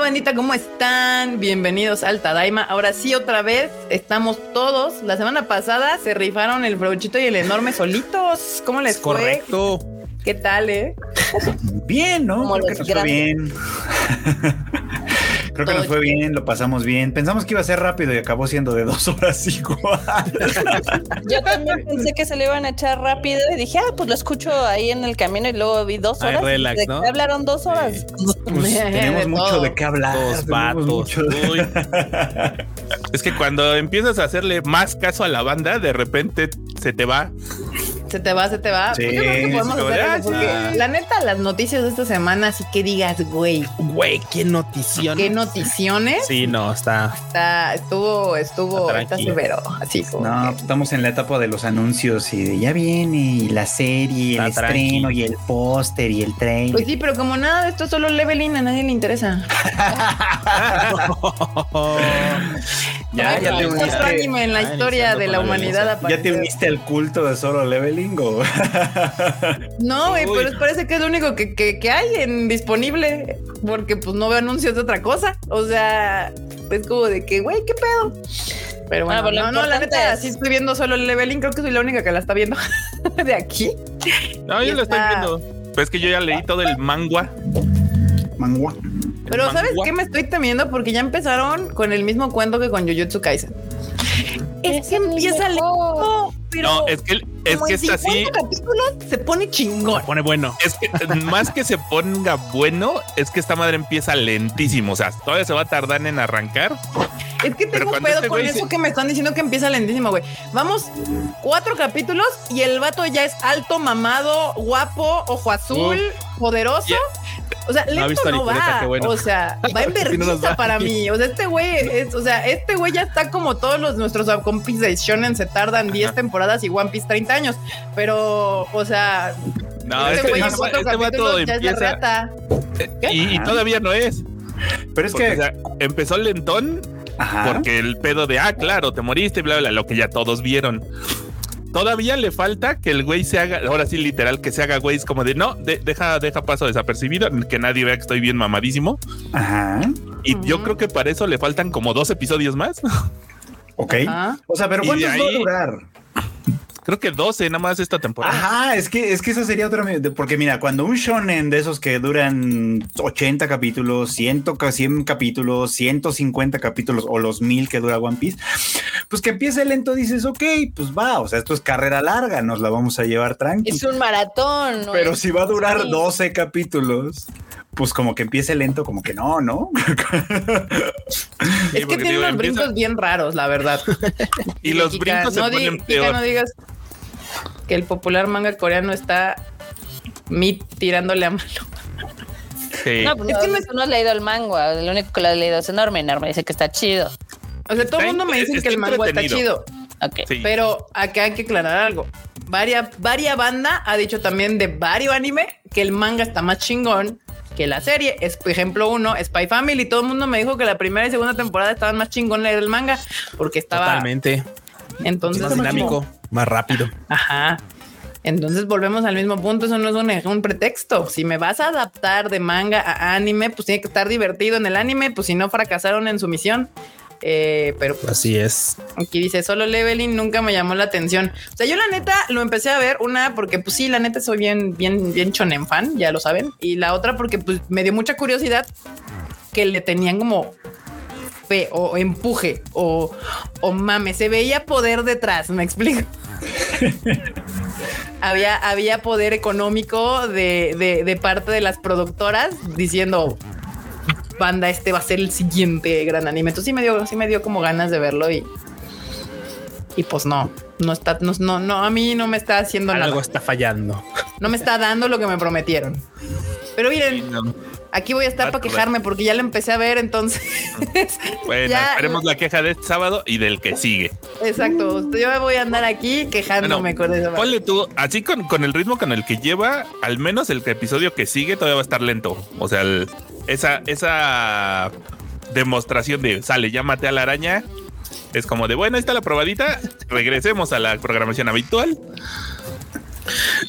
bandita? ¿Cómo están? Bienvenidos al Tadaima. Ahora sí, otra vez estamos todos. La semana pasada se rifaron el brochito y el enorme solitos. ¿Cómo les Es correcto. fue? ¿Qué tal, eh? Bien, ¿no? Creo Como que los nos fue grandes. bien. Creo que Todo nos fue chido. bien, lo pasamos bien. Pensamos que iba a ser rápido y acabó siendo de dos horas igual. Yo también pensé que se le iban a echar rápido y dije, ah, pues lo escucho ahí en el camino y luego vi dos Ah, Ay, horas. y relax, ¿De ¿no? qué hablaron dos horas? Sí. Pues tenemos De mucho todo. de qué hablar. Dos tenemos vatos. mucho de- Uy. Es que cuando empiezas a hacerle más caso a la banda, de repente se te va. Se te va, se te va. Sí, Pues yo creo que podemos sí, hacer ah, eso, porque sí. La neta, las noticias de esta semana, así que digas, güey, Güey, qué notición. qué noticiones. Sí, no, está. Está, estuvo, estuvo, Está está tranquilo. severo. Así como. No, pues, que- estamos en la etapa de los anuncios y de ya viene y la serie, el Está estreno tranqui. y el póster y el trailer. Pues sí, pero como nada de esto es solo leveling, a nadie le interesa. ya, Ay, ya te no, uniste. otro anime en la Ah, historia iniciando de con la la humanidad. ¿Ya te apareció. uniste al culto de solo leveling o No, güey, Uy. pero parece que es lo único que, que- que hay en disponible, porque pues no veo anuncios de otra cosa. O sea, es como de que, güey, qué pedo. Pero bueno, Ah, pero lo no, no, la importante neta, es- sí estoy viendo solo el leveling, creo que soy la única que la está viendo de aquí. No, yo lo estoy Está- viendo. Pues es que yo ya leí todo el manga. mangua? El Pero ¿sabes mangua. qué me estoy temiendo? Porque ya empezaron con el mismo cuento que con Jujutsu Kaisen. Es que empieza lento, pero No, es que, es como que en está así. 50 capítulos se pone chingón. pone bueno. Es que más que se ponga bueno, es que esta madre empieza lentísimo. O sea, todavía se va a tardar en arrancar. Es que Pero tengo cuando pedo este con güey eso se- que me están diciendo que empieza lentísimo, güey. Vamos, cuatro capítulos y el vato ya es alto, mamado, guapo, ojo azul, poderoso. Ya. O sea, ha lento visto a no, Nicoleta, va. qué bueno. O sea, va en Sí no nos vergüenza va. para mí. O sea, este güey, es, o sea, este güey ya está como todos los nuestros compis de Shonen se tardan 10 Ajá. temporadas y One Piece 30 años. Pero, o sea, No, este este, güey en este cuatro vato capítulos ya es la empieza. rata. ¿Qué? Y, y todavía no es. Pero es Porque, que o sea, empezó lentón Ajá. porque el pedo de, ah, claro, te moriste, bla, bla, lo que ya todos vieron. Todavía le falta que el güey se haga, ahora sí, literal, que se haga güey, es como de, no, de- deja, deja paso desapercibido, que nadie vea que estoy bien mamadísimo. Ajá. Y yo Ujú. creo que para eso le faltan como dos episodios más. Ok. Ajá. O sea, pero Y ¿cuántos de va a ahí- durar? creo que 12 nada más esta temporada. Ajá, es que, es que eso sería otra. de- Porque mira, cuando un shonen de esos que duran 80 capítulos, 100, ca- 100 capítulos, 150 capítulos o los 1000 que dura One Piece, pues que empiece lento, dices, ok, pues va, o sea, esto es carrera larga, nos la vamos a llevar tranqui. Es un maratón. ¿no? Pero si va a durar Sí. 12 capítulos, pues como que empiece lento, como que no, ¿no? Sí, es que porque tiene digo, unos empieza- brincos bien raros, la verdad. y los Kika, brincos se no di- ponen Kika, peor. no digas que el popular manga coreano está mi tirándole a malo. Sí. No, pues Es no, que me- tú no has leído el manga. Lo único que lo has leído es enorme. Enorme dice que está chido. O sea, todo el mundo me entre- dice que el está manga está entretenido. chido, Ok. Sí. pero acá hay que aclarar algo. Varia, varia banda ha dicho también de varios anime que el manga está más chingón que la serie. Es, por ejemplo, uno, Spy Family. Todo el mundo me dijo que la primera y segunda temporada estaban más chingones del manga porque estaba. Totalmente. Entonces, Más dinámico, más rápido. Ajá. Entonces volvemos al mismo punto, eso no es un, un pretexto. Si me vas a adaptar de manga a anime, pues tiene que estar divertido en el anime, pues si no fracasaron en su misión. Eh, pero Así es. aquí dice, solo leveling nunca me llamó la atención. O sea, yo la neta lo empecé a ver una porque pues sí, la neta soy bien, bien, bien chonen fan, ya lo saben. Y la otra porque pues me dio mucha curiosidad que le tenían como fe o empuje o, o mame. Se veía poder detrás, me explico. había, había poder económico de, de- de parte de las productoras diciendo banda, este va a ser el siguiente gran anime. Entonces sí me dio, sí me dio como ganas de verlo y, y pues no, no está, no, no, no, a mí no me está haciendo Algo nada. está fallando. No me está dando lo que me prometieron. Pero miren, aquí voy a estar para quejarme porque ya lo empecé a ver, entonces Bueno, Ya- esperemos la queja de este sábado y del que sigue. Exacto, yo me voy a andar aquí quejándome Mm. Bueno, con eso. Ponle tú, así con, con el ritmo con el que lleva, al menos el que- episodio que sigue todavía va a estar lento. O sea, el- esa, esa demostración de sale, llámate a la araña. Es como de bueno, ahí está la probadita. Regresemos a la programación habitual.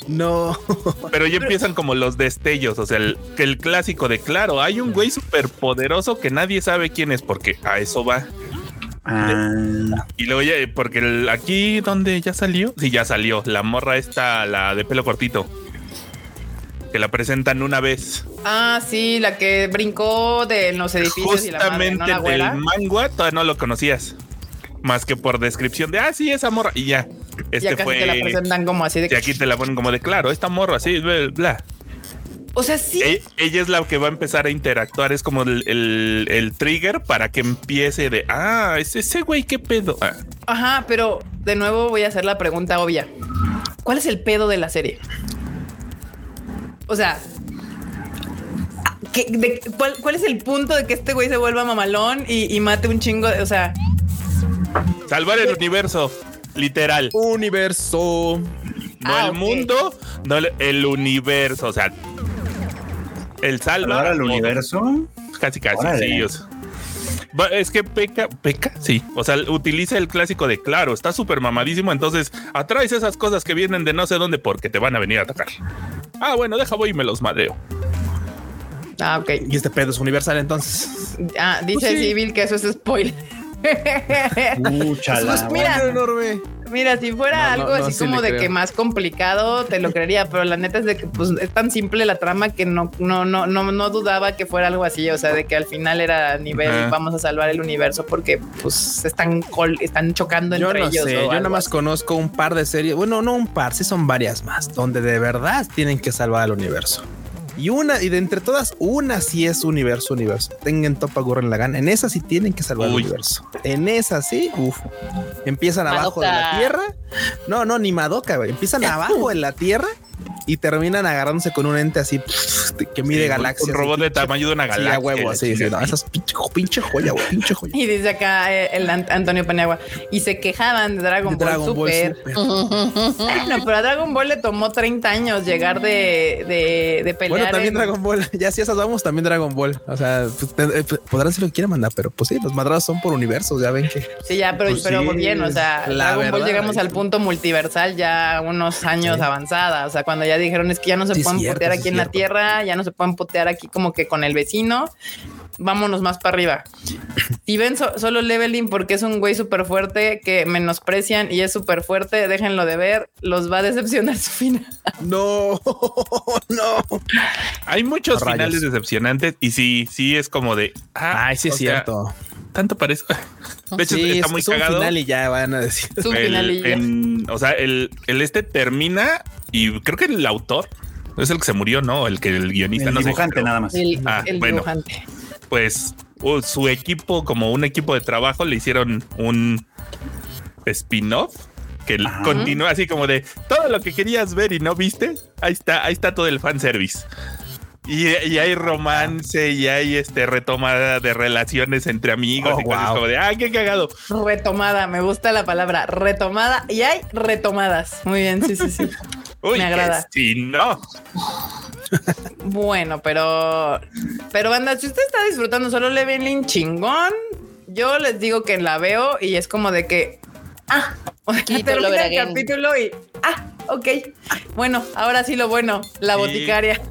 No. Pero ya empiezan como los destellos, o sea, el, que el clásico de claro, hay un güey superpoderoso que nadie sabe quién es porque a eso va. Ah, Y luego ya, porque el- aquí donde ya salió, sí, ya salió, la morra esta, la de pelo cortito, que la presentan una vez, Ah, sí, la que brincó de los edificios y la madre, ¿no? justamente La abuela. del mangua, todavía no lo conocías, más que por descripción de, ah, sí, esa morra, y ya, ya este casi fue... te la presentan como así de Y que. aquí te la ponen como de claro, esta morra, sí, bla, bla. O sea, sí. E- Ella es la que va a empezar a interactuar, es como el, el- el trigger para que empiece de, ah, es ese güey, qué pedo. Ah, Ajá, pero de nuevo voy a hacer la pregunta obvia. ¿Cuál es el pedo de la serie? O sea, ¿qué- de- cuál, cuál es el punto de que este güey se vuelva mamalón y, y mate un chingo? de- o sea, salvar el universo, literal. Universo. No Ah, el ok. mundo, no el, el universo, o sea, el salva. ahora el o- universo. Casi, casi, Órale. sí. o sea. Va- Es que peca, peca, sí. O sea, utiliza el clásico de claro, está súper mamadísimo, entonces atraes esas cosas que vienen de no sé dónde porque te van a venir a atacar. Ah, bueno, deja voy y me los madreo. ah, ok. Y este pedo es universal entonces. Ah, dice Pues sí. Civil que eso es spoiler. Uh, chala. Pues es un Pues mira. spoiler enorme. Mira, si fuera No, no, algo no, así sí como le de creo. que más complicado, te lo creería, pero la neta es de que pues, es tan simple la trama que no, no, no, no, no dudaba que fuera algo así, o sea, de que al final era a nivel Ajá. vamos a salvar el universo porque pues se están, col- están chocando Yo entre no ellos. sé, o yo nada algo más así. conozco un par de series, bueno, no un par, sí son varias más, donde de verdad tienen que salvar al universo. Y una, y de entre todas, una sí es universo, universo. Tengan topa, en la gana. En esa sí tienen que salvar Uy. el universo. En esa sí, uff. Empiezan abajo de la Madoka. tierra. No, no, ni Madoka, güey. Empiezan abajo de la tierra y terminan agarrándose con un ente así pff, que Sí, mide un- galaxias. Un robot así, de tamaño de una pinche- sí, galaxia. a huevo, la sí, sí, chingada. no, esas pinche, pinche joya, güey, pinche joya. Y dice acá eh, el Ant- Antonio Paniagua, y se quejaban de Dragon, Dragon Ball Super. Super. Bueno, pero a Dragon Ball le tomó 30 años llegar de, de, de pelear. Bueno, también en- Dragon Ball. Ya si esas vamos, también Dragon Ball. O sea, pues, ten- eh, pues, podrán si lo quieren mandar, pero pues sí, los madrados son por universos. Ya ven que Sí, ya, pero, Pues pero sí, bien, o sea, la Dragon Ball verdad, llegamos ahí al sí. punto multiversal ya unos años Sí. avanzada, o sea, cuando ya dijeron es que ya no se Sí, es pueden cierto, putear sí, aquí es en la cierto. tierra, ya no se pueden putear aquí como que con el vecino, vámonos más para arriba. Si ven so- solo Leveling porque es un güey súper fuerte que menosprecian y es súper fuerte, déjenlo de ver, los va a decepcionar su final. no, no. Hay muchos Rayos. finales decepcionantes y sí, sí es como de. Ah, Ay, sí es o sea, cierto. Tanto para eso. De hecho, Sí, está es, muy es un cagado. final y ya van a decir. Es un El- final y ya. en- o sea, el, el este termina y creo que el autor es el que se murió, ¿no? El que el guionista El no sé, dibujante pero, nada más. El, Ah, el bueno. dibujante. Pues uh, su equipo, como un equipo de trabajo, le hicieron un spin-off que l- Ajá. continúa así como de todo lo que querías ver y no viste. Ahí está, ahí está todo el fanservice. Y, y hay romance y hay este retomada de relaciones entre amigos Oh, y cosas wow. como de ah, qué cagado. Retomada, me gusta la palabra, retomada. Y hay retomadas. Muy bien, sí, sí, sí. Uy, Me que agrada. si no. Bueno, pero. Pero, banda, si usted está disfrutando solo Leveling chingón, yo les digo que la veo y es como de que. Ah, o sea, Quito, termina lo verá el again. capítulo y. Ah, ok. Bueno, ahora sí lo bueno, la Sí. boticaria.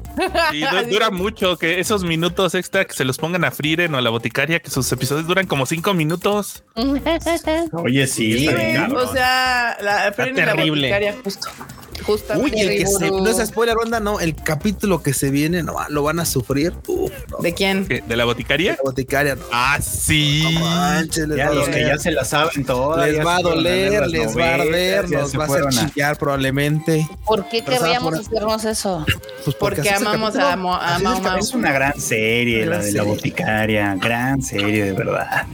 Y du- Así dura que- mucho que esos minutos extra que se los pongan a Frieren o a la boticaria, que sus episodios duran como cinco minutos. Oye, sí, Sí, está bien, güey, cabrón. o sea, la Fren y la terrible. boticaria, justo. Justo. Uy, el que se. seguro. No es spoiler onda, no. El capítulo que se viene, no ah, lo van a sufrir. Uf, no. ¿De quién? ¿Qué? ¿De la boticaria? La boticaria, no. Ah, sí. No manches, les Ya va a los doler. que ya se la saben todas. les ya va a se fueron doler, ver las les va a novelas, arder, ya nos se va a hacer fueron chillar probablemente. ¿Por Pero qué estaba querríamos por- hacernos eso? Pues Porque así es el amamos capítulo. a Mo- a Así es el Mau Mau. capítulo. Es una gran serie, la de la Gran serie. boticaria, gran serie de verdad.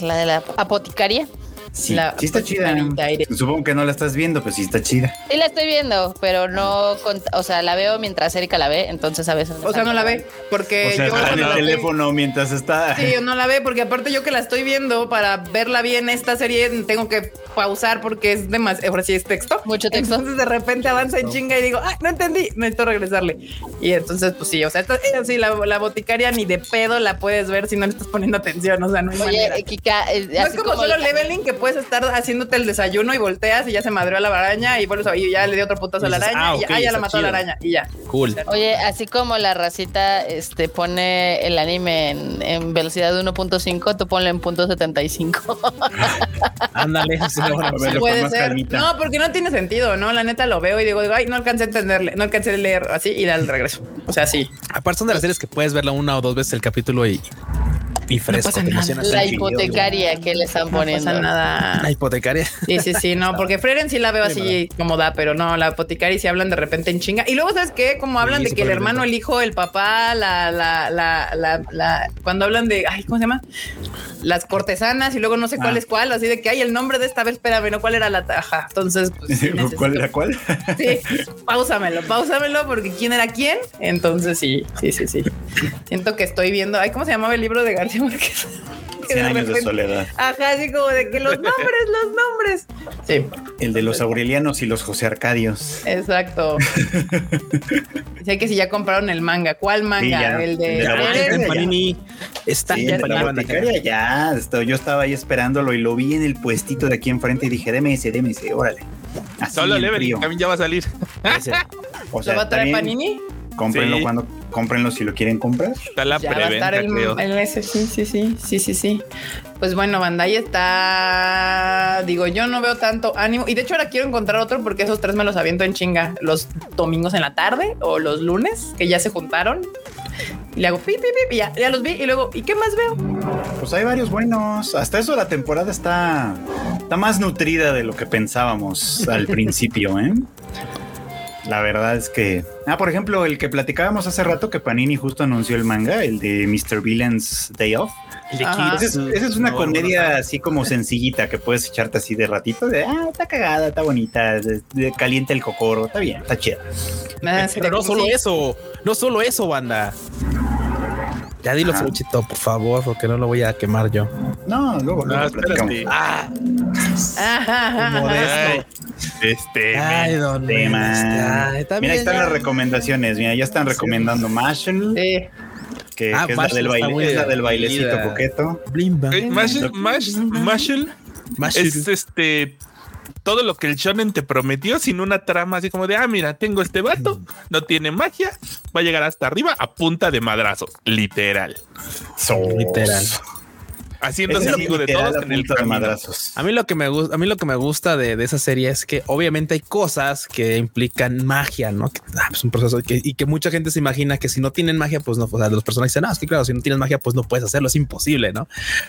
La de la apoticaria. Sí, La sí está chida. boticaria. Supongo que no la estás viendo, pero sí está chida. Sí la estoy viendo, pero no, con- o sea, la veo mientras Erika la ve, entonces a veces. me O sea, falta no la ver. ve. Porque o sea, Eh, yo. está en cuando el la vi- teléfono mientras está. Sí, no la ve porque aparte yo que la estoy viendo para verla bien esta serie tengo que pausar porque es demasiado, ahora sí es texto. Mucho texto. Entonces de repente avanza en chinga y digo, ah, no entendí, necesito regresarle. Y entonces pues sí, o sea, esta- eh, sí, la, la boticaria ni de pedo la puedes ver si no le estás poniendo atención, o sea, no hay manera. Oye, Kika, eh, No es así como, solo la- leveling que puedes estar haciéndote el desayuno y volteas y ya se madreó a la araña y vuelves a y ya le dio otro putazo a la Y dices, araña ah, y ok, ah, ya está la mató a la chido. araña y ya. Cool. Oye, así como la racita este, pone el anime en, en velocidad de 1.5, tú ponlo en punto .75. Ándale. eso es lo bueno. A verlo con Puede más ser. calmita. No, porque no tiene sentido, ¿no? La neta lo veo y digo, digo, ay, no alcancé a entenderle, no alcancé a leer así y al regreso. O sea, sí. Aparte son de las series que puedes verla una o dos veces el capítulo y, y fresco. pasa te nada. emocionas La un chingo. hipotecaria que le están No poniendo. pasa nada. La hipotecaria. Sí, sí, sí, no, porque Freren sí la veo así como da, pero no, la apoticaria sí hablan de repente en chinga. Y luego, ¿sabes qué? Como hablan Sí, de que el súper hermano, el violento. hijo, el papá, la, la, la, la, la- cuando hablan de, ay, ¿cómo se llama? Las cortesanas y luego no sé cuál Ah. es cuál, así de que, ay, el nombre de esta vez, espérame, ¿no? ¿Cuál era la taja? Entonces, pues, sí, necesito- ¿Cuál, la cuál? sí, pausamelo, pausamelo, porque ¿quién era quién? Entonces, sí, sí, sí, sí. Siento que estoy viendo, ay, ¿cómo se llamaba el libro de García Márquez? Que de 100 años de repente- soledad. Ajá, así como de que los nombres, los nombres. Sí. El de los Aurelianos y los José Arcadios. Exacto. sé que si ya compraron el manga. ¿Cuál manga? Sí, ya. El de. De la Ah, botica. el- en ya. Panini. Está Sí, la en Panini. boticaria ya. esto- yo estaba ahí esperándolo y lo vi en el puestito de aquí enfrente y dije, deme ese, deme ese, órale. Así Solo en Levery, frío. también ya va a salir. Ese. O ¿Lo sea, va a traer también Panini? Cómprenlo Sí. cuando, cómprenlo si lo quieren comprar. Está la Ya va a Ah, preventa, estar el, creo. el ese. Sí, sí, sí. Sí, sí, sí. Pues bueno, Bandai está. Digo, yo no veo tanto ánimo. Y de hecho, ahora quiero encontrar otro porque esos tres me los aviento en chinga los domingos en la tarde o los lunes que ya se juntaron. Y le hago pi, pi, pi, y ya, ya los vi. Y luego, ¿y qué más veo? Pues hay varios buenos. Hasta eso la temporada está, está más nutrida de lo que pensábamos al principio, ¿eh? La verdad es que. Ah, por ejemplo, el que platicábamos hace rato que Panini justo anunció el manga, el de Mr. Villain's Day Off. Ajá. Esa es, esa es una comedia así como sencillita que puedes echarte así de ratito. De ah, está cagada, está bonita, de- de- calienta el cocoro, está bien, está chida. Ah, sí, Pero no sí. solo eso, no solo eso, banda. Ya dilo, Ajá. Fruchito, por favor, porque no lo voy a quemar yo. No, luego, luego Ah, platicamos. espérate. Ah, Ajá, ajá, ajá. Ay, Este. ay, don Tema. Ay, Mira, está ahí bien, están ya. las recomendaciones. Mira, ya están recomendando Marshall, Sí. que, Ah, que es, la Marshall del está baile- muy es la del divertida. bailecito coqueto. Blim, bam, Eh, Marshall- Marsh- Marshall mash. es este todo lo que el shonen te prometió sin una trama así como de ah mira tengo este vato no tiene magia va a llegar hasta arriba a punta de madrazos literal So- Literal. haciéndose Ese amigo de literal todos a en el punto de camino. madrazos. A mí lo que me gusta, a mí lo que me gusta de, de esa serie es que obviamente hay cosas que implican magia, ¿no? Que, ah, pues, un proceso que- y que mucha gente se imagina que si no tienen magia, pues no, o sea, los personajes dicen, ah, es que claro, si no tienes magia, pues no puedes hacerlo, es imposible, ¿no?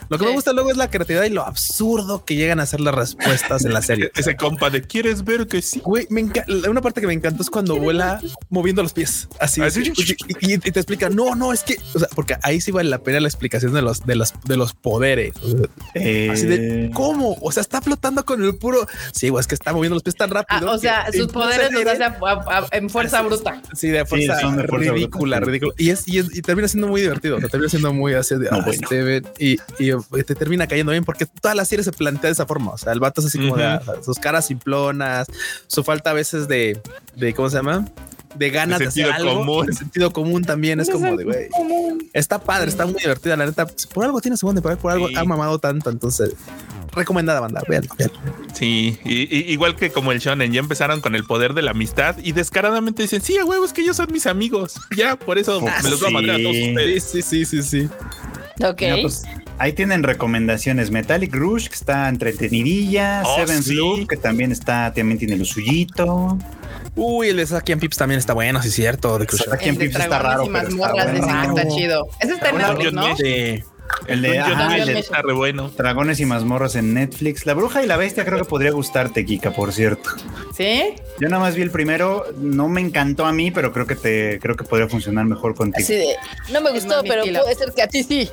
Lo que me Sí. gusta luego es la creatividad y lo absurdo que llegan a ser las respuestas en la serie. ese compa de quieres ver que sí Güey, me enca- la- una parte que me encantó es cuando vuela moviendo los pies. Así. Así. Y, y- y te explica, no, no, es que, o sea, porque ahí sí vale la pena la explicación de los, de las, de los poderes. Eh, Así de cómo, o sea, está flotando con el puro. Sí, güey, es que está moviendo los pies tan Ah, rápido. o sea, que sus impulsa poderes el los nivel. hace a- a- a- en fuerza Así es. bruta. Sí, de fuerza, son de fuerza ridícula, brutal. ridícula. Y es, y es- y termina siendo muy divertido. o sea, termina siendo muy así de No, ah, bueno. este, ven, y, y, eh, te termina cayendo bien porque toda la serie se plantea de esa forma. O sea, el vato es así como de ah, sus caras simplonas, su falta a veces de, de ¿cómo se llama? De ganas de, De hacer sentido algo. común. De sentido común también es como de güey. Está padre, está muy divertida. La neta, por algo tiene segundo, por algo Sí. ha mamado tanto. Entonces, recomendada banda. Vean, sí y- y- igual que como el shonen ya empezaron con el poder de la amistad y descaradamente dicen sí a huevos que ellos son mis amigos ya por eso Ah, me los voy a mandar a todos sí. ustedes Sí, sí, sí, sí, sí. Ok. mira, pues, ahí tienen recomendaciones. Metallic Rouge, que está entretenidilla. Oh, Seven sí. Sloop, que también está, también tiene lo suyito. Uy, el de Saki and Pips también está bueno, sí es cierto. De Crush. Saki Aquí en El de Pips está dragones raro, y pero está mazmorras, bueno. dicen que está Raro. chido. Ese está en Ahora Netflix, Dios ¿no? mío. De- El de Yo ajá, también el de está re bueno Dragones y mazmorras en Netflix. La bruja y la bestia creo que podría gustarte, Kika, por cierto. Sí. Yo nada más vi el primero, no me encantó a mí, pero creo que te creo que podría funcionar mejor contigo. Así de, no me Es gustó, pero manipula. puede ser que a ti sí.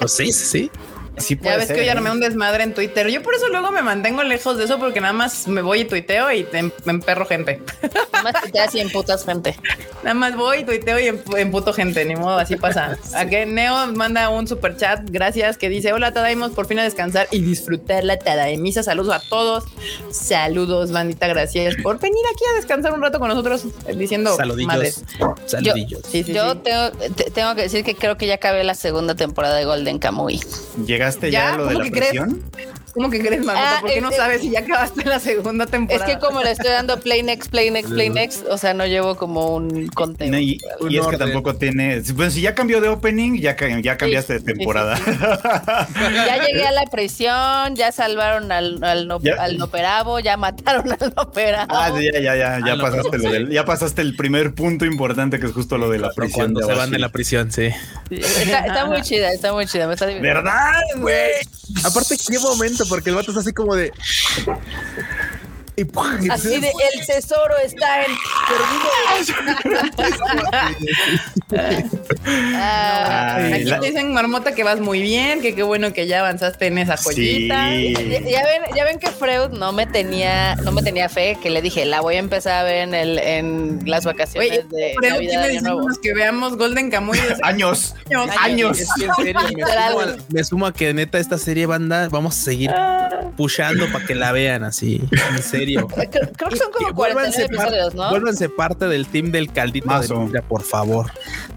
Pues sí, sí, sí. Sí puede Ya ves ser, que yo ¿eh? armé un desmadre en Twitter. Yo por eso luego me mantengo lejos de eso porque nada más me voy y tuiteo y te- em-, me emperro gente. Más que te hacen putas gente. Nada más voy, tuiteo y emp- emputo gente. Ni modo, así pasa. A que Neo manda un super chat. Gracias. Que dice: Hola, Tadaimos, por fin a descansar y disfrutar la Tadaimisa. Saludos a todos. Saludos, bandita. Gracias por venir aquí a descansar un rato con nosotros eh, diciendo madres. Saludillos. Saludillos. Sí, sí, Yo sí. Tengo, te- tengo que decir que creo que ya acabé la segunda temporada de Golden Kamuy. ¿Llegaste Ya, ya, a lo de ¿cómo la que crees? prisión? ¿Cómo que crees, Marmota? Ah, ¿Por qué es- no es- sabes si ya acabaste la segunda Es temporada? que como le estoy dando play next, play next, play next, o sea, no llevo como un conteo. No, y, Un y es que orden. tampoco tiene. Bueno, si ya cambió de opening, ya, ca- ya cambiaste de sí, sí, temporada. Ya llegué a la prisión, ya salvaron al, al, no, Ya. al noperavo, ya mataron al noperavo. Ah, sí, ya, ya, ya, ya Ah, no, pasaste pero- lo del- ya pasaste el primer punto importante que es justo lo de la prisión. Cuando de se van de la Bashir. prisión, sí. Está, está muy chida, está muy chida, me está divirtiendo. ¿Verdad, güey? Aparte, qué momento, porque el vato es así como de. Y ¡pum! y Así de, el tesoro está en... Ah, Ay, Aquí la- te dicen, Marmota, que vas muy bien, que qué bueno que ya avanzaste en esa joyita. Sí. Ya, ya ven, ya ven que Freud no me tenía, no me tenía fe, que le dije, la voy a empezar a ver en, el, en las Güey, vacaciones de Freud Navidad tiene de nuevo. diciéndonos que veamos Golden este Kamuy desde Años, años. años. Es que en serio, me sumo, a, Literal. me sumo a que neta esta serie banda vamos a seguir pushando para que la vean así, en serio. Creo, creo que son como 49 Y vuélvanse, par- episodios, ¿no? vuélvanse parte del team del caldito de Mazo. Mira, por favor.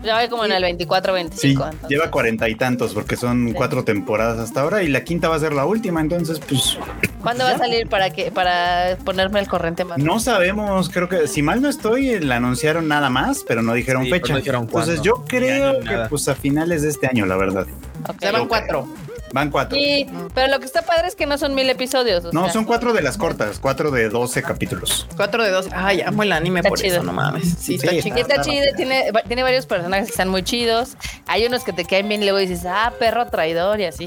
Ya voy como en el 24, Sí, 25. entonces. lleva cuarenta y tantos porque son cuatro temporadas hasta ahora y la quinta va a ser la última, entonces pues ¿Cuándo va a salir para que para ponerme el corriente más? no sabemos, creo que si mal no estoy, la anunciaron nada más, pero no dijeron Sí, pero fecha. no dijeron cuándo, entonces yo ni creo año, ni que nada. pues a finales de este año, la verdad. Ok. Ya van cuatro. Van cuatro. Sí, pero lo que está padre es que no son mil episodios. o No, sea, son cuatro de las cortas, cuatro de 12 capítulos. Cuatro de dos. Ay, amo el anime Está por chido. eso, no mames. Sí, está Sí, chido. Y está chido, tiene, va- tiene varios personajes que están muy chidos. Hay unos que te caen bien y luego dices, ah, perro traidor y así.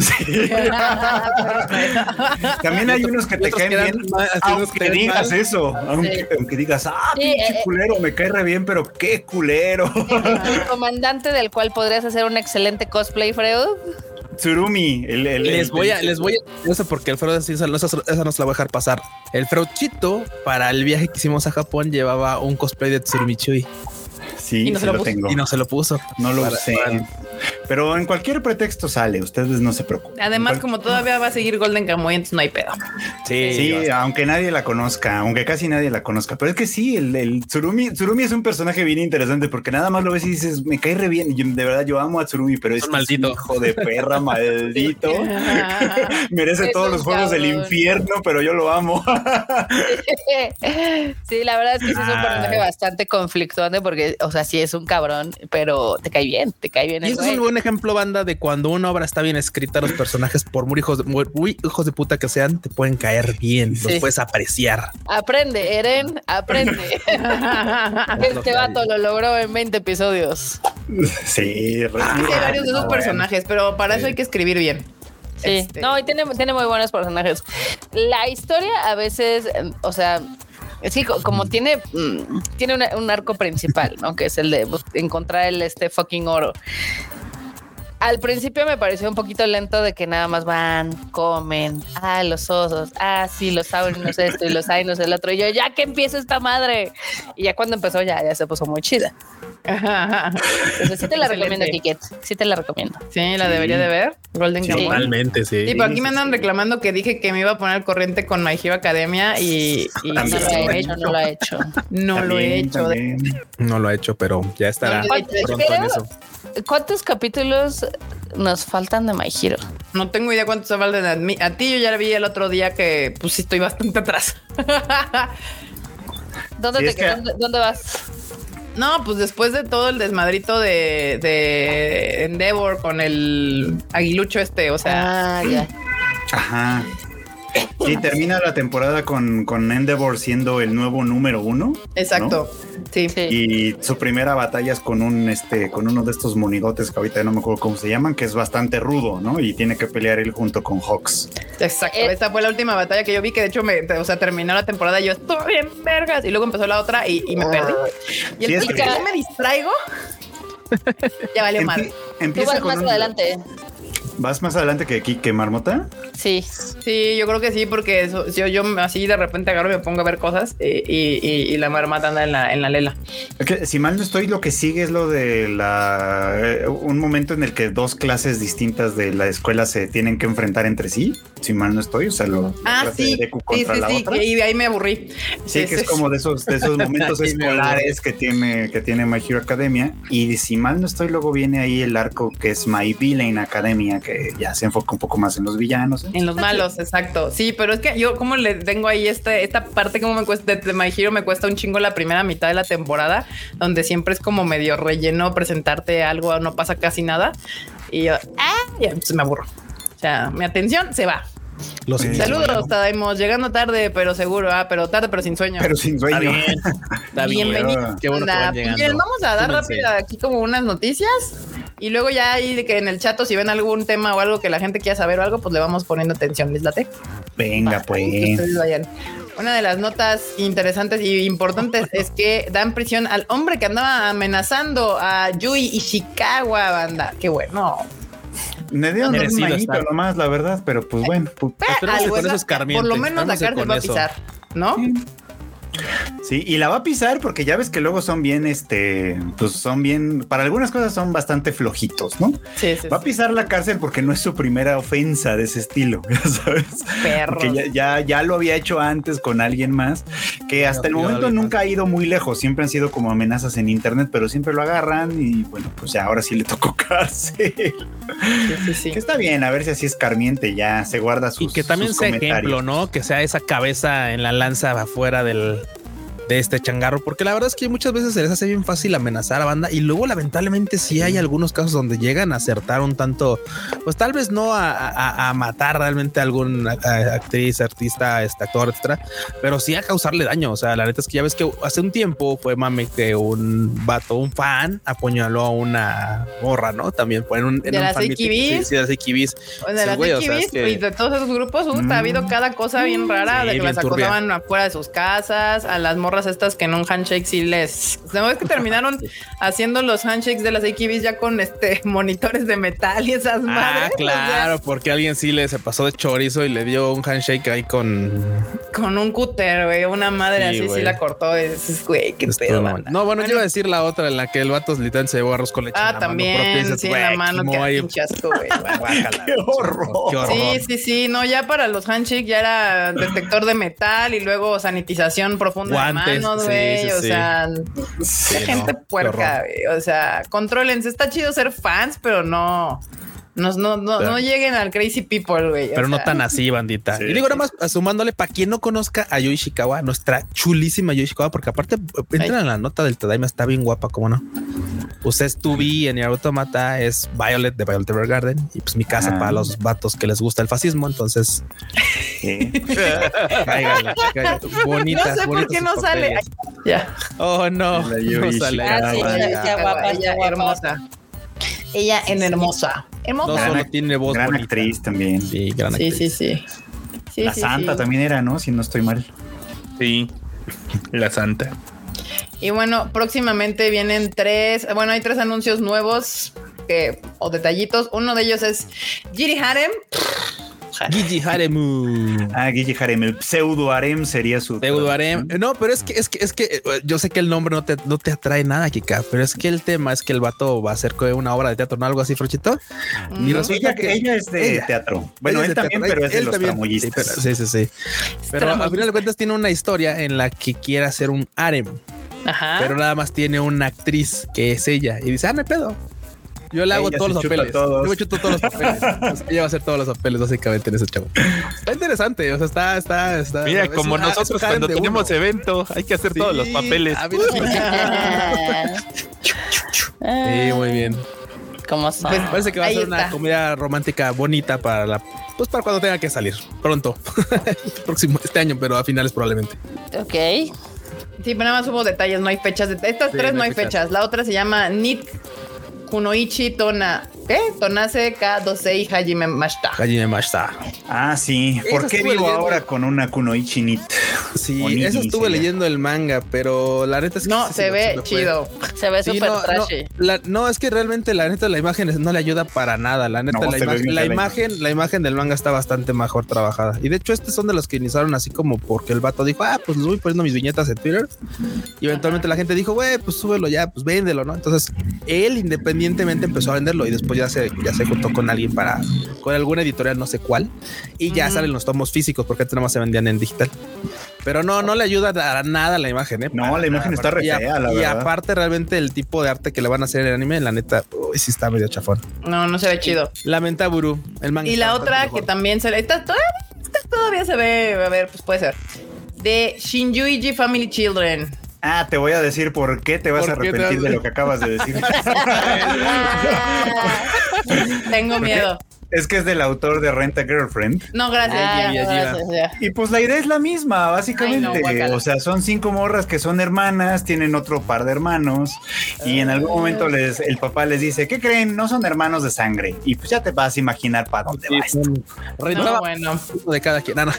También hay unos que Y te otros caen quedan bien, mal, así unos aunque quedan digas mal. eso, aunque, aunque digas, ah, Sí, pinche eh, culero, me cae re bien, pero qué culero. Ah, El comandante del cual podrías hacer un excelente cosplay, Freud. Tsurumi, el, el- Les el- voy a, les voy a, no sé por qué el Freud, sí, esa, no- esa, esa no se la voy a dejar pasar. El Freudchito, para el viaje que hicimos a Japón, llevaba un cosplay de Tsurumi Chui Sí, Y no sí se lo lo puso. tengo. y No, no se lo puso. lo Para- sé. para- Pero en cualquier pretexto sale, ustedes no se preocupen. Además, En cual- como todavía va a seguir Golden Kamuy, entonces no hay pedo. Sí, Sí, aunque nadie la conozca, aunque casi nadie la conozca, pero es que sí, el, el Tsurumi, Tsurumi es un personaje bien interesante porque nada más lo ves y dices, me cae re bien, yo- de verdad yo amo a Tsurumi, pero es, que es un un maldito. hijo de perra maldito, merece Es todos un los juegos del cabrón. infierno, pero yo lo amo. Sí, la verdad es que sí es un Ay. personaje bastante conflictuante porque, o sea, sí es un cabrón, pero te cae bien, te cae bien Y el eso es güey. un buen ejemplo, banda, de cuando una obra está bien escrita, los personajes, por muy hijos de, muy- muy hijos de puta que sean, te pueden caer bien, Sí. los puedes apreciar. Aprende, Eren, aprende. este vato lo logró en 20 episodios. Sí, re- Sí, hay varios de esos Ah, bueno. personajes, pero para eso hay que escribir bien. Sí, Este- no, y tiene, tiene muy buenos personajes. La historia a veces, eh, o sea, es que co- como tiene, mm, tiene una- un arco principal, ¿no? Que es el de bus- encontrar el este fucking oro. Al principio me pareció un poquito lento de que nada más van, comen, ah, los osos, ah, sí, los saurinos esto y los ainos el otro. Y yo, ya que empieza esta madre. Y ya cuando empezó, ya, ya se puso muy chida. Ajá, ajá. Entonces, sí te la recomiendo, Excelente. Kiket. Sí te la recomiendo. Sí, la debería de ver. Golden Sí. Kamuy. Totalmente, sí. Sí, pero aquí me andan reclamando que dije que me iba a poner al corriente con My Hero Academia y, y No lo no, lo ha he hecho, hecho, no lo ha hecho. no lo he También, hecho. también. No lo ha hecho, pero ya estará No lo he hecho, pronto en pero- eso. ¿Cuántos capítulos nos faltan de My Hero? No tengo idea cuántos se valen a mí. A ti yo ya la vi el otro día que pues sí estoy bastante atrás. ¿Dónde, Sí, te es que- quedas? ¿Dónde- dónde vas? no, pues después de todo el desmadrito de, de Endeavor con el aguilucho este, o sea, Ah, ya. Ajá. Sí, termina la temporada con, con Endeavor siendo el nuevo número uno. ¿no? exacto. Sí. Sí. Y su primera batalla es con un este, con uno de estos monigotes que ahorita no me acuerdo cómo se llaman, que es bastante rudo, ¿no? Y tiene que pelear él junto con Hawks. Exacto, Eh, esa fue la última batalla que yo vi, que de hecho me, o sea, terminó la temporada y yo estoy bien vergas. Y luego empezó la otra y, y me perdí. Y el Ah, Sí, es punto que- es que yo me distraigo. ya valió Empie- madre. Tú empieza vas con más un- adelante. ¿eh? Vas más adelante que aquí, que Marmota. Sí. Sí, yo creo que sí, porque eso- yo, yo así de repente agarro y me pongo a ver cosas eh, y, y- y la marmata anda en la, en la lela. Es que, si mal no estoy, lo que sigue es lo de la eh, un momento en el que dos clases distintas de la escuela se tienen que enfrentar entre sí. Si mal no estoy, o sea, lo, la Ah, clase sí. de Deku Sí, contra sí, la sí. otra. que- y de ahí me aburrí. Sí, que es como de esos, de esos momentos Sí, me acuerdo. escolares que tiene, que tiene My Hero Academia. Y si mal no estoy, luego viene ahí el arco que es My Villain Academia, que ya se enfoca un poco más en los villanos. En los malos, exacto. Sí, pero es que yo como le tengo ahí este, esta parte como me cuesta de, de My Hero me cuesta un chingo la primera mitad de la temporada, donde siempre es como medio relleno presentarte algo, no pasa casi nada. Y yo, ah, ya, pues me aburro. O sea, mi atención se va. Los Sí. inicios. Saludos, Tadaimos. Llegando tarde, pero seguro. Ah, pero tarde, pero sin sueño. Pero sin sueño. Está bien. Está bien. Bienvenidos. Qué bueno que Anda, van pues, llegando. miren, vamos a dar Súmense. rápido aquí como unas noticias y luego ya ahí de que en el chato si ven algún tema o algo que la gente quiera saber o algo, pues le vamos poniendo atención, les late. Venga, Que pues. ustedes vayan. Una de las notas interesantes y importantes es que dan prisión al hombre que andaba amenazando a Yui Ishikawa, banda. Qué bueno. Me dieron un Merecido manito está. nomás, la verdad, pero pues bueno. pues, Esperemos que Algo con es la- eso escarmiente. por lo menos la Esperemos que cárcel con va a eso. pisar, ¿no? Sí, y la va a pisar porque ya ves que luego son bien, este, pues son bien, para algunas cosas son bastante flojitos, ¿no? Sí, sí, Va a sí. pisar la cárcel porque no es su primera ofensa de ese estilo, ya ¿sabes? Perros. Que ya, ya, ya lo había hecho antes con alguien más, que hasta el cuidado, momento Alejandro. nunca ha ido muy lejos, siempre han sido como amenazas en internet, pero siempre lo agarran y bueno, pues ya ahora sí le tocó cárcel. Sí, sí, sí. Que está bien, a ver si así es carmiente, ya se guarda sus Y que también sus sea comentarios. ejemplo, ¿no? Que sea esa cabeza en la lanza afuera del de este changarro, porque la verdad es que muchas veces se les hace bien fácil amenazar a banda y luego lamentablemente sí hay algunos casos donde llegan a acertar un tanto, pues tal vez no a, a- a matar realmente a algún a- a- actriz, artista, este actor, etcétera, pero sí a causarle daño. O sea, la neta es que ya ves que hace un tiempo fue mame que un vato, un fan apuñaló a una morra, ¿no? También fue en un, en De un las fan meeting. AKBs. Sí, sí, de las AKBs. O sea, Sí, las güey, o sea, AKBs es que- y de todos esos grupos, puta, ha habido cada cosa bien rara Sí, de que bien las turbia. acosaban afuera de sus casas, a las morras estas que en un handshake sí les. ¿No Ah, ves que terminaron haciendo los handshakes de las AKBs ya con este monitores de metal y esas Ah, madres? o sea, claro, porque alguien sí le se pasó de chorizo y le dio un handshake ahí con. con un cúter, güey, una madre Sí, así sí güey. la cortó. y dices, güey, qué Estuvo pedo, mal. banda. este, No, bueno, yo Bueno. iba a decir la otra en la que el vato literal se llevó arroz con leche. en Ah, la mano propia y también, dices, sí, en la "Güey, mano, qué que moy". pinche asco, güey. Ah, Guácala. ¡Qué horror! Qué horror. Sí, sí, sí, no, ya para los handshakes ya era detector de metal y luego sanitización profunda de Guantes, manos, sí, güey, sí, o sí. sea, Sí, gente no, qué puerca, horror. güey, o sea, contrólense, está chido ser fans, pero no, no, no, no, Claro. no lleguen al crazy people, güey. o Pero no sea, tan así, bandita. Sí, y digo, nada más sumándole para quien no conozca a Yui Shikawa, nuestra chulísima Yui Shikawa, porque aparte entran en la nota del Tadaima, está bien guapa, ¿cómo no? Pues es 2B en el automata, es Violet de Violet Evergarden, y pues mi casa Ah. para los vatos que les gusta el fascismo, entonces Sí. Cáigale, cáigale. Bonitas, No sé por bonitos qué sus no sale. papeles. Ya, Oh, no. La Yuri No sale. Shikawa. Ah, sí, Ay, ya, ya. ya. guapa, ella guapa. hermosa. Ella en hermosa. No Hermosa. solo tiene voz Gran bonita. actriz también. Sí, gran sí, actriz. sí, sí. Sí, la sí, santa sí. también era, ¿no? Si no estoy mal. Sí. La santa. Y bueno, próximamente vienen tres, bueno, hay tres anuncios nuevos que, o detallitos. Uno de ellos es Giri Harem. Gigi Haremu. Ah, Guille Harem, el pseudo harem sería su. Pseudo harem. No, pero es que, es que, es que eh, yo sé que el nombre no te, no te atrae nada, Kika, pero es que el tema es que el vato va a hacer como una obra de teatro, ¿no? Algo así, Frochito. Y Ujú. resulta Mm, Ella, que ella es de ella- teatro. Bueno, Ella él es de también, teatro. pero es de Él los también. tramoyistas. Sí, pero- sí, sí, sí. Pero al Tramoyistas. final de cuentas tiene una historia en la que quiere hacer un harem. Ah. Ajá. pero nada más tiene una actriz que es ella y dice, ah, no hay pedo. Yo le hago Ella todos se los chuta papeles. todos. Yo me chuto todos los papeles. Entonces, ella va a hacer todos los papeles, básicamente, en ese chavo. Está interesante. O sea, está, está, está. Mira, es como un- ah, es un nosotros harem cuando de uno. tenemos evento, hay que hacer Sí. todos los papeles. Ah, mira, Ah, sí, muy bien. ¿Cómo son? Pues, Parece que va a Ahí ser una está. comedia romántica bonita para la. Pues para cuando tenga que salir pronto, próximo este año, pero a finales probablemente. ok. Sí, pero nada más hubo detalles, no hay fechas. De estas Sí, tres no no hay hay fechas. La otra se llama Nick Kunoichi Tona. ¿Qué? Tonase K12 Hajime Mashita. Hajime Mashita. Ah, sí. ¿Por Esa qué estuve vivo leyendo. ahora con una kunoichi nit? Sí, Onigiri eso estuve sería. leyendo el manga, pero la neta es que No, sí, se sí, ve me fue. chido. Se ve Sí, súper no, trashy. No, la- no, es que realmente la neta la imagen es- no le ayuda para nada. La neta No, la, se ve imagen, bien la, fea la imagen, la imagen del manga está bastante mejor trabajada. Y de hecho estos son de los que iniciaron así como porque el vato dijo, ah, pues les voy poniendo mis viñetas en Twitter. Y eventualmente la gente dijo, güey, pues súbelo ya, pues véndelo, ¿no? Entonces él independientemente empezó a venderlo y después ya se, ya se juntó con alguien para, con alguna editorial, no sé cuál. Y ya Ujú. salen los tomos físicos porque antes nada más se vendían en digital. Pero no, no le ayuda a nada la imagen, ¿eh? No, Para la imagen nada, está re porque- y a- fea, la Y verdad. aparte, realmente, el tipo de arte que le van a hacer en el anime, la neta, uy, sí está medio chafón. No, no se ve chido. Lamenta Buru, el manga. Y está la bastante otra mejor. que también se ve, esta todavía, esta todavía se ve, a ver, pues puede ser. De Shinjuiji Family Children. Ah, te voy a decir por qué te vas a ¿Por qué te arrepentir vas- de lo que acabas de decir. Tengo miedo. es que es del autor de Renta Girlfriend. No, gracias. Ah, ya. ya, ya. gracias, ya. Y pues la idea es la misma, básicamente. Ay, no, guácala. o sea, son cinco morras que son hermanas, tienen otro par de hermanos y en Ah. algún momento les, el papá les dice, ¿qué creen? No son hermanos de sangre. Y pues ya te vas a imaginar para dónde va esto. Rentaba No, bueno. uno de cada quien. Ah, no.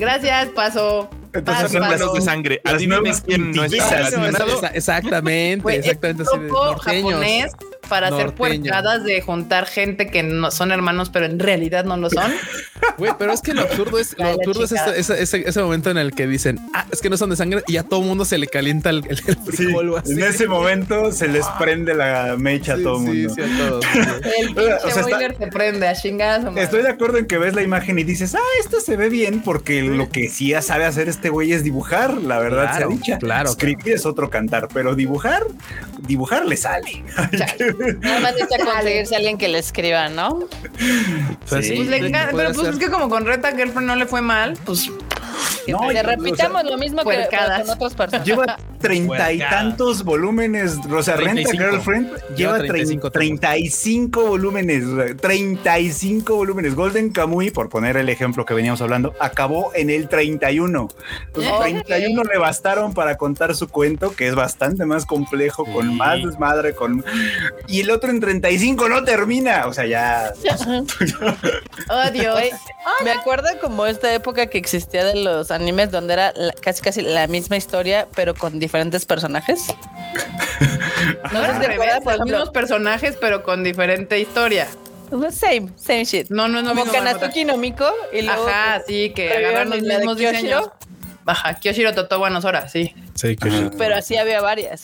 Gracias, paso. Entonces Paso, son las- paso. Hermanos de sangre. Las Adivinen nuevas quién no está quintillizas, ¿no? relacionado. Esa- Exactamente, Güey, exactamente. es así un de grupo norteños. japonés para hacer Norteños. puercadas de juntar gente que no son hermanos, pero en realidad no lo son. Güey, pero es que lo absurdo es, lo Ay, la absurdo es chica. ese, ese- ese- ese momento en el que dicen, ah, es que no son de sangre y a todo mundo se le calienta el, el- el Sí, frijol o así. en ese momento se Ah. les prende la mecha a Sí, todo el sí, mundo. sí, a todos, güey. El sea, pinche está- boiler se prende a chingadas. o madre. Pues Estoy de acuerdo en que ves la imagen y dices, ah, esto se ve bien, porque lo que sí ya sabe hacer este güey es dibujar, la verdad Claro, sea dicha. claro, Escribir es otro cantar, pero dibujar, dibujar le sale. Nada más necesita conseguirse a alguien que le escriba, ¿no? Pues Sí. Pues le sí, encanta- podría pero pues ser. es que como con Reta Girlfriend no le fue mal, pues No, Le yo- repitamos lo mismo que puercadas. con otras personas. Lleva treinta y Puerca. tantos volúmenes, o sea, Renta 35. Girlfriend lleva Lleva trein- 35 tomos. 35 volúmenes, o sea, 35 volúmenes. Golden Kamuy, por poner el ejemplo que veníamos hablando, acabó en el 31. Entonces, Ok. 31 le bastaron para contar su cuento, que es bastante más complejo, con Sí. más desmadre, con... Y el otro en 35 no termina, o sea, ya... oh Dios. Güey, me acuerdo como esta época que existía de los animes donde era la- casi casi la misma historia, pero con diferentes personajes. No No es de sé si pues, te acuerdas, por los ejemplo. mismos personajes, pero con diferente historia. Same, same shit. No, no es lo como mismo. Kanatsuki no Miko y luego. Ajá, sí, que Pero agarran vieron los la de mismos Kyoshiro. diseños. Ajá, Kyoshiro Totoba Nosora, sí. Sí, que sí. Pero así había varias.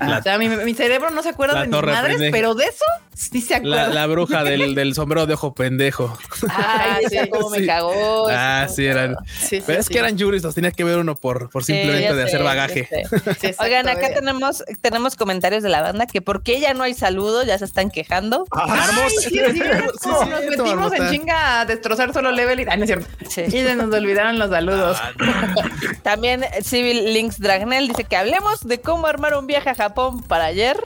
O sea, mi, mi cerebro no se acuerda La de mis torre madres, pendeja. pero de eso sí se acuerda. La, la bruja del, del sombrero de ojo pendejo. Ah, Ay, sí, esa como me sí. cagó. esa Ah, cómo- sí, eran. Sí, sí, Pero es sí. que eran yuris, los tenía que ver uno por, por Sí, simplemente ya de sé, hacer ya bagaje. sé. Sí, exacto, eh. Oigan, acá de- tenemos, tenemos comentarios de la banda que por qué ya no hay saludos, ya se están quejando. Ay, sí, es cierto. Sí, es Nos cierto, metimos en Marmota. chinga a destrozar solo level. y- Ay, no es cierto. Sí. Y se nos olvidaron los saludos. Ah, También eh, Civil Links Dragnel dice que hablemos de cómo armar un viaje a Japón para ayer.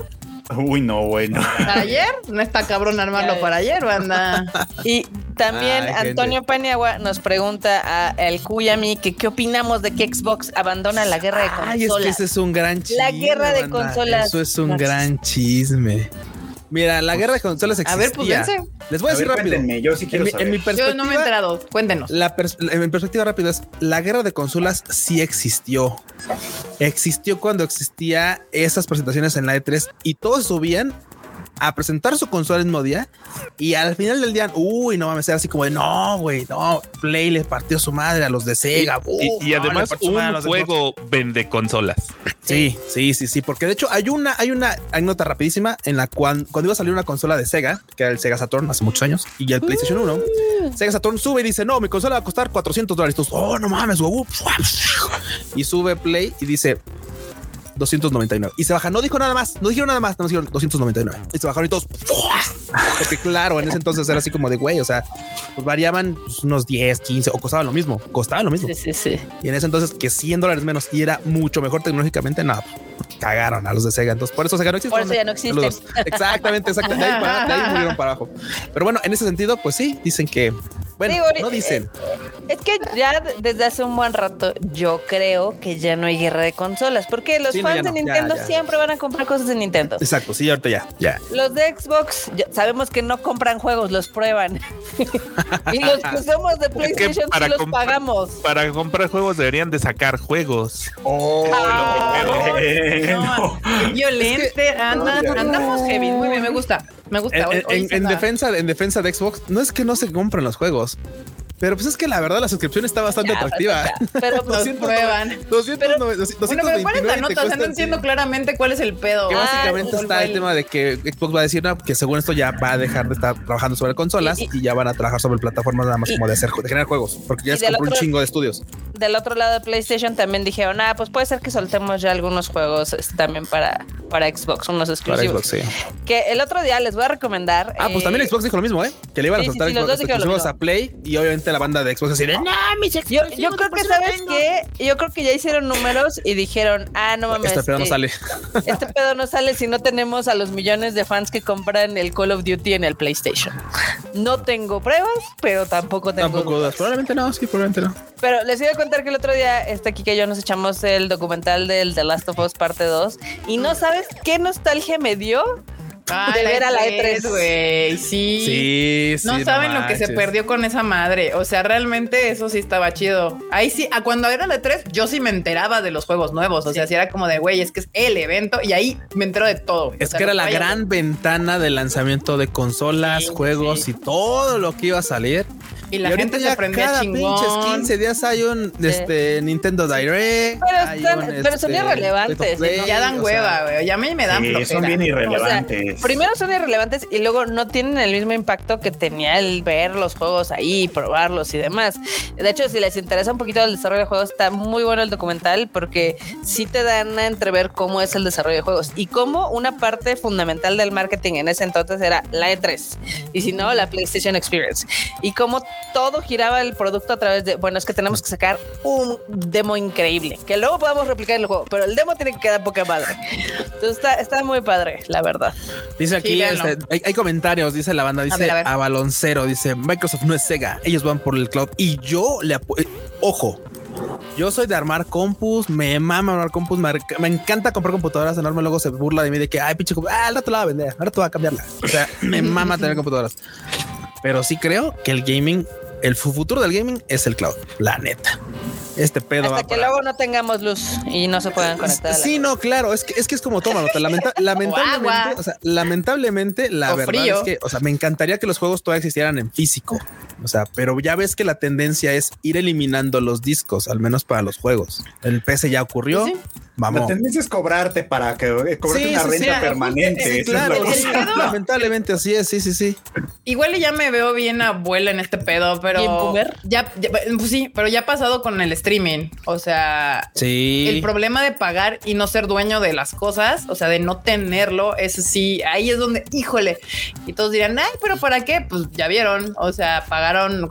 Uy, no, bueno. Para ayer, no está cabrón armarlo Ya para ayer, banda. Y también Ay, gente. Antonio Paniagua nos pregunta a el Kuyami que qué opinamos de que Xbox abandona la guerra de Ay, es consolas. que ese es un gran chisme. La guerra de consolas. Eso es un gran chisme. Pues, Mira, la guerra de consolas A existía. ver, pues dense. Les voy a, A decir ver, rápido. cuéntenme, yo sí en, quiero mi, saber. en mi Yo perspectiva, no me he enterado. Cuéntenos. la pers- en perspectiva rápida es la guerra de consolas sí existió. Existió cuando existía esas presentaciones en la E3 y todos subían a presentar su consola el mismo día y al final del día, uy, no mames, era así como de no, güey, no, Play le partió su madre a los de Sega. Y, uf, y no, le además partió su madre a un los de juego vende consolas. Sí, sí, sí, sí, porque de hecho hay una, hay una anécdota rapidísima en la cual cuando iba a salir una consola de Sega, que era el Sega Saturn hace muchos años, y ya el PlayStation 1, Sega Saturn sube y dice, no, mi consola va a costar 400 dólares. Y todos, oh, no mames, wow. Y sube Play y dice 299. Y se baja, no dijo nada más, no dijeron nada más, no dijeron 299. Y se bajaron y todos, porque claro, en ese entonces era así como de, güey, o sea, pues variaban pues, unos 10, 15, o costaba lo mismo, costaba lo mismo. Sí, sí, sí. Y en ese entonces, que 100 dólares menos y era mucho mejor tecnológicamente, no, pues, cagaron a los de Sega. Entonces, por eso Sega no existe. Por eso ya no existe. Saludos. Exactamente, exactamente. De ahí, para- de ahí murieron para abajo. Pero bueno, en ese sentido, pues sí, dicen que. Bueno, Digo, no dicen. Es que ya de- desde hace un buen rato yo creo que ya no hay guerra de consolas, porque los Sí, no, fans ya de no, ya, Nintendo ya. siempre van a comprar cosas de Nintendo. Exacto, sí, ahorita ya. Ya. Los de Xbox ya sabemos que no compran juegos, los prueban. y los que somos de que PlayStation sí para los comprar- pagamos. Para comprar juegos deberían de sacar juegos. Oh, Ah, bueno. No, qué violente. Anda- No, ya. andamos heavy. Muy bien, me gusta. Me gusta. En, Hoy- en- hoy en- se en anda- defensa, en defensa de Xbox, no es que no se compren los juegos, pero pues es que la verdad la suscripción está bastante Ya, atractiva. Pero pues, 200, prueban. Bueno, pero 299, 40 notas, o sea, no 229, entiendo claramente cuál es el pedo. Que Ah, básicamente Golden está el Boy. tema de que Xbox va a decir no, que según esto ya va a dejar de estar trabajando sobre consolas y, Y- ya van a trabajar sobre plataformas nada más y- como de hacer de generar juegos, porque ya y se del compró un otro- chingo de estudios. del otro lado de PlayStation también dijeron, ah, pues puede ser que soltemos ya algunos juegos este, también para, para Xbox, unos Para exclusivos. Xbox, sí. Que el otro día les voy a recomendar. Ah, pues eh, también Xbox dijo lo mismo, ¿eh? Que le iban a sí, sí, soltar sí, los dos Xbox dijeron lo exclusivos a mismo. Play y obviamente la banda de Xbox así de, "No, Yo, yo creo que sabes que yo creo que ya hicieron números y dijeron, ah, no mames, este pedo no eh, sale. este pedo no sale si no tenemos a los millones de fans que compran el Call of Duty en el PlayStation. No tengo pruebas, pero tampoco tengo Tampoco dudas. dudas. Probablemente no, sí, probablemente no. Pero les iba a contar que el otro día este aquí que yo nos echamos el documental del The Last of Us parte 2 y no sabes qué nostalgia me dio. Ah, De ver a la E E3. E güey. Sí. Sí, sí. No saben lo que se manches. perdió con esa madre. O sea, realmente eso sí estaba chido. Ahí sí, a cuando era la 3, yo sí me enteraba de los juegos nuevos. O sea, sí era como de, güey, es que es el evento y ahí me entero de todo. güey. O Es sea, que era no la vaya- gran ventana de lanzamiento de consolas, Sí, juegos sí. y todo lo que iba a salir. Y la gente se prendía cada pinches chingón. 15 días hay un este, Nintendo Direct. Pero hay están- un, pero son irrelevantes, State of ¿no? Play, Ya o dan sea, hueva, güey. Ya a mí me dan Sí, flojera. son bien O sea, irrelevantes. primero son irrelevantes y luego no tienen el mismo impacto que tenía el ver los juegos ahí, probarlos y demás. De hecho, si les interesa un poquito el desarrollo de juegos, está muy bueno el documental porque sí te dan a entrever cómo es el desarrollo de juegos y cómo una parte fundamental del marketing en ese entonces era la E3 y si no, la PlayStation Experience y cómo todo giraba el producto a través de, bueno, es que tenemos que sacar un demo increíble que luego podamos replicar en el juego, pero el demo tiene que quedar poca madre. Entonces está, está muy padre, la verdad. Dice aquí, véanlo. este, hay, hay comentarios, dice la banda, dice a, ver, a ver. Baloncero, dice Microsoft no es Sega, ellos van por el cloud y yo le apu- eh, ojo. Yo soy de armar compus, me mama armar compus, me, arca- me encanta comprar computadoras, enorme luego se burla de mí de que, ay, pinche, compu- ah, al rato la va a vender, al rato va a cambiarla. O sea, me mama tener computadoras. Pero sí creo que el gaming, el fu- futuro del gaming es el cloud, la neta. Este pedo va Hasta que para- luego no tengamos luz y no se puedan conectar. a la Sí, no, claro, es que es que es como tómalo. te lamenta- lamentablemente, agua. o sea, lamentablemente, la O verdad frío. es que, o sea, me encantaría que los juegos todavía existieran en físico. O sea, pero ya ves que la tendencia es ir eliminando los discos, al menos para los juegos. El PC ya ocurrió. Sí, La Vamos. tendencia es cobrarte para que eh, cobrarte Sí, una sí, sí, renta sí, permanente. Sí, esa es la claro, cosa. sí, lamentablemente así es, sí, sí, sí. Igual y ya me veo bien abuela en este pedo, ¿Bien pero boomer? ya, ya- pues sí, pero ya ha pasado con el streaming. O sea, Sí. el problema de pagar y no ser dueño de las cosas, o sea, de no tenerlo, eso sí, ahí es donde, híjole, y todos dirán, ay, pero ¿para qué? Pues ya vieron, o sea, pagaron,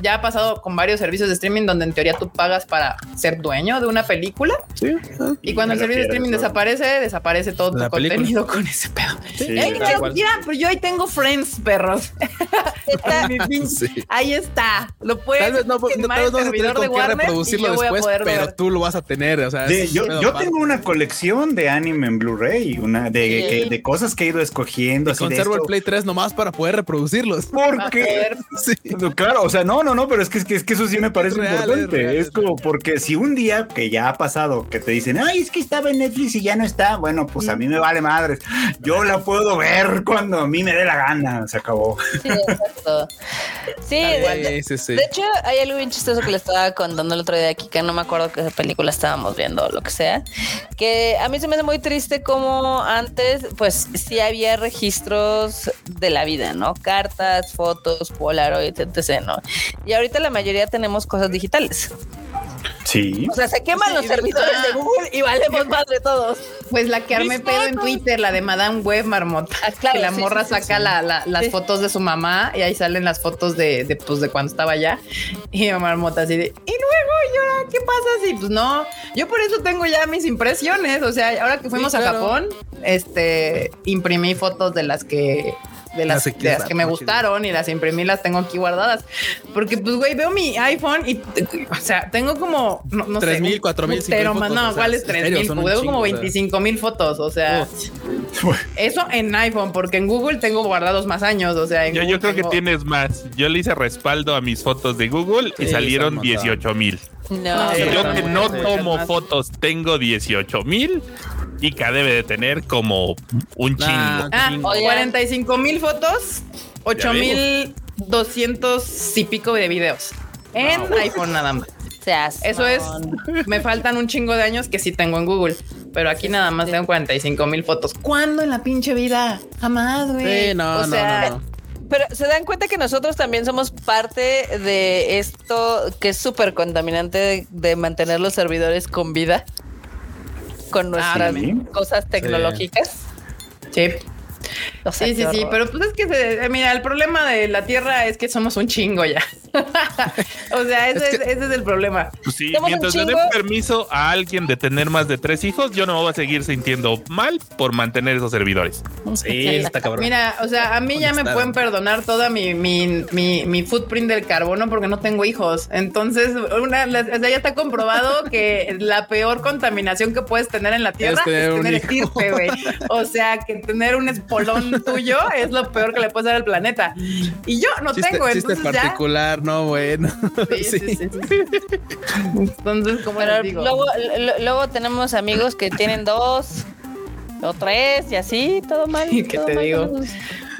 ya ha pasado con varios servicios de streaming donde en teoría tú pagas para ser dueño de una película Sí, ah, y cuando ya el lo servicio de pierdes, streaming ¿no? desaparece, desaparece todo La tu película. contenido con ese pedo. Sí, Ay, tal pero cual. mira, pero yo ahí tengo Friends, perros. Está- sí. Ahí está, lo puedes Tal vez no, no- firmar tal vez el no vas a tener servidor de con qué Warner y reproducirlo yo voy a después, poder pero ver. tú lo vas a tener. O sea, De- es- yo, pero yo aparte. tengo una colección de anime en Blu-ray, una de, Sí. que- de cosas que he ido escogiendo. Y así de conservo el esto. Play 3 nomás para poder reproducirlos. Porque, Ver. Sí. No, claro, o sea, no, no, no, pero es que, es que, es que eso sí me parece real, importante. es real, es es como porque si un día que ya ha pasado que te dicen, ay, es que estaba en Netflix y ya no está, bueno, pues Mm. a mí me vale madres. Yo la puedo ver cuando a mí me dé la gana. Se acabó. Sí, exacto. Sí, de, de- Sí, sí, sí. de hecho, hay algo bien chistoso que le estaba contando el otro día aquí, que no me acuerdo qué película estábamos viendo o lo que sea, que a mí se me hace muy triste como antes, pues sí había registros de la vida, ¿no? Cartas, fotos, Polaroid, etc., ¿no? Y ahorita la mayoría tenemos cosas digitales. Sí. O sea, se queman Sí, los servidores ah. de Google y valemos madre todos. Pues la que arme pedo en Twitter, la de Madame Web Marmota. Ah, claro, que la sí, morra sí, sí, saca sí. la- la- las Sí. fotos de su mamá y ahí salen las fotos de, de, pues, de cuando estaba allá. Y Marmota así de, y luego, ¿y ahora qué pasa? si pues no, yo por eso tengo ya mis impresiones. O sea, ahora que fuimos a claro. Japón, este, imprimí fotos de las que... De las, Las que- de las que me chido. gustaron y las imprimí, las tengo aquí guardadas. Porque, pues, güey, veo mi iPhone y, o sea, tengo como, no, no sé. 3,000, un 4,000, putero más. 5,000 fotos, No, o sea, ¿cuál es en serio, 3,000? son un Tengo chingo, como o sea. Oh. 25 mil fotos, o sea, eso en iPhone, porque en Google tengo guardados más años, o sea, en Yo, yo Google creo que tengo- tienes más. Yo le hice respaldo a mis fotos de Google y Sí, salieron está matado. 18 mil. No, Sí, Y pero yo no que muchas, no muchas tomo más. fotos, tengo 18 mil. Kika debe de tener como un chingo. Nah, Ah, chingo. oye. 45 mil fotos, 8 mil 200 y pico de videos. En iPhone nada más. seas Eso es, mamón. me faltan un chingo de años que sí tengo en Google, pero aquí nada más tengo 45 mil fotos. ¿Cuándo en la pinche vida? Jamás, güey. Sí, no, O no, sea, no, no. Pero se dan cuenta que nosotros también somos parte de esto que es súper contaminante de, de mantener los servidores con vida con nuestras sí. cosas tecnológicas. Sí. O sea, Sí, sí, qué sí, horror. pero pues es que, se- eh, mira, el problema de la Tierra es que somos un chingo ya. o sea, ese es, ese es el problema. Pues sí, Somos un mientras le den chingo. permiso a alguien de tener más de tres hijos, yo no me voy a seguir sintiendo mal por mantener esos servidores. Sí, está cabrón. Mira, o sea, a mí ya me Contestaron. pueden perdonar toda mi, mi, mi, mi footprint del carbono porque no tengo hijos. Entonces, una, la- o sea, ya está comprobado que la peor contaminación que puedes tener en la tierra tener es un tener hijo. estirpe, güey. O sea, que tener un espolón tuyo es lo peor que le puedes dar al planeta. Y yo no chiste, tengo, chiste entonces ya. particular, no bueno. Sí, sí, sí, sí. Entonces, como Pero les digo, luego, lo- luego tenemos amigos que tienen dos o tres y así, todo mal. ¿Qué te todo mal. digo?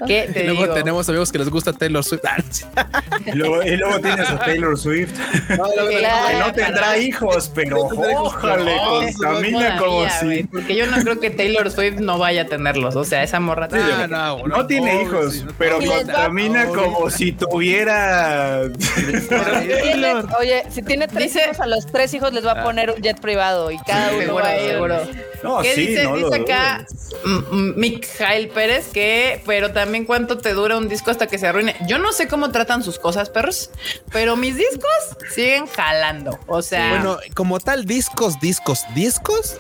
¿qué te Luego digo? tenemos amigos que les gusta Taylor Swift. Ah, sí. Y luego, y luego tienes a Taylor Swift, que no Claro, tendrá hijos, pero ójale, contamina como Todavía, güey, si. Porque yo no creo que Taylor Swift no vaya a tenerlos. O sea, esa morra Ah, también. no, No tiene pobre, hijos, sí, no, pero pobre. Y les va- contamina Pobre. como si tuviera. Si tiene- Oye, si tiene tres Dice- Ah. hijos, a los tres hijos les va a poner un jet privado y cada Sí, uno seguro, va a ir. seguro. No, ¿Qué Ah, sí, dice, no lo dice acá dudes. mm, mm, Mikhail Pérez que, pero también cuánto te dura un disco hasta que se arruine? Yo no sé cómo tratan sus cosas, perros, pero mis discos siguen jalando. O sea, Bueno, como tal, discos, discos, discos.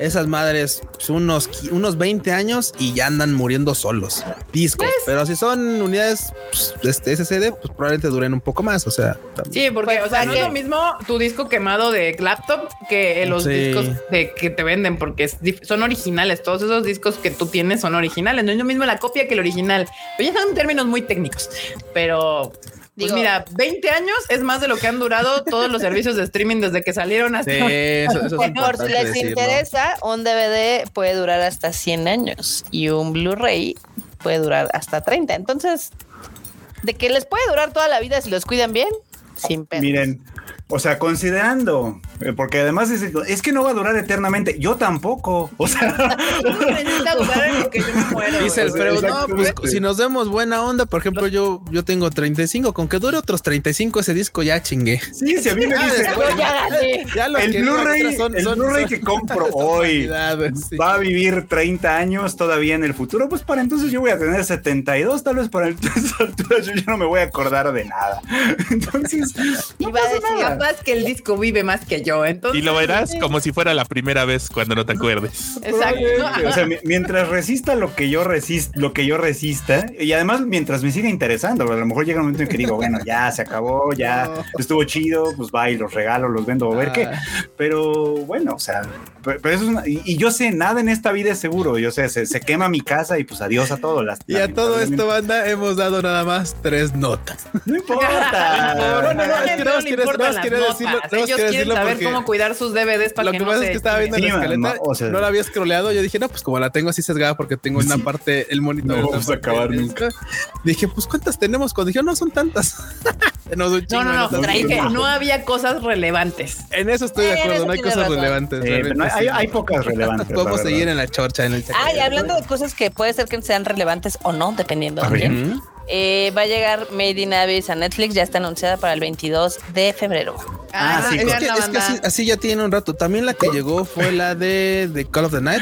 Esas madres, pues, unos, qui- unos 20 años y ya andan muriendo solos. Discos. Pues Pero si son unidades pues, este, SSD, pues probablemente duren un poco más. O sea, también. Sí, porque, o sea, no es lo mismo tu disco quemado de laptop que los Sí. discos de, que te venden, porque es dif- son originales. Todos esos discos que tú tienes son originales. No es lo mismo la copia que el original. Pero ya son términos muy técnicos. Pero, pues Digo- mira, 20 años es más de lo que han durado todos los servicios de streaming desde que salieron hasta. eso, eso es Por si importante les decirlo. interesa, un DVD puede durar hasta 100 años y un Blu-ray puede durar hasta 30. Entonces, de que les puede durar toda la vida si los cuidan bien, sin pedo. Miren, o sea, considerando, eh, porque además es, es que no va a durar eternamente. Yo tampoco. O sea, No necesita dudar en lo que yo me muero, Dice el güey. Freud, no, Exactamente. pues si nos vemos buena onda, por ejemplo, yo, yo tengo 35, con que dure otros 35 ese disco ya chingué. sí, si a mí me dicen, después ya gané. Ya Ah, los que el digo Blu-ray ahorita son- el son- Blu-ray son- que compro son hoy vanidades, sí. va a vivir 30 años todavía en el futuro. Pues para entonces yo voy a tener 72, tal vez para esas alturas yo ya no me voy a acordar de nada. Entonces, Y va a decir, Capaz que el disco vive más que yo. Entonces, Y lo verás como si fuera la primera vez cuando no te acuerdes. Exacto. Probablemente, O sea, mi- mientras resista lo que yo resist, lo que yo resista, y además mientras me siga interesando, a lo mejor llega un momento en que digo, bueno, ya se acabó, ya estuvo chido, pues va y los regalo, los vendo, a ver qué. Ah. Pero bueno, o sea, pe- pero eso es una- y, y yo sé, nada en esta vida es seguro. Yo sé, se, se quema mi casa y pues adiós a todo. las- Y a todo esto, lamentablemente. banda, hemos dado nada más tres notas. No importa. Eh, Bueno, no, Probablemente es que nada más le quería- importan nada más las quería notas. decirlo- nada más Ellos quería quieren decirlo saber porque- cómo cuidar sus DVDs para Lo que, que no pasa se es que estaba viendo Sí, la ma- escaleta, ma- o sea- no la había scrolleado. Yo dije, no, pues como la tengo así sesgada porque tengo una parte, el monitor. No otra vamos a parte acabar de nunca. esto. Dije, pues cuántas tenemos. Cuando dije, no son tantas. Tenemos un No, chingo no, en no, esta- traí que no había cosas relevantes. En eso estoy de Eh, en acuerdo. eso No hay tiene cosas razón. relevantes. Eh, pero realmente, no, hay, sí. hay pocas relevantes. la Podemos verdad. seguir en la chorcha, en el Ah, y hablando de cosas que puede ser que sean relevantes o no, dependiendo A de ver. quién. Ujú. Eh, va a llegar Made in Abyss a Netflix, ya está anunciada para el 22 de febrero. Ah, sí, Es vean que, la es que banda. así, así ya tiene un rato. También la que llegó fue la de, de Call of the Night.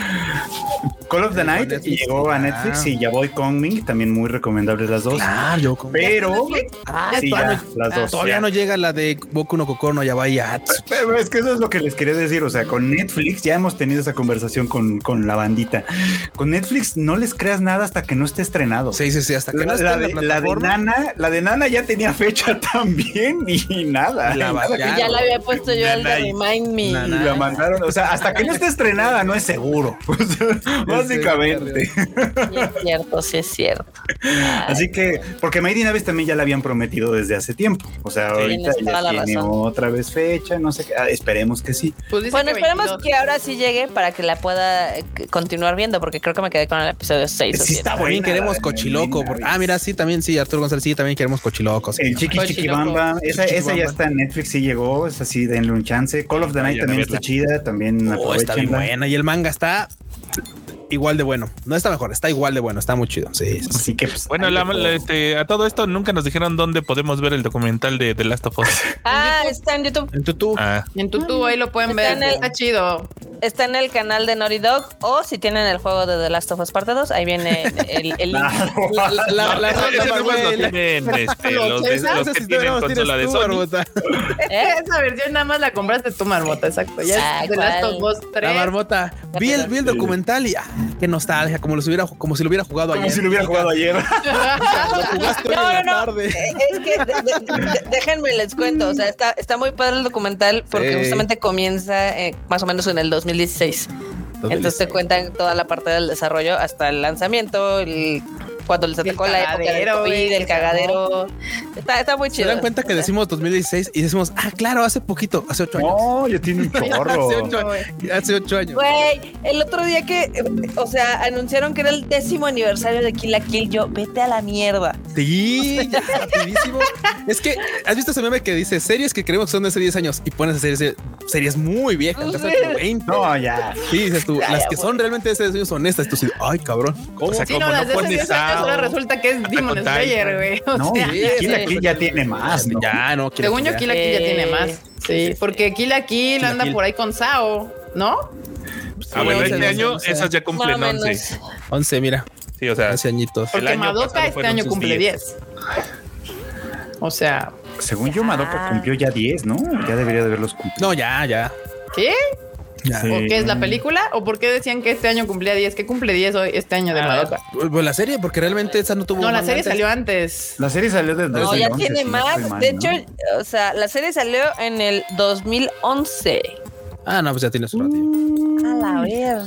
Call of the Llegó a Night Netflix. llegó a ah. Netflix y ya voy con Ming, también muy recomendables las dos. Claro, yo con- Pero Ah, sí, todavía ya, las no- dos. todavía ya. no llega la de Boku no Kokoro no Yabaya Hatsu. Pero es que eso es lo que les quería decir. O sea, con Netflix ya hemos tenido esa conversación con, con la bandita. Con Netflix no les creas nada hasta que no esté estrenado. Sí, sí, sí, hasta que La, no esté la en de, la la de plataforma. Nana, la de Nana ya tenía fecha también y nada. La Nada Claro. Ya la había puesto yo el de Nanay. Remind Me. que- y la mandaron, o sea, hasta que no esté estrenada no es seguro, O sea, básicamente. Sí, es cierto, sí es cierto. Así que, porque Made in Abyss también ya la habían prometido desde hace tiempo, o sea, ahorita Tienes toda ya la tiene razón. otra vez fecha, no sé, qué. Ah, esperemos que sí. Pues dice Bueno, que esperemos 22. que ahora sí llegue para que la pueda eh, c- continuar viendo, porque creo que me quedé con el episodio 6 o Sí 7. está buena. También queremos la de Cochiloco. Made in porque- Abyss. ah, mira, sí, también sí, Arturo González, sí, también queremos Cochiloco. sí. El Chiqui Ay, Chiqui Chiloco. Bamba, esa, Chiqui esa ya Bamba. Ah, está en Netflix, sí llegó, es así, denle un chance. Call of the Night Vayan a también está verla. chida, también Oh, está bien aprovechenla. buena. Y el manga está igual de bueno. No está mejor, está igual de bueno, está muy chido. Sí, sí, sí. Así que, pues, Bueno, ahí la- lo la- puedo- este, a todo esto nunca nos dijeron dónde podemos ver el documental de The Last of Us. Ah, está en YouTube. En Tutu, Ah, En tu tubo ahí lo pueden Está ver. en el- Está chido. Está en el canal de Naughty Dog o si tienen el juego de The Last of Us Parte 2, ahí viene el, el link. la, la, la, la ese nota, nomás güey, lo la- tienen este, los, de- Esa- los esa que sí tienen nada más consola de tienes tú, Sony. Marmota. ¿Eh? Esa versión nada más la compraste tú, Marmota. Exacto. Ya Ah, es de Last of ¿cuál? Us La 3. marmota. Vi el, vi el documental y ah, qué nostalgia, como, los hubiera, como si lo hubiera jugado Como ayer. si lo hubiera jugado ayer. Lo jugaste hoy en la tarde. Eh, Es que de- de- de- déjenme les cuento, o sea, está, está muy padre el documental porque Sí. justamente comienza eh, más o menos en el 2016. Entonces te cuentan toda la parte del desarrollo hasta el lanzamiento, el- cuando les Del atacó la época del cagadero, COVID, güey, del que se armó. cagadero. Está, está muy Se chido. dan cuenta que decimos 2016 y decimos, ah, claro, hace poquito, hace ocho años. No, ya tiene un Hace chorro. ocho, años. hace ocho años. Güey, el otro día que, eh, o sea, anunciaron que era el décimo aniversario de Kill la Kill, yo, vete a la mierda. Sí, ya, rapidísimo. Es que, ¿has visto ese meme que dice series que creemos que son de hace 10 años y pones a series, de- series muy viejas, de hace 20? No, ya. Sí, dices tú, Ya, las ya, que son realmente de hace 10 años son estas. Y tú sí, ay, cabrón. O sea, Sí, como no, las no de hace 10 pones años ahora out. resulta que es Demon Attack on Slayer, Titan. güey. O No, sea, y Kill la Kill ya tiene más, ¿no? Ya, no. quiero según yo, ya. Kill la Kill ya tiene Sí. más. Sí, porque Kill la Kill la anda Kill. por ahí con Sao, ¿no? Ah, bueno, Sí, este once, año once. esas ya Más o cumplen menos. 11. 11, mira, Sí, o sea, hace añitos. El Porque año pasado Madoka este fueron año sus cumple 10. 10. O sea, Según yo, Madoka cumplió ya 10, ¿no? Ya debería de haberlos cumplido. No, ya, ya. ¿sí? ya. Sí. ¿O qué es la película? ¿O por qué decían que este año cumplía 10? ¿Qué cumple 10 hoy este año de Madoka? Pues la serie, porque realmente esa no tuvo. No, la manga serie antes. salió antes. La serie salió desde No, ya 2011, tiene si no más. estoy mal, de ¿no? hecho, o sea, la serie salió en el 2011. Ah, no, pues ya tiene su Mm, ratillo. A la ver.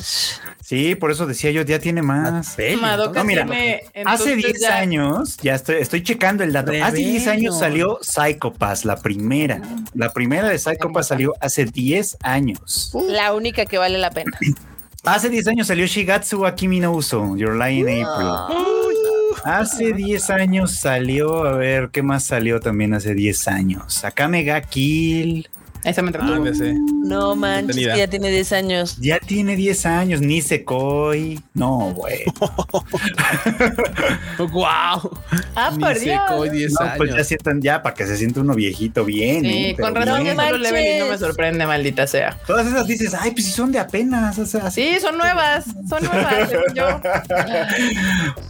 Sí, por eso decía yo, ya tiene más. Ah, Serie, ah, Madoka No, mira, tiene. Hace entonces 10 ya- años, ya estoy, estoy checando el dato. Hace 10 años salió Psychopass, la primera. La primera de Psychopass salió hace 10 años. La única que vale la pena. Hace 10 años salió Shigatsu wa Kimi no Uso, Your Lie in Ah, April. Hace 10 años salió, a ver, ¿qué más salió también hace 10 años? Akame ga Kill. Esa me entretuvo. Ándese. No manches, Entretenida. que ya tiene 10 años. Ya tiene 10 años, Nisekoi. No, güey. ¡Guau! pues, ah, Ni por se coe Dios. 10 No, pues ya años. sientan, ya para que se sienta uno viejito bien. ¿eh? Sí, Pero con razón bien. yo solo manches. Level y no me sorprende, maldita sea. Todas esas dices, ay, pues si son de apenas. o sea, Sí, son nuevas, son nuevas, según yo.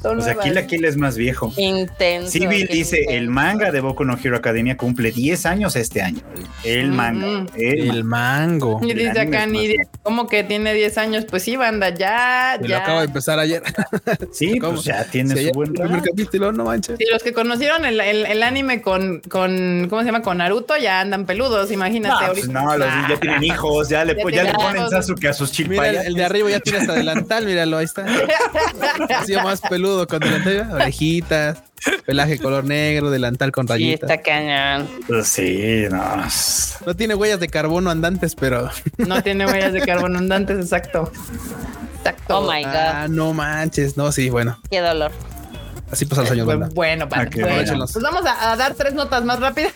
Son O sea, nuevas. Kill la Kill es más viejo. Intenso. Civil qué dice, intenso. el manga de Boku no Hero Academia cumple 10 años este año. El Mm. manga. El El mango. Y dice anime acá, es ni más- idea, ¿cómo que tiene 10 años? Pues sí, banda, ya, Me lo acabo de ya. empezar ayer. Sí, ¿Cómo? pues ya tiene Sí, su ayer buen el primer rato. capítulo, no manches. Sí, los que conocieron el, el- el anime con, con, ¿cómo se llama? Con Naruto, ya andan peludos, imagínate. No, pues ahorita. no, los- ya tienen hijos, ya le, Ah. Ya po- ya le tienen ponen hijos. Sasuke a sus Mira, el, chilpayas. el de arriba ya tiene hasta delantal, míralo, ahí está. Hacía más peludo con delantal, orejitas, pelaje color negro, delantal con Sí, rayitas. está cañón. Pues Sí, no. es- No tiene huellas de carbono andantes, pero. No tiene huellas de carbono andantes, exacto. Exacto. Oh my god, Ah, no manches. No, sí, bueno. qué dolor. Así pasan los años, Pues banda. bueno, banda, Ah, qué bueno. bueno. pues vamos a, a dar tres notas más rápidas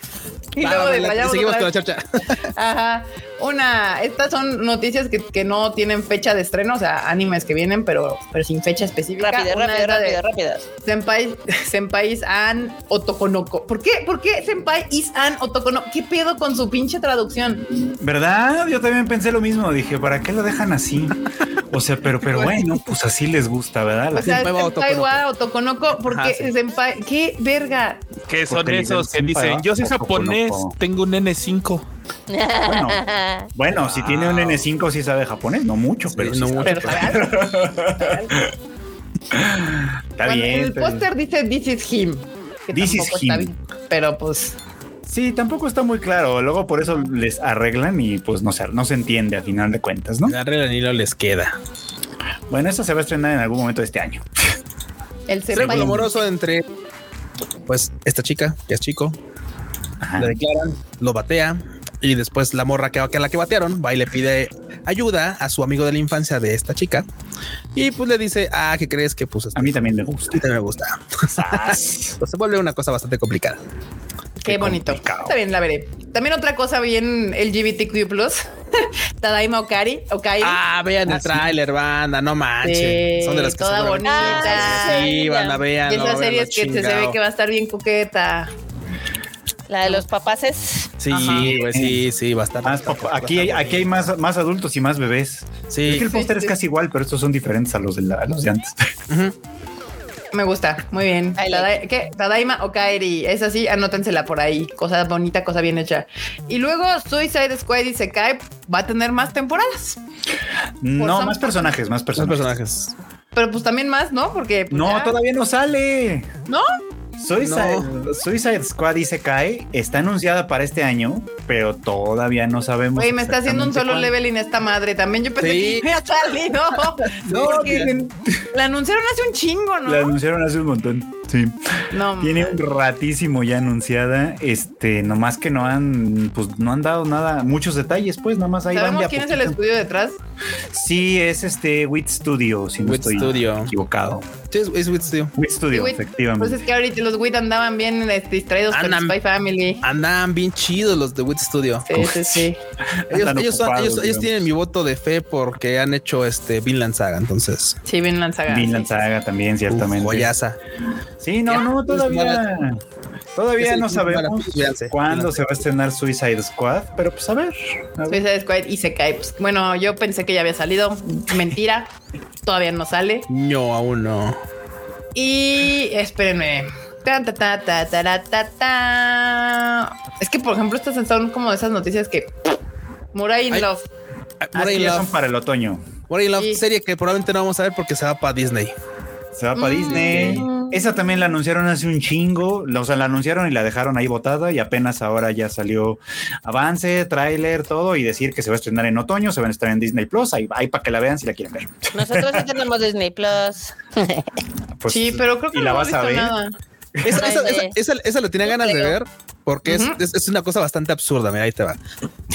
y luego Va, va, va, la- detallamos seguimos otra con la vez. charcha. Ajá. Una, estas son noticias que, que no tienen fecha de estreno, o sea, animes que vienen, pero, pero sin fecha específica. Rápido, Una rápido, es la de rápido, rápido. Senpai, Senpai An Otokonoko. ¿Por qué? ¿Por qué Senpai is An Otokonoko? ¿Qué pedo con su pinche traducción? ¿Verdad? Yo también pensé lo mismo. Dije, ¿para qué lo dejan así? O sea, pero, pero bueno, pues así les gusta, ¿verdad? O La- sea, Senpai wa Senpai wa Otokonoko, ¿por qué Ajá, sí. Senpai? ¿Qué verga? ¿Qué son Porque le dicen esos que Senpai, dicen? ¿va? Yo soy Ojo, japonés, conoco. tengo un N5. bueno, Ah, bueno, si tiene un N5, sí sabe japonés, no mucho, pero no sí sabe. mucho. Pero, ¿sabes? está Cuando bien. en el está bien. póster dice This is him. que This is tampoco está him. bien, Pero pues, Sí, tampoco está muy claro. Luego por eso les arreglan y pues no se, no se entiende a final de cuentas, ¿no? Darle el anillo les queda. Bueno, esto se va a estrenar en algún momento de este año. el Triángulo Senpai. amoroso entre. Pues esta chica, que es chico, Ajá. le declaran, lo batea y después la morra que, que a la que batearon va y le pide ayuda a su amigo de la infancia de esta chica y pues le dice, ah, ¿qué crees que pues A mí también me gusta. a ti me gusta? Entonces se vuelve una cosa bastante complicada. Qué bonito. complicado. Está bien, la veré. También otra cosa bien LGBTQ+, Tadaima Okari. Okari. Ah, vean el tráiler, banda, no manches. Sí, Son de las que toda seguramente- bonita. Sí, banda, vean. Y esa serie es que se- se ve que va a estar bien coqueta. La de los papaces. Sí, Ajá. güey, sí, sí, va a estar. Más va a papá- estar- aquí hay, va a estar aquí hay más, más adultos y más bebés. bonito. Es que Sí. el póster es casi igual, pero estos son diferentes a los de, la- a los de antes. Ujú. Me gusta, muy bien. I like Tada- ¿Qué? Tadaima Okairi. Es así, anótensela por ahí. Cosa bonita, cosa bien hecha. Y luego Suicide Squad y Sekai pues, va a tener más temporadas. No, some- más personajes, más Son personajes. personajes. Pero pues también más, ¿no? Porque pues, No, ya- todavía no sale. ¿No? Suicide, Suicide Squad dice cae, está anunciada para este año, pero todavía no sabemos. Güey, me está haciendo un solo exactamente leveling esta madre. También yo pensé Sí. que ya salido. cuándo. No, Porque tienen- la anunciaron hace un chingo, la ¿no? Ah. anunciaron hace un montón. Sí. No, Tiene un ratísimo ya anunciada. Este, nomás que no han, pues no han dado nada, muchos detalles, pues nada más ahí van de ¿Sabemos a quién es el poquito. estudio detrás? Sí, es este Wit Studio, si no Wit estoy Studio. equivocado. Sí, es- es with you. Wit Studio, Sí, Wit- Pues efectivamente. es que ahorita los WIT andaban bien este, distraídos Andan- con Spy Family. Andan bien chidos los de Wit Studio. Sí, sí, sí. Ellos, Andan ellos son- ocupados, ellos- ellos digamos. tienen mi voto de fe porque han hecho este Vinland Saga, entonces. Sí, bien lanzada. Vinland Saga también, ciertamente. Uf, Joyaza. Sí, no, pues, no, todavía. Todavía no sabemos cuándo se va a estrenar Suicide Squad, pero pues a ver. a ver. Suicide Squad y se cae. Pues, bueno, yo pensé que ya había salido. Mentira. Todavía no sale. No, aún no. Y espérenme. Tan, ta, ta, ta, ta, ra, ta, ta. Es que, por ejemplo, estas son como de esas noticias que. Murai in Ay. Love. Ah, sí, Moray ya son Love, para el otoño. What I Love, Sí. serie que probablemente no vamos a ver porque se va para Disney. Se va Mm, para Disney. Esa también la anunciaron hace un chingo. la- O sea, la anunciaron y la dejaron ahí botada. Y apenas ahora ya salió avance, tráiler, todo. Y decir que se va a estrenar en otoño, se van a estrenar en Disney Plus. Ahí, ahí para que la vean si la quieren ver. Nosotros sí tenemos Disney Plus. Pues, sí, pero creo que ¿y no la hemos vas a visto ver? nada. Esa, esa, esa, Ándale. esa- esa le tenía ganas de creo. ver porque es- Ujú. es, es una cosa bastante absurda. Mira, ahí te va.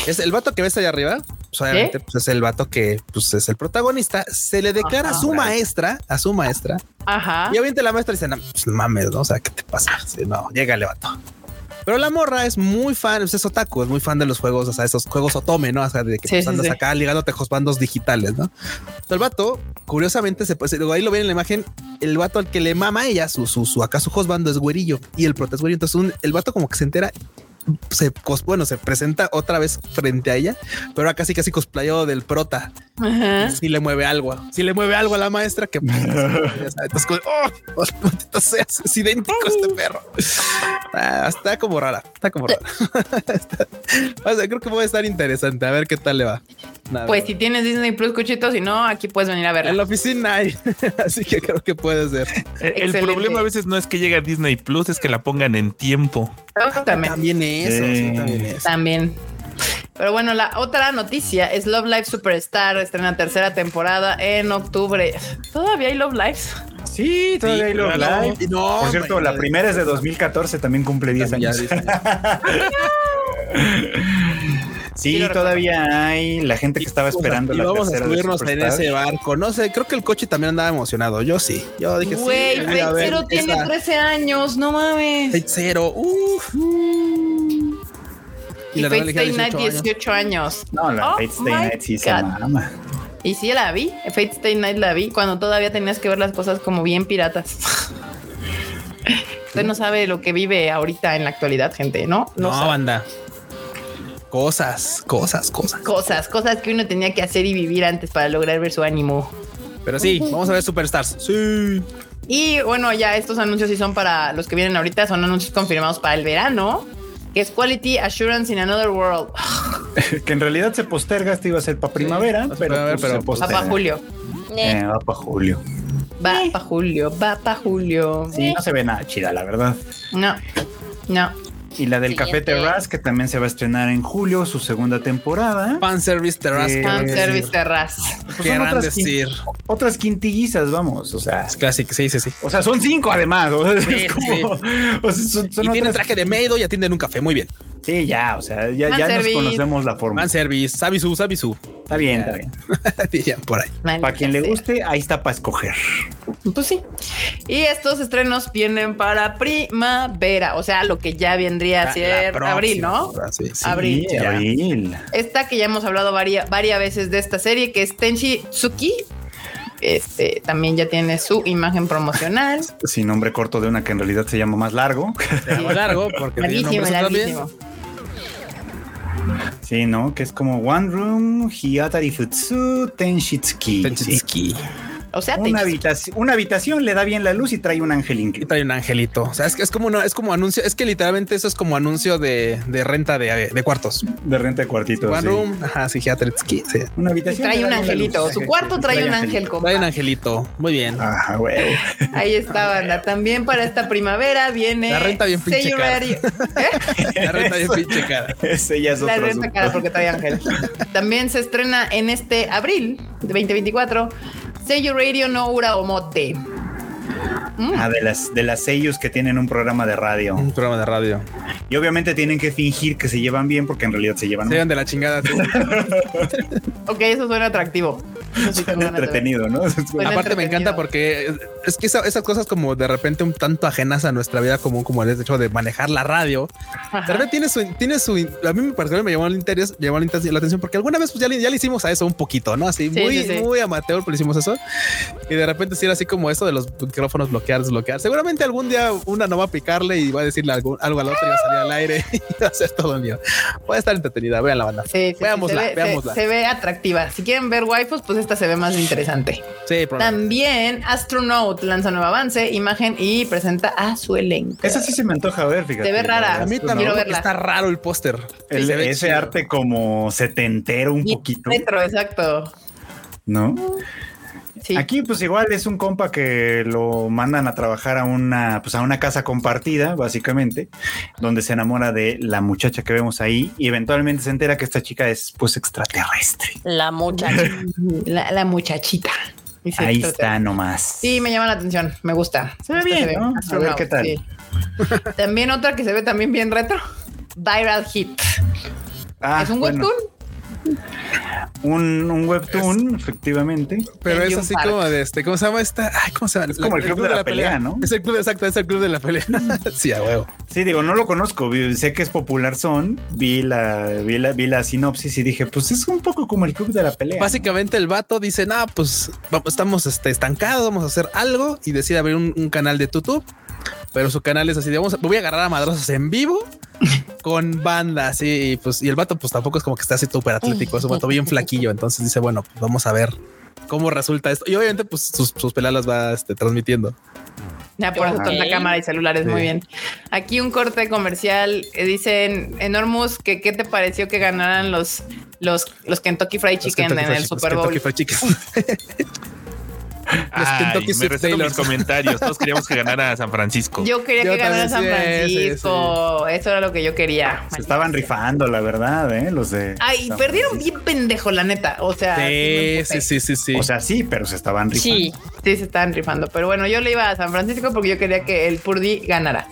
Es el vato que ves allá arriba. pues, obviamente, pues, es el vato que pues, es el protagonista. Se le declara Ajá. a su maestra, a su maestra. Ajá. Y obviamente la maestra dice, no, pues, no mames, ¿no? O sea, ¿qué te pasa? Sí, no, llégale, vato. Pero la morra es muy fan, pues, es otaku, es muy fan de los juegos, o sea, esos juegos otome, ¿no? O sea, de que Sí, pues, sí, andas sí. acá ligándote a bandos digitales, ¿no? Entonces, el vato, curiosamente, se, pues, digo, ahí lo ven en la imagen, el vato al que le mama a ella, su, su, su acá su hosbando es güerillo y el prota es güerillo. Entonces, un- el vato como que se entera, se, cos- bueno, se presenta otra vez frente a ella, pero ahora casi casi cosplayado del prota. Ajá. Si le mueve algo, si le mueve algo a la maestra que pues, ya sabes, entonces, como, oh, oh, maldito seas, es idéntico este perro. Ah, está como rara, está como rara. O sea, creo que puede estar interesante, a ver qué tal le va. Nada, Pues nada. si tienes Disney Plus, cuchito, si no, aquí puedes venir a en verla. la oficina hay, así que creo que puede ser. Eh, El Excelente. problema a veces no es que llegue a Disney Plus, es que la pongan en tiempo. También. eso, Sí. sí, también eso. También. Pero bueno, la otra noticia es Love Live Superstar estrena tercera temporada en octubre. ¿Todavía hay Love Lives? Sí, todavía Sí, hay los claro. live. Y no, Por cierto, hombre, la primera es de 2014, también cumple 10 ya años. dice. Sí, Sí, lo todavía hay la gente que estaba O sea, esperando y la vamos a tercera de subirnos en Superstar. ese barco. No sé, creo que el coche también andaba emocionado. Yo sí, yo dije, sí, Güey, voy a ver Fate Zero tiene esa- 13 años, no mames. Fate Zero, uff. Y, Fate Stay Night 18 años. 18 años. No, la Oh Fate Stay my Night sí se God. mama. Y sí la vi, Fate Stay Night la vi cuando todavía tenías que ver las cosas como bien piratas. Usted no sabe lo que vive ahorita en la actualidad, gente, ¿no? No, sabe. banda. Cosas, cosas, cosas. Cosas, cosas que uno tenía que hacer y vivir antes para lograr ver su ánimo. Pero sí, vamos a ver Superstars. Sí. Y bueno, ya estos anuncios sí son para los que vienen ahorita, son anuncios confirmados para el verano, que es Quality Assurance in Another World, Que en realidad se posterga, este iba a ser para primavera, pues, pero, primavera, pues, pero, se pues, va posterga. para julio, Eh, Eh, va para julio. va para julio, va para julio. Sí, no se ve nada chida, la verdad. No, no. Y la del Café Siguiente. Terraz, que también se va a estrenar en julio, su segunda temporada. Fan service Sí. terrasco. Fan decir. service terraza. Pues son Querrán otras, quin- decir. otras quintillizas, vamos. O sea, Es clásico, sí, sí, sí. o sea, son cinco además. O sea, es Sí, como- o sea, son, son y tiene otras traje de Meido y atienden un café. Muy bien. Sí, ya, o sea, ya, ya nos Fanservice. conocemos la forma. Man service, Sabisu, Sabisu. Está bien, está bien. Dirían por ahí. Maldita Para quien le sea. guste, ahí está para escoger. Pues sí. Y estos estrenos vienen para primavera, o sea, lo que ya vendría a ser abril, ¿no? Ah, Sí, sí. Abril. Sí, abril. Esta que ya hemos hablado varias, varias veces de esta serie, que es Tenchi Tsuki. Este también ya tiene su imagen promocional. Sin nombre corto de una que en realidad se llama más largo. Pero largo, porque tiene Larguísimo, nombres también. larguísimo. Sí, ¿no? Que es como One Room Hiatari Futsu Tenshitsuki. Sí. Tenchitsuki. O sea, Una, Tenchi. habitación, una habitación le da bien la luz y trae un ángel Y increíble. trae un angelito. O sea, es que es como no, es como anuncio, es que literalmente eso es como anuncio de, de renta de, de cuartos. De renta de cuartitos. One sí. room, ajá, sí, ya, Tenchitsuki, sí. Una Y habitación. trae le un da bien la angelito. luz. Su cuarto trae un ángel, angelito. Trae un compa. angelito. Muy bien. Ajá, güey. Ahí está, banda. También para esta primavera viene. La renta bien pinche cara. Seiyurari- ¿Eh? La renta bien pinche cara. Ese ya es La otro renta asunto. cara porque trae Ángel. También se estrena en este abril de 2024 Seiyu Radio no Ura Omote. Ah, de las, de las sellos que tienen un programa de radio. Un programa de radio. Y obviamente tienen que fingir que se llevan bien porque en realidad se llevan Se llevan de la chingada. sí. Ok, eso suena atractivo. Eso sí tengo mal. ganas de ver. entretenido, ¿no? Suena Aparte me encanta entretenido. porque es- es que esa- esas cosas como de repente un tanto ajenas a nuestra vida común, como el hecho de manejar la radio. De repente tiene su, tiene su, a mí me pareció me llamó, el interés, llamó la, inten- la atención porque alguna vez pues ya le, ya le hicimos a eso un poquito, ¿no? Así Sí, muy, sí, sí. muy amateur, pero hicimos eso. Y de repente si era así como eso de los micrófonos bloquear, desbloquear. Seguramente algún día una no va a picarle y va a decirle algo, algo al otro y va a salir al aire y va a ser todo mío. Puede estar entretenida, vean la banda. Sí, sí, sí, veámosla, se, ve, se- veámosla. se ve atractiva. Si quieren ver waifus, pues esta se ve más interesante. Sí, probablemente. También Astronaut lanza nuevo avance, imagen y presenta a su elenco. Esa sí se me antoja ver, fíjate. Se ve rara. La A verdad mí es que también quiero porque verla. está raro el póster. El- Sí, se ve ese chido. arte como setentero un Y pues, poquito, Retro, exacto. ¿no? Sí. Aquí pues igual es un compa que lo mandan a trabajar a una pues a una casa compartida, básicamente, donde se enamora de la muchacha que vemos ahí y eventualmente se entera que esta chica es pues extraterrestre. La muchacha. La, la muchachita. Y se ahí extraterrestre. está nomás. Sí, me llama la atención, me gusta. Se ve bien, ¿no? Astro A ver Now, qué tal. sí. También otra que se ve también bien retro. Viral Hit. Ah, es un bueno, webtoon. un, un webtoon, efectivamente. Pero En es un así parque. como de este, ¿cómo se llama esta? Ay, ¿cómo se llama? Es como el club de la pelea, ¿no? Es el club, exacto, es el club de la pelea. sí, a huevo. Sí, digo, no lo conozco, vi- sé que es popular son, vi la, vi la, vi la sinopsis y dije, pues es un poco como el club de la pelea. Básicamente el vato dice, no, pues vamos, estamos este, estancados, vamos a hacer algo y decide abrir un, un canal de YouTube. Pero su canal es así, de, vamos, voy a agarrar a madrosos en vivo con bandas y pues y el vato pues tampoco es como que está así súper atlético, es un vato bien flaquillo, entonces dice, bueno, pues vamos a ver cómo resulta esto. Y obviamente pues sus, sus pelas las va este, transmitiendo. Ya por eso con la Ok. cámara y celulares, muy Sí. bien. Aquí un corte comercial. eh, Dicen Enormous que qué te pareció que ganaran los, los, los Kentucky Fried Los Chicken Kentucky en Fried el Chicken, los Super Bowl. Kentucky Fried Chicken. Los Ay, Kentucky me Sweet receto mis Taylors. comentarios. Todos queríamos que ganara San Francisco. Yo quería Yo que ganara San también, sí, sí, Francisco. Eso era lo que yo quería. Se estaban rifando, la verdad, ¿eh? Los de... Ay, San perdieron Francisco. bien pendejo, la neta. O sea, sí Sí, me sí, empecé. sí, sí, sí. O sea, sí, pero se estaban rifando. Sí. Sí, se estaban rifando. Pero bueno, yo le iba a San Francisco porque yo quería que el Purdy ganara.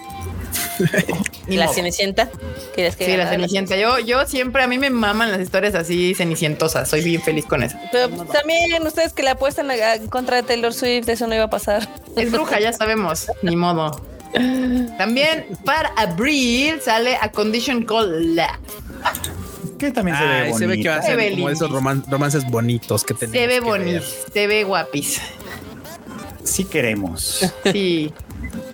Ni La modo. Cenicienta. ¿Quieres que Sí, la ganara Cenicienta. Yo, yo siempre, a mí me maman las historias así cenicientosas. Soy bien feliz con eso. Pero pues, también ustedes que le apuestan a- a- en contra de Taylor Swift, eso no iba a pasar. Es bruja, ya sabemos. Ni modo. También para abril sale A Condition Called Love. Que también se ve Ay, bonito. se ve que va a Se ve ser como de esos roman- romances bonitos que tenemos. Se ve que bonito, ver. se ve guapis. Sí queremos. Sí.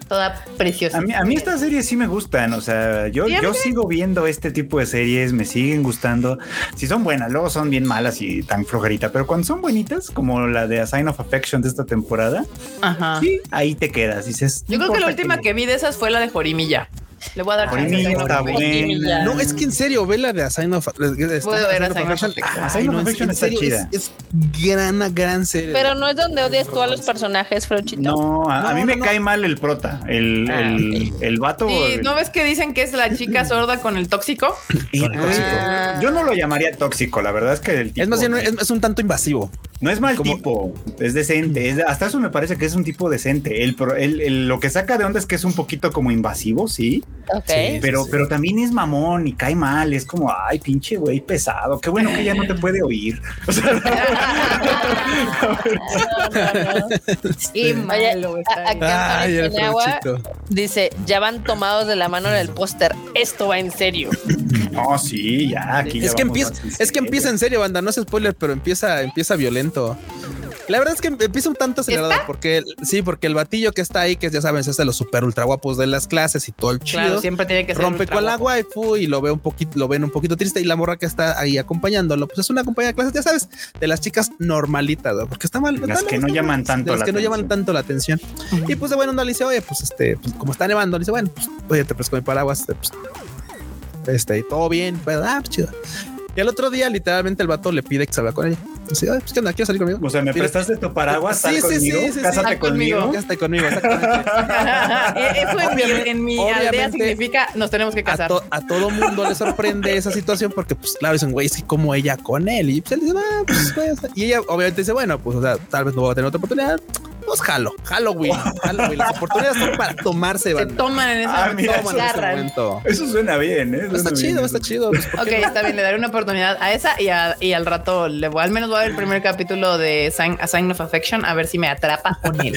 Toda preciosa. A mí, a mí estas series sí me gustan, o sea, yo, Sí, a mí yo sigo viendo este tipo de series, me siguen gustando. Si son buenas, luego son bien malas y tan flojerita, pero cuando son bonitas, como la de A Sign of Affection de esta temporada, Ajá. sí, ahí te quedas. Dices, Yo no creo que la importa última que vi de esas fue la de Jorimilla. Le voy a dar chance, Jorimilla tengo está que- buena. No, es que en serio, ve la de A Sign of Puedo ver A Sign of Affection. Affection. Ay, no, A Sign of en- Affection en está serio, chida. Es, es gran, gran serie. Pero no es donde odias tú a los personajes, Frochito. No, a, a No, mí me no, no. cae mal el prota, el, Ah, el, el vato. Sí, el- ¿no ves que dicen que es la chica sorda con el tóxico? el tóxico. Ah. Yo no lo llamaría tóxico, la verdad es que el tipo es más bien, es, es un tanto invasivo. No es mal Como- tipo, es decente. es- hasta eso me parece que es un tipo decente. El, pro- el- el- lo que saca de onda es que es un poquito como invasivo, sí, Ok. Sí. pero, pero también es mamón y cae mal. Es como, ay, pinche güey pesado. Qué bueno que ya no te puede oír. O sea, Qué Oye, malo a- está. a- Ay, el en agua. Franchito. Dice, ya van tomados de la mano en el póster. Esto va en serio. no, sí, ya. Aquí Es ya que vamos empieza, más en es que serio. empieza en serio, banda, no es spoiler, pero empieza, empieza violento. La verdad es que empieza un tanto acelerado porque sí, porque el batillo que está ahí, que ya saben, es de los super ultra guapos de las clases y todo el chido. Claro, siempre tiene que ser rompe ultra con la guapo. waifu y lo ve un poquito, lo ven un poquito triste y la morra que está ahí acompañándolo, pues es una compañía de clases, ya sabes, de las chicas normalitas, ¿no? porque está mal, Las está mal, que no está llaman mal, tanto de las la que no llaman atención. tanto la atención. Y pues de bueno, no le dice, oye, pues este, pues, como está nevando, le dice, bueno, pues oye, te presco mi paraguas, este, pues, este, y todo bien, pues, ah, pues, chido. Y al otro día, literalmente, el vato le pide que salga con ella. Dice, oye, pues ¿qué onda? ¿Quieres salir conmigo? O sea, me Tira- prestaste tu paraguas, sal Sí, sí, conmigo, sí, sí, sí. cásate Sal conmigo. conmigo. Ya está conmigo, exactamente. Eh, Eso en mi, en mi aldea obviamente- significa nos tenemos que a, casar. to- a todo mundo le sorprende esa situación porque, pues, claro, dicen, güey, es que como ella con él. Y pues, él dice, "Ah, pues, güey, o sea", Y ella obviamente dice, bueno, pues, o sea, tal vez no voy a tener otra oportunidad. Pues jalo, Halloween, Halloween. Las oportunidades son para tomarse, Se banda. toman en ese Ah, momento. mira, Toman en este agarran. momento. Eso suena bien, ¿eh? Está Suena chido, bien. está chido. pues, ¿por Ok, qué no? está bien, le daré una oportunidad a esa y, a- y al rato le voy, al menos voy a ver el primer capítulo de Sign, A Sign of Affection a ver si me atrapa con él.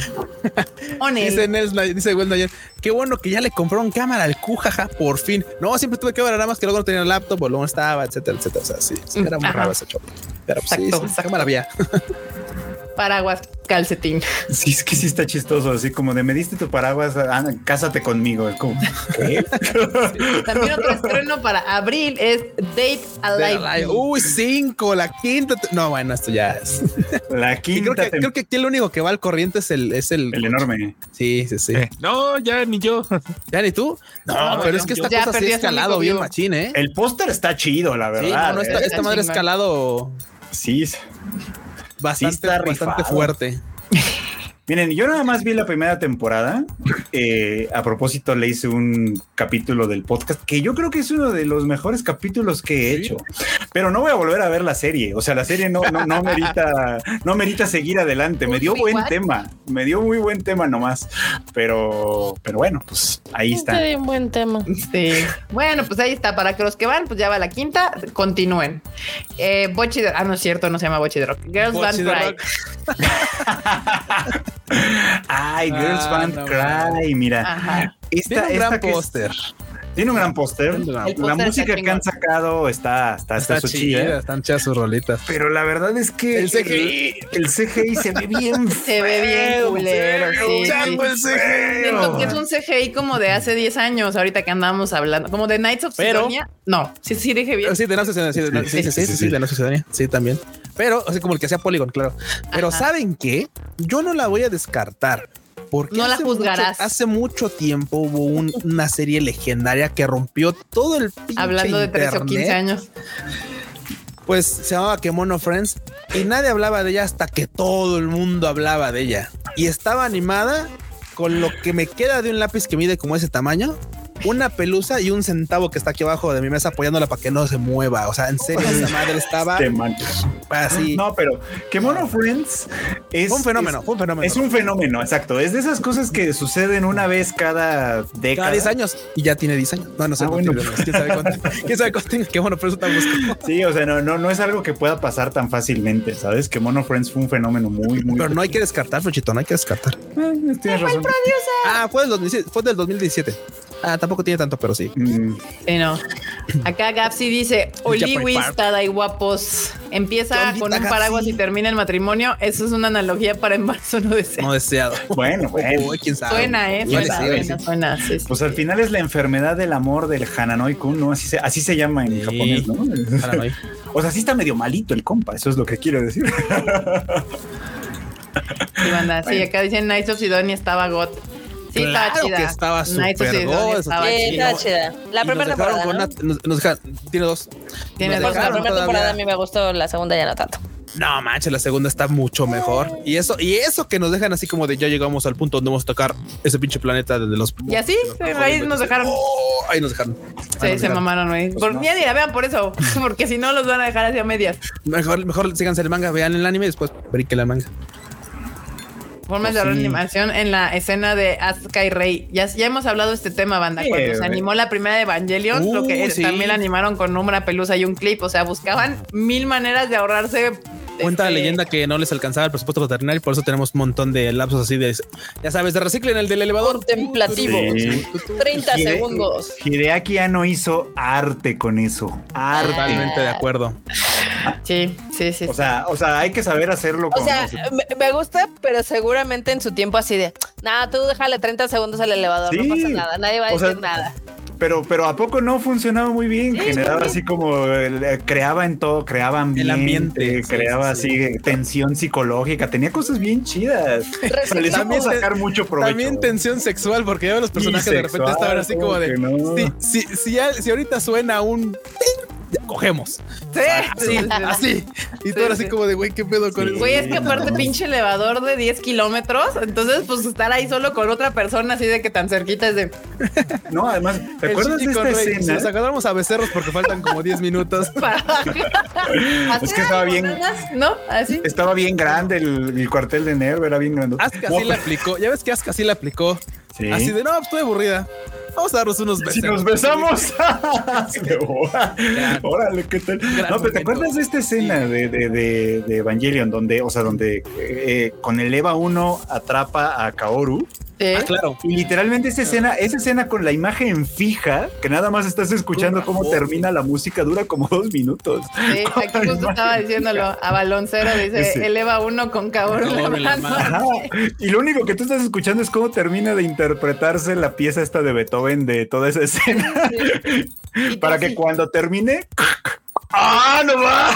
Con él. Dice Nels, Nay- dice Will Nayer, qué bueno que ya le compraron cámara al cujaja, por fin. No, siempre tuve cámara, nada más que luego no tenía laptop, o luego no estaba, etcétera, etcétera. O sea, sí, sí, era muy Mm, Ajá. raro ese chop. Pero pues, sí, Exacto, sí, exacto. cámara había. Paraguas, calcetín. Sí, es que sí está chistoso, así como de me diste tu paraguas, ah, cásate conmigo. Es como, ¿qué? También otro estreno para abril es Date Alive. Uy, cinco, la quinta. te- No, bueno, esto ya es. La Y creo quinta que, tem- creo que aquí el único que va al corriente es el, es el, El enorme. Sí, sí, sí. Eh, no, ya ni yo. ¿Ya ni tú? No, No, pero no, es que yo- esta Ya cosa sí perdí ha a su escalado único bien vivo. machín, ¿eh? El póster está chido, la Sí, verdad. no, no, esta, ¿eh? esta madre ha Chingón. escalado Sí. bastante, está bastante rifado. fuerte. Miren, yo nada más vi la primera temporada. Eh, a propósito, le hice un capítulo del podcast que yo creo que es uno de los mejores capítulos que he Sí. hecho. Pero no voy a volver a ver la serie. O sea, la serie no, no, no merita, no merita seguir adelante. Me dio buen Igual. tema. Me dio muy buen tema nomás. Pero, pero bueno, pues ahí está. un buen tema. Sí. Bueno, pues ahí está. Para que los que van, pues ya va la quinta, continúen. Eh, Bochi de- Ah, no es cierto, no se llama Bochi de Rock. Girls Bochi Band de Cry. Rock. Ay, Girls Ah, Band no, Cry. Mira, Ajá. Tiene esta, un esta gran que es- póster. Tiene un gran póster. El La póster está música que han chingón. sacado está, está, está, Está su ¿eh? chida, chida. están chidas sus rolitas. Pero la verdad es que El CGI. el CGI se ve bien. Se ve bien feo, culero. sí, feo, sí. pues, chango el CGI. Siento que es un CGI como de hace 10 años, ahorita que andamos hablando, como de Knights of Pero- Sidonia. No, sí, sí, dije bien. Ah, Sí, de no ciudadanía. Sí, de no- sí, sí, sí, sí, sí, de no ciudadanía. Sí, también. Pero, así como el que hacía Polygon, claro. Pero, Ajá. ¿saben qué? Yo no la voy a descartar. Porque No la mucho- juzgarás. hace mucho tiempo hubo un- una serie legendaria que rompió todo el pinche Hablando de 13 o 15 internet. años. Pues se llamaba Kemono Friends y nadie hablaba de ella hasta que todo el mundo hablaba de ella. Y estaba animada con lo que me queda de un lápiz que mide como ese tamaño, una pelusa y un centavo que está aquí abajo de mi mesa apoyándola para que no se mueva. O sea, en serio, esa madre estaba Te manches. así. Este, No, pero que Mono Friends es Ah. fue un fenómeno, fue un fenómeno. Es, es un fenómeno, exacto. Es de esas cosas que suceden una vez cada década. cada 10 años y ya tiene 10 años. No, no sé Ah, cuánto bueno. tiene, quién sabe cuánto. Quién sabe cuánto tiene. Qué bueno, pero eso está buscando. Sí, o sea, no, no, no es algo que pueda pasar tan fácilmente, ¿sabes? Que Mono Friends fue un fenómeno muy, muy. Pero no hay que descartar, Frochito, no hay que descartar. Eh, tienes razón. Ah, fue del, 2017, fue del 2017. Ah, tampoco tiene tanto, pero sí. Mm, Sí, no. Acá Gapsi dice: Oliwis, Park. Tada y guapos. Empieza Yolita con un Gapsi. paraguas y termina el matrimonio. Eso es una analogía para embarazo no deseado. No deseado. Bueno, bueno. Uy, quién sabe. Suena, eh. Quién Suena, sabe. suena, suena, sí, sí. Pues al final es la enfermedad del amor del Hananoi Kun, ¿no? Así se, así se llama en Sí. japonés, ¿no? Paranoia. O sea, sí está medio malito el compa, eso es lo que quiero decir. Sí, banda. Sí, acá dicen Knights of Sidonia estaba got. Sí, estaba Claro chida. que estaba Knights of súper Sidonia got, estaba Eh, súper chida. chido. está chida. La Ah, Y primera nos dejaron temporada. con ¿no? una- nos- nos dejaron- tiene dos. Tiene Nos dos. Porque la dejaron primera todavía- temporada a mí me gustó, la segunda ya no tanto. No manches, la segunda está mucho mejor. Y eso, y eso que nos dejan así como de ya llegamos al punto donde vamos a tocar ese pinche planeta desde los. Y así, ahí nos dejaron. Oh, ahí nos dejaron. Sí, Ahí nos se dejaron. mamaron, güey. Por, no. Ya ni la vean por eso, porque si no los van a dejar hacia medias. Mejor, mejor síganse el manga, vean el anime y después brinquen la manga. Formas de Pues sí. reanimación en la escena de Asuka y Rey. Ya, ya hemos hablado de este tema, banda. Sí, Cuando se güey. animó la primera de Evangelion, lo que Uh, eh, sí. también la animaron con una pelusa y un clip. O sea, buscaban mil maneras de ahorrarse. Cuenta la este, leyenda que no les alcanzaba el presupuesto veterinario y por eso tenemos un montón de lapsos así de, ya sabes, de reciclen el del elevador. Contemplativo. Sí. 30 Hide- segundos. Hideaki Anno hizo arte con eso. Arte. Totalmente de acuerdo. Sí, sí, sí. O sea, o sea, hay que saber hacerlo O con sea, o sea, me, me gusta, pero seguramente en su tiempo así de, nada, tú déjale 30 segundos al elevador, Sí. no pasa nada, nadie va a O sea, decir nada. Pero, pero ¿a poco no funcionaba muy bien? Generaba así como, eh, creaba en todo, creaba ambiente, ambiente, sí, creaba sí, así eh, tensión psicológica, tenía cosas bien chidas. O sea, le supo También te- sacar mucho provecho. También tensión sexual, porque ya ven los personajes de repente sexual, estaban así como de, ¿cómo que no? si, si, si, al- si ahorita suena un... ting, ya Cogemos. Sí, sí, sí. Así. Y tú Sí, ahora así sí. como de, güey, ¿qué pedo con Sí. el Güey, es que aparte No. pinche elevador de 10 kilómetros, entonces pues estar ahí solo con otra persona así de que tan cerquita es de No, además, ¿te El acuerdas de Shinji esta con Rey, Si escena? nos agarramos a becerros porque faltan como 10 minutos. para Es que estaba bien, ¿No? Así. estaba bien grande el, el cuartel de Nerv, era bien grande. Aska No, sí la aplicó. Ya ves que Aska sí la aplicó. Sí. Ah, Así de, no, pues, estoy aburrida. Vamos a darnos unos besos. Si nos besamos. De boa. Gran- Órale, ¿qué tal? No, pero momento. ¿te acuerdas de esta escena de, de, de- de Evangelion donde, o sea, donde eh, con el Eva 1 atrapa a Kaoru? Sí. Ah, claro. Y literalmente esa escena, esa escena con la imagen fija, que nada más estás escuchando cómo termina la música, dura como dos minutos. Sí, aquí justo estaba diciéndolo. A baloncero dice, Ese. eleva uno con cabrón en la Cabrón en la mano". mano. Ajá. Y lo único que tú estás escuchando es cómo termina de interpretarse la pieza esta de Beethoven de toda esa escena. Y tú Para que así, cuando termine. ¡Ah, no va!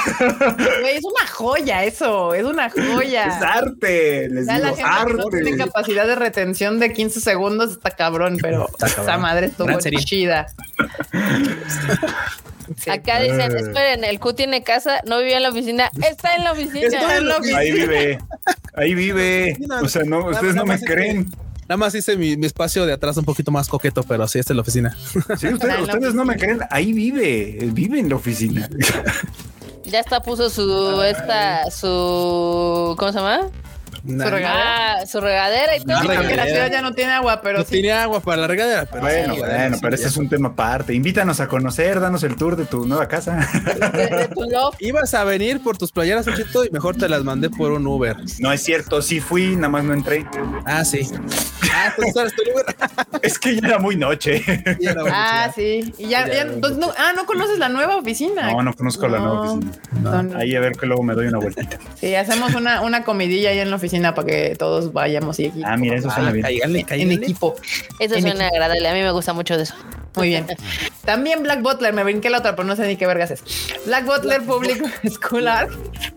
güey, es una joya eso, es una Es joya. arte, les Ya la digo, gente que no tiene arte. capacidad de retención de 15 segundos está cabrón, pero esa madre estuvo Gran serie. chida. Sí. Acá dicen, esperen, el Q tiene casa, no vivió en la oficina, está en la oficina. Está en la oficina. Ahí vive, ahí vive. O sea, no, ustedes no me creen. Nada más hice mi, mi espacio de atrás un poquito más coqueto, pero sí, esta es la oficina. Sí, ustedes, ustedes no me creen. Ahí vive, vive en la oficina. Ya está puso su esta su ¿cómo se llama? Nah, regalo. Ah, su regadera y todo. Ah, Creo que la regadera. ciudad ya no tiene agua, pero no sí. tiene agua para la regadera, pero Bueno, sí, bueno, sí, pero ya. ese es un tema aparte. Invítanos a conocer, danos el tour de tu nueva casa. De, de tu loft. Ibas a venir por tus playeras, Uchito, y mejor te las mandé por un Uber. No es cierto, sí fui, nada más no entré. Ah, sí. Ah, entonces ahora estoy Uber. Es que ya era muy noche. Y era Ah, buenísima. sí. Y ya, Ya, ya- ya. entonces no- ah, no conoces la nueva oficina. No, no conozco la nueva No. oficina. No, no. Ahí a ver que luego me doy una vueltita. Sí, hacemos una, una comidilla ahí en la oficina para que todos vayamos y Ah, mira, eso suena Ah, bien. cáigale, en cáigale. equipo. Eso En suena agradable, a mí me gusta mucho de eso. Muy bien. También Black Butler, me brinqué la otra, pero no sé ni qué vergas es. Black Butler Public School Art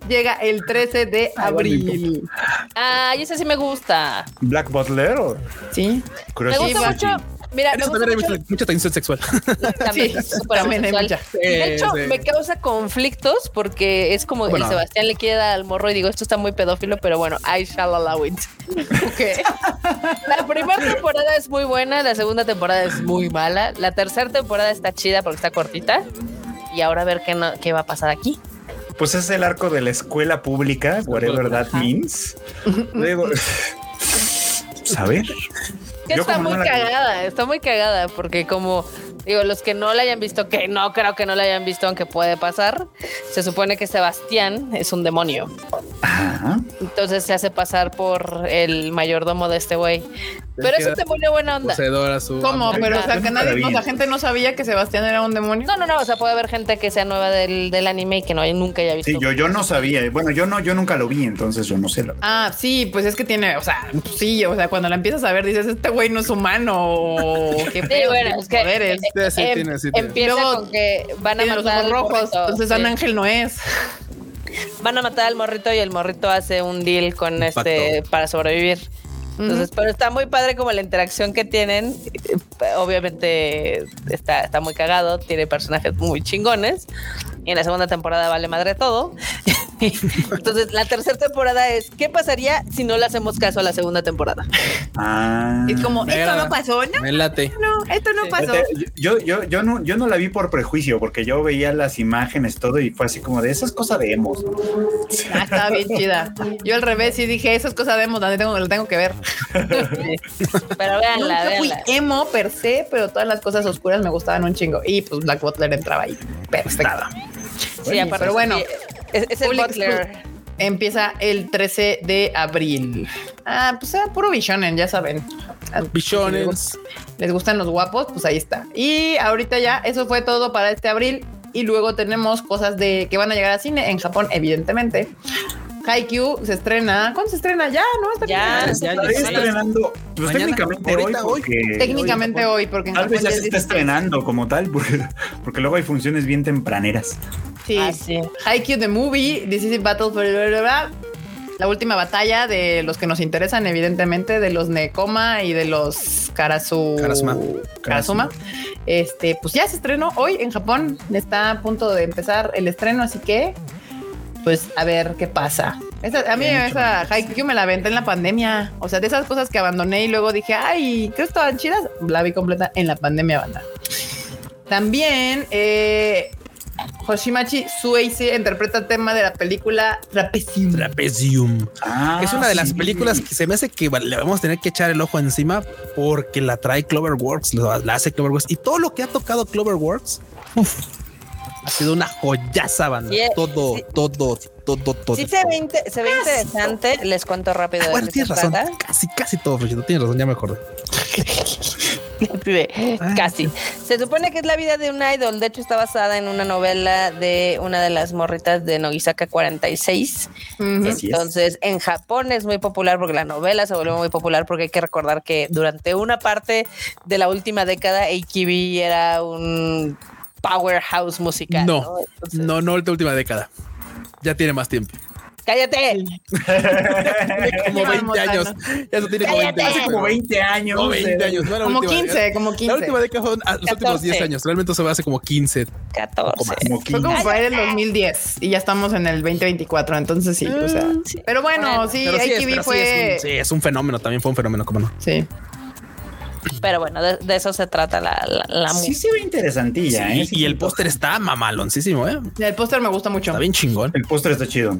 llega el 13 de abril. Ay, Ah, ese sí me gusta. Black Butler o Sí, Me Curiosity gusta City? mucho. Mira, me Eso gusta también hay mucho. mucha, mucha tensión sexual. sí, También, es súper también hay homosexual. mucha. Sí, Eh, De hecho, sí. me causa conflictos porque es como Bueno. el Sebastián le queda al morro y digo, esto está muy pedófilo, pero bueno, I shall allow it. Ok. La primera temporada es muy buena, la segunda temporada es muy mala, la tercera temporada está chida porque está cortita. Y ahora a ver qué, no- qué va a pasar aquí. Pues es el arco de la escuela pública, whatever that means. Luego, ¿saber? Que Yo está como muy no la- cagada, está muy cagada porque como digo, los que no la hayan visto, que no creo que no la hayan visto, aunque puede pasar, se supone que Sebastián es un demonio. Ajá. Entonces se hace pasar por el mayordomo de este güey. Pero es un demonio buena onda. Poseedora su. ¿Cómo? amor. Pero o sea, que nadie, o sea, gente no sabía que Sebastián era un demonio. No, no, no, o sea, puede haber gente que sea nueva del, del anime y que no hay- nunca haya visto. Sí, yo, yo no sabía. Bueno, yo no, yo nunca lo vi, entonces yo no sé la Ah, sí, pues es que tiene, o sea, sí, o sea, cuando la empiezas a ver dices, este güey no es humano, o qué Sí, pedo, bueno, tiene es que- poderes. Sí, sí, Em- tiene, sí, tiene. empieza Luego con que van a Tiene matar los ojos al rojos, morrito, entonces sí. San Ángel no es. van a matar al morrito y el morrito hace un deal con pacto. este para sobrevivir. Entonces, pero está muy padre como la interacción que tienen. Eh, Obviamente está, está muy cagado, tiene personajes muy chingones. Y en la segunda temporada vale madre todo. Entonces, la tercera temporada es ¿qué pasaría si no le hacemos caso a la segunda temporada? Ah. mm, Es como, esto Verga. no pasó, ¿no? Me late. No, esto no pasó. Fíjate, Yo, yo, yo, no, yo no la vi por prejuicio, porque yo veía las imágenes, todo, y fue así como de esas cosas de emos. Ah, estaba bien chida. Yo al revés sí dije, eso es cosa de emo, donde tengo, lo tengo que ver. Pero véanla, Nunca fui véanla. emo per se, pero todas las cosas oscuras me gustaban un chingo. Y pues Black Butler entraba ahí. Perfecto. Sí, aparte, pero bueno, sí, es, es el Public Butler. empieza el 13 de abril. Ah, pues era puro Bishonen, ya saben. Ah, Bichones. les gustan los guapos, pues ahí está. Y ahorita ya, eso fue todo para este abril. Y luego tenemos cosas de que van a llegar a cine en Japón, evidentemente. Haikyuu se estrena. ¿Cuándo se estrena? Ya, ¿no? Está bien. Ya, ya, Está ya, ya. estrenando, pues Mañana, técnicamente hoy, ahorita, hoy. porque- Técnicamente hoy, porque en Tal vez Japón ya ya se es está 16. estrenando como tal, porque, porque luego hay funciones bien tempraneras. Sí. Ah, sí. Haikyuu the Movie, This is the Battle for blah, blah, blah. La última batalla de los que nos interesan, evidentemente, de los Nekoma y de los Karasu... Karasuma. Karasuma. Este, pues ya se estrenó hoy en Japón. Está a punto de empezar el estreno, así que, pues a ver qué pasa. Esa- a mí Tiene mucho esa Haikyuu me la aventé en la pandemia. O sea, de esas cosas que abandoné y luego dije, ay, que estaban chidas. La vi completa en la pandemia, banda. También eh, Hoshimachi Sueise interpreta el tema de la película Trapezium. Trapezium. Ah, es una de las sí. películas que se me hace que le vamos a tener que echar el ojo encima porque la trae Cloverworks, lo- la hace Cloverworks y todo lo que ha tocado Cloverworks uf, ha sido una joyaza banda. Sí, todo, sí. todo, todo, todo. Sí se ve, inte- se ve interesante, les cuento rápido Ah, de bueno, qué tienes se razón. trata. Casi, casi todo, Frechito. Tienes razón, ya me acordé. Pibe, Ah. Casi. Se supone que es la vida de un idol. De hecho, está basada en una novela de una de las morritas de Nogisaka 46. Ujú. Así es. Entonces, en Japón es muy popular porque la novela se volvió muy popular porque hay que recordar que durante una parte de la última década, AKB era un powerhouse musical. No, No, Entonces, No, no, la última década. Ya tiene más tiempo. ¡Cállate! Como Lleva 20 Motano. años. Ya eso tiene como 20 años. Hace como 20 años. eh, Como 20 años. no la Como última 15, como La 15. última década son ah, los últimos 10 14. años. Realmente se ve hace como 15. 14. Como Fue 15. como para el 2010 y ya estamos en el 2024, entonces sí, o sea. Mm, sí. Pero bueno, Bueno, sí, pero sí, es, AKB pero sí fue... es un, sí, es un fenómeno. También fue un fenómeno, como no. sí. Pero bueno, de, de eso se trata la, la, la Sí se ve interesantilla, Sí, ¿eh? Sí y se el antoja. póster está mamaloncísimo, ¿eh? El póster me gusta mucho. Está bien chingón. El póster está chido.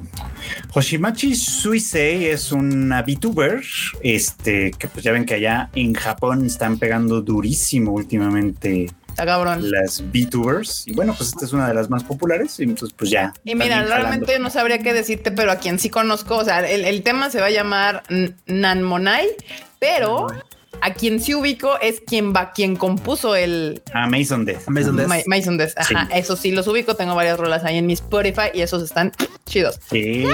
Hoshimachi Suisei es una VTuber, este, que pues ya ven que allá en Japón están pegando durísimo últimamente Está cabrón. las VTubers. Y bueno, pues esta es una de las más populares y entonces pues ya. Y mira, también jalando. realmente no sabría qué decirte, pero a quien sí conozco, o sea, el, el tema se va a llamar N- Nanmonai, pero a quien sí ubico es quien va, quien compuso el, Ah, Mason Death. Mason Death. Ma- Mason Death. Ajá, Sí. eso sí los ubico. Tengo varias rolas ahí en mi Spotify y esos están chidos. Sí.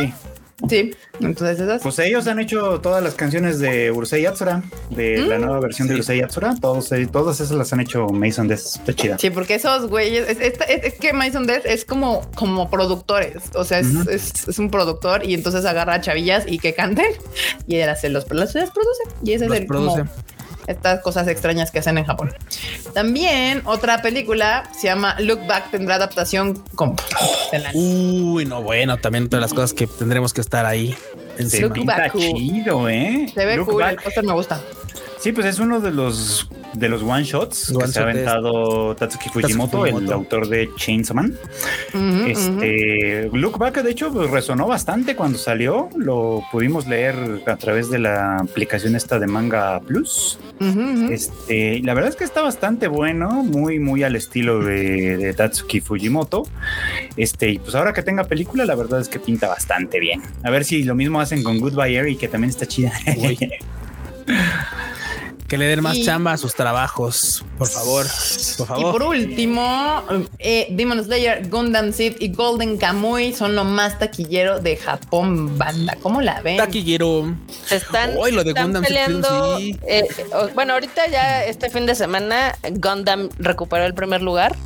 Sí, entonces esas. Pues ellos han hecho todas las canciones de Urusei Yatsura, de Mm. la nueva versión de Urusei Yatsura. Todos, eh, todas esas las han hecho Mason Death. Está chida. Sí, porque esos güeyes, es, esta- es- es que Mason Death es como, como productores, o sea, es, Ujú. es- es un productor y entonces agarra a chavillas y que canten y él hace los, los, los produce y ese Los es el produce. como estas cosas extrañas que hacen en Japón. También otra película se llama Look Back tendrá adaptación con Oh, de la- Uy, no, bueno, también todas las cosas que tendremos que estar ahí Se encima. Look pinta back. chido, ¿eh? Se ve Look cool, el back. póster me gusta. Sí, pues es uno de los de los one shots One que se shot ha aventado Tatsuki Fujimoto, el Fujimoto. autor de Chainsaw Man. Mm, Ujú, ujú. Este Look Back, de hecho, pues, resonó bastante cuando salió. Lo pudimos leer a través de la aplicación esta de Manga Plus. Ujú, ujú. Este, y la verdad es que está bastante bueno, muy, muy al estilo de, de Tatsuki Fujimoto. Este, y pues ahora que tenga película, la verdad es que pinta bastante bien. A ver si lo mismo hacen con Goodbye Air y que también está chida. Uy. Que le den más Y- chamba a sus trabajos, por favor. Por Y favor. por último, eh, Demon Slayer, Gundam Seed y Golden Kamuy son lo más taquillero de Japón, banda. ¿Cómo la ven? Taquillero. Se están, Uy, lo de están Gundam peleando. sí. eh, o- bueno, ahorita ya este fin de semana Gundam recuperó el primer lugar.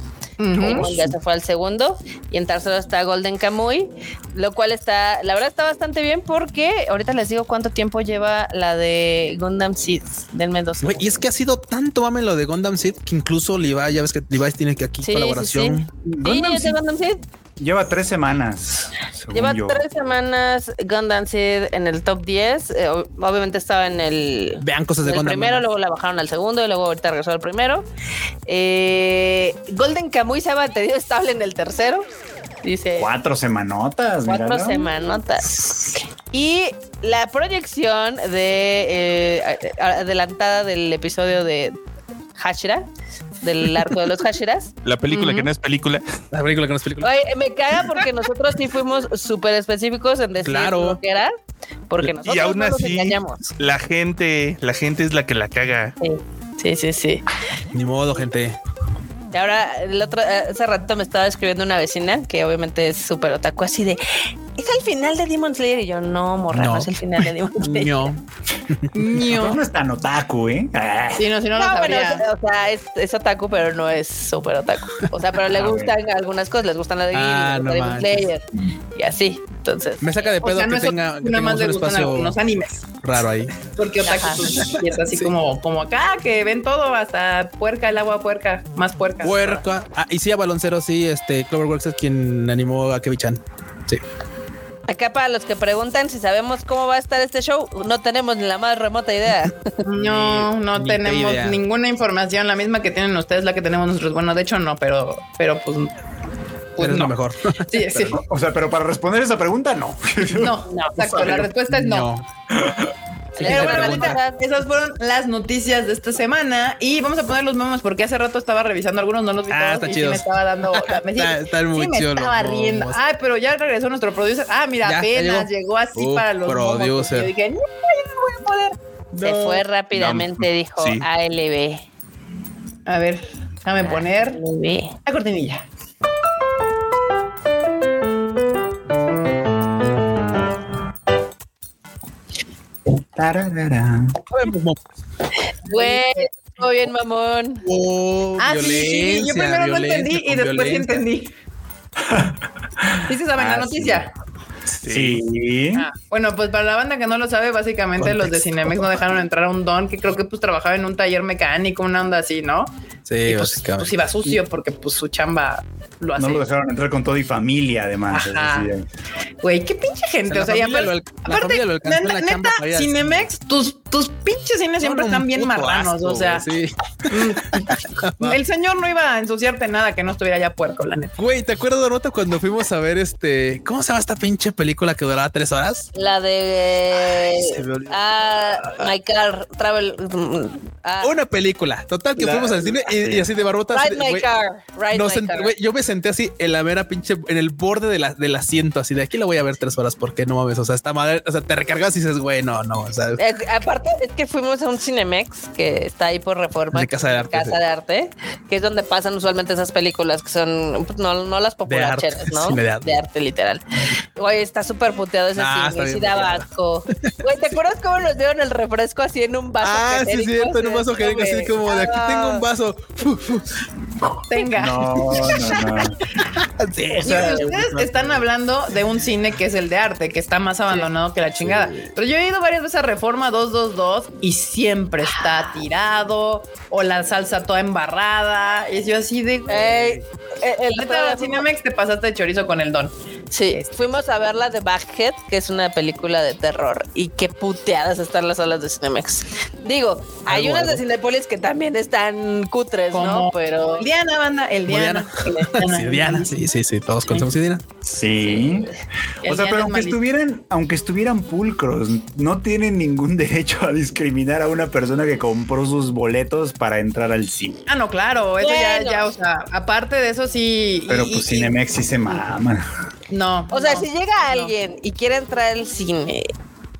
Ujú. Oh. Demon ya se fue al segundo. Y en tercero está Golden Kamuy. Lo cual está, la verdad, está bastante bien porque ahorita les digo cuánto tiempo lleva la de Gundam Seeds. Denme dos. Güey, y es que ha sido tanto mame lo de Gundam Seed que incluso Levi, ya ves que Levi tiene que aquí Sí, colaboración. Sí, Gundam es de Seed. Gundam Seed. Lleva tres semanas. según Lleva yo. tres semanas Gundam Seed en el top 10. eh, ob- obviamente estaba en el, Vean cosas de en el Gundam. primero, luego la bajaron al segundo y luego ahorita regresó al primero. Eh, Golden Kamuy se ha mantenido estable en el tercero. Dice Cuatro semanotas. cuatro míralo. semanotas. Y la proyección de eh, a- adelantada del episodio de Hashira, del arco de los Hashiras. La película que Ujú. no es película. La película que no es película. Oye, me caga porque nosotros sí fuimos súper específicos en decir Claro. lo que era, porque nosotros Y aún no nos así- engañamos. La gente, la gente es la que la caga. Sí, sí, sí. Ni modo, gente. Y ahora, el otro, eh, hace ratito me estaba escribiendo una vecina que obviamente es súper otaku, así de. Es al final de Demon Slayer. Y yo, no, morra, no, No. es el final de Demon Slayer. No. Pues Ño. No es tan otaku, ¿eh? Ah, Sí, no, si no, no No, bueno, sabría. o sea, es, es otaku, pero no es súper otaku. O sea, pero le Ah, gustan algunas cosas, les gustan la de Gil, Ah, les no gusta Demon manches. Slayer y así. Entonces, Me saca de O pedo sea, no que es tenga otaku, que nada más tengamos le un gustan espacio algunos animes. raro ahí. Porque otaku Ajá. pues, y es así como, como acá, que ven todo, hasta puerca, el agua puerca, más puerca. Puerca. Ah, y sí, a Baloncero, sí, este Cloverworks es quien animó a Kevin Chan. acá para los que preguntan si sabemos cómo va a estar este show, no tenemos ni la más remota idea. No, Ni- no ni tenemos idea. ninguna información, la misma que tienen ustedes, la que tenemos nosotros. Bueno, de hecho no, pero, pero pues, pues Pero es lo no. mejor. Sí, sí. O sea, pero para responder esa pregunta, no. No, exacto. La respuesta es no. Pero bueno, Siguiente bandita, esas fueron las noticias de esta semana y vamos a poner los memes porque hace rato estaba revisando algunos, no los vi Ah, todos, está y sí chidos. me estaba dando, me, sí, Está- están sí muy me chidos los estaba riendo. momos. Ay, pero ya regresó nuestro producer. Ah, mira, Ya, ya apenas llegó. así Uh, para los momos, porque producer. Yo dije, "Mm, no, yo no voy a poder. Se fue rápidamente, No, dijo sí. ALB. A ver, déjame poner ALB. la cortinilla. Tararara. Pues, Güey, estuvo bien, mamón. Ah, sí, sí, sí, yo primero no entendí y después sí entendí. ¿Sí se saben la Ah, sí. noticia? Sí. Ah, bueno, pues para la banda que no lo sabe, básicamente los de Contexto. Cinemex no dejaron entrar a un don que creo que pues trabajaba en un taller mecánico, una onda así, ¿no? Sí, y pues, pues básicamente. iba sucio porque pues su chamba lo hace. No lo dejaron entrar con todo y familia, además. es Ajá. decir, Güey, qué pinche gente. O sea, la y familia lo aparte, alca- la familia lo alcanzó en la neta, chamba para ir neta, al Cinemex, tus, tus pinches cines siempre Son un están bien puto marranos. asco, o sea, güey, sí. mm, el señor no iba a ensuciarte nada que no estuviera ya puerco, la neta. Güey, ¿te acuerdas, Dorota, cuando fuimos a ver este. ¿Cómo se llama esta pinche película que duraba tres horas? La de. se me olvidó. ah, my car, travel. mm, ah, Una película. Total, que La- fuimos al cine y, y así de barbota. así ride de, my güey, car, ride nos my sent- car. güey, yo me senté así en la mera pinche, en el borde de la- del asiento, así de aquí la voy a ver tres horas, porque no mames, o sea, esta madre, o sea, te recargas y dices, güey, no, no, o sea, Eh, aparte es que fuimos a un Cinemex que está ahí por reforma. De Casa de Arte, Casa sí. de Arte, que es donde pasan usualmente esas películas que son pues, no, no las populacheras, arte, ¿no? sí, de arte. literal. Güey, está súper puteado ese Ah, está cine, sí bien daba puteado. asco. Güey, ¿te acuerdas cómo nos dieron el refresco así en un vaso? ah, sí, es genérico? cierto, en un Así vaso de, que digo así güey, como de aquí ah, tengo un vaso. Tenga. No, no, no. Sí, Y ustedes están hablando de un cine que es el de arte, que está más abandonado que la chingada. Pero yo he ido varias veces a Reforma 222 y siempre Ah. está tirado o la salsa toda embarrada. Y yo así de... Ey, eh, el Neta, otro- Cinemex te pasaste de chorizo con el don. Sí, fuimos a ver la de Baghead, que es una película de terror. Y qué puteadas están las salas de Cinemex. Digo, hay Algo, unas de algo. Cinepolis que también están cutres, ¿no? Como- Pero. El Diana, banda, el Como Diana. Sí, Diana, sí, sí, sí, todos conocemos a Diana. El Sí. O Diana sea, pero es aunque malísimo. estuvieran, aunque estuvieran pulcros, no tienen ningún derecho a discriminar a una persona que compró sus boletos para entrar al cine. Ah, no, claro, eso ya, Bueno. ya, o sea, aparte de eso sí... y- Pero y- pues y- Cinemex sí se mama. No. O sea, no. si llega alguien y quiere entrar al cine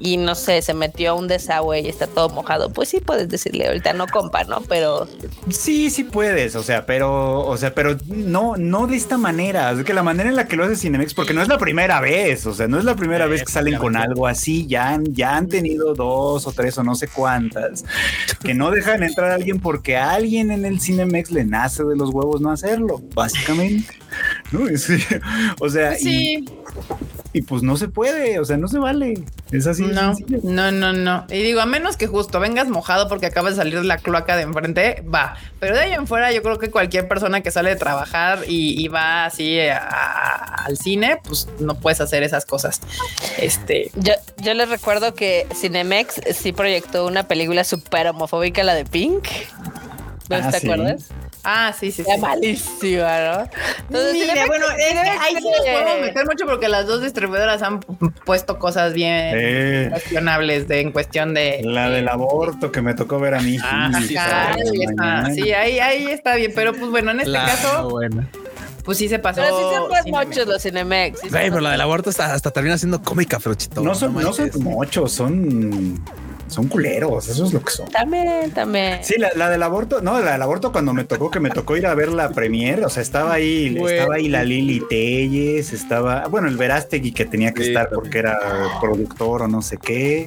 y no sé, se metió a un desagüe y está todo mojado, pues sí puedes decirle ahorita no compa, ¿no? Pero Sí, sí puedes, o sea, pero, o sea, pero no, no de esta manera. Es que la manera en la que lo hace Cinemex, porque no es la primera vez, o sea, no es la primera vez que salen con algo así. Ya han, ya han tenido dos o tres o no sé cuántas que no dejan entrar a alguien porque a alguien en el Cinemex le nace de los huevos no hacerlo, básicamente. No, Es- o sea, y- Sí, Y pues no se puede, o sea, no se vale. Es así. de No, sencillo. no, no, no. Y digo, a menos que justo vengas mojado porque acabas de salir de la cloaca de enfrente, va. Pero de ahí en fuera, yo creo que cualquier persona que sale de trabajar y, y va así a- a- al cine, pues no puedes hacer esas cosas. Este, Yo, yo les recuerdo que Cinemex sí proyectó una película súper homofóbica, la de Pink. ¿No Ah, Pues, te sí. acuerdas? ah, sí, sí, sí. Era malísima, ¿no? Entonces, Mira, Cinemex- bueno, es que ahí sí nos eh, podemos meter mucho porque las dos distribuidoras han pu- puesto cosas bien Eh, cuestionables de en cuestión de la del aborto que me tocó ver a mí. Eh, Ah, sí, Ajá, sí, ahí está. Sí, ahí, ahí está bien, pero pues bueno, en este La- caso, buena. pues sí se pasó. Pero sí son pues sin- muchos los Cinemex. sí son Güey, pero la del aborto hasta, hasta termina siendo cómica, Frochito. No son, no son manches. mochos, son, son culeros, eso es lo que son. También, también. Sí, la, la del aborto, no, la del aborto cuando me tocó, que me tocó ir a ver la premier, o sea, estaba ahí, Güey. estaba ahí la Lili Telles, estaba, bueno, el Verástegui que tenía que Sí, estar también. porque era productor o no sé qué,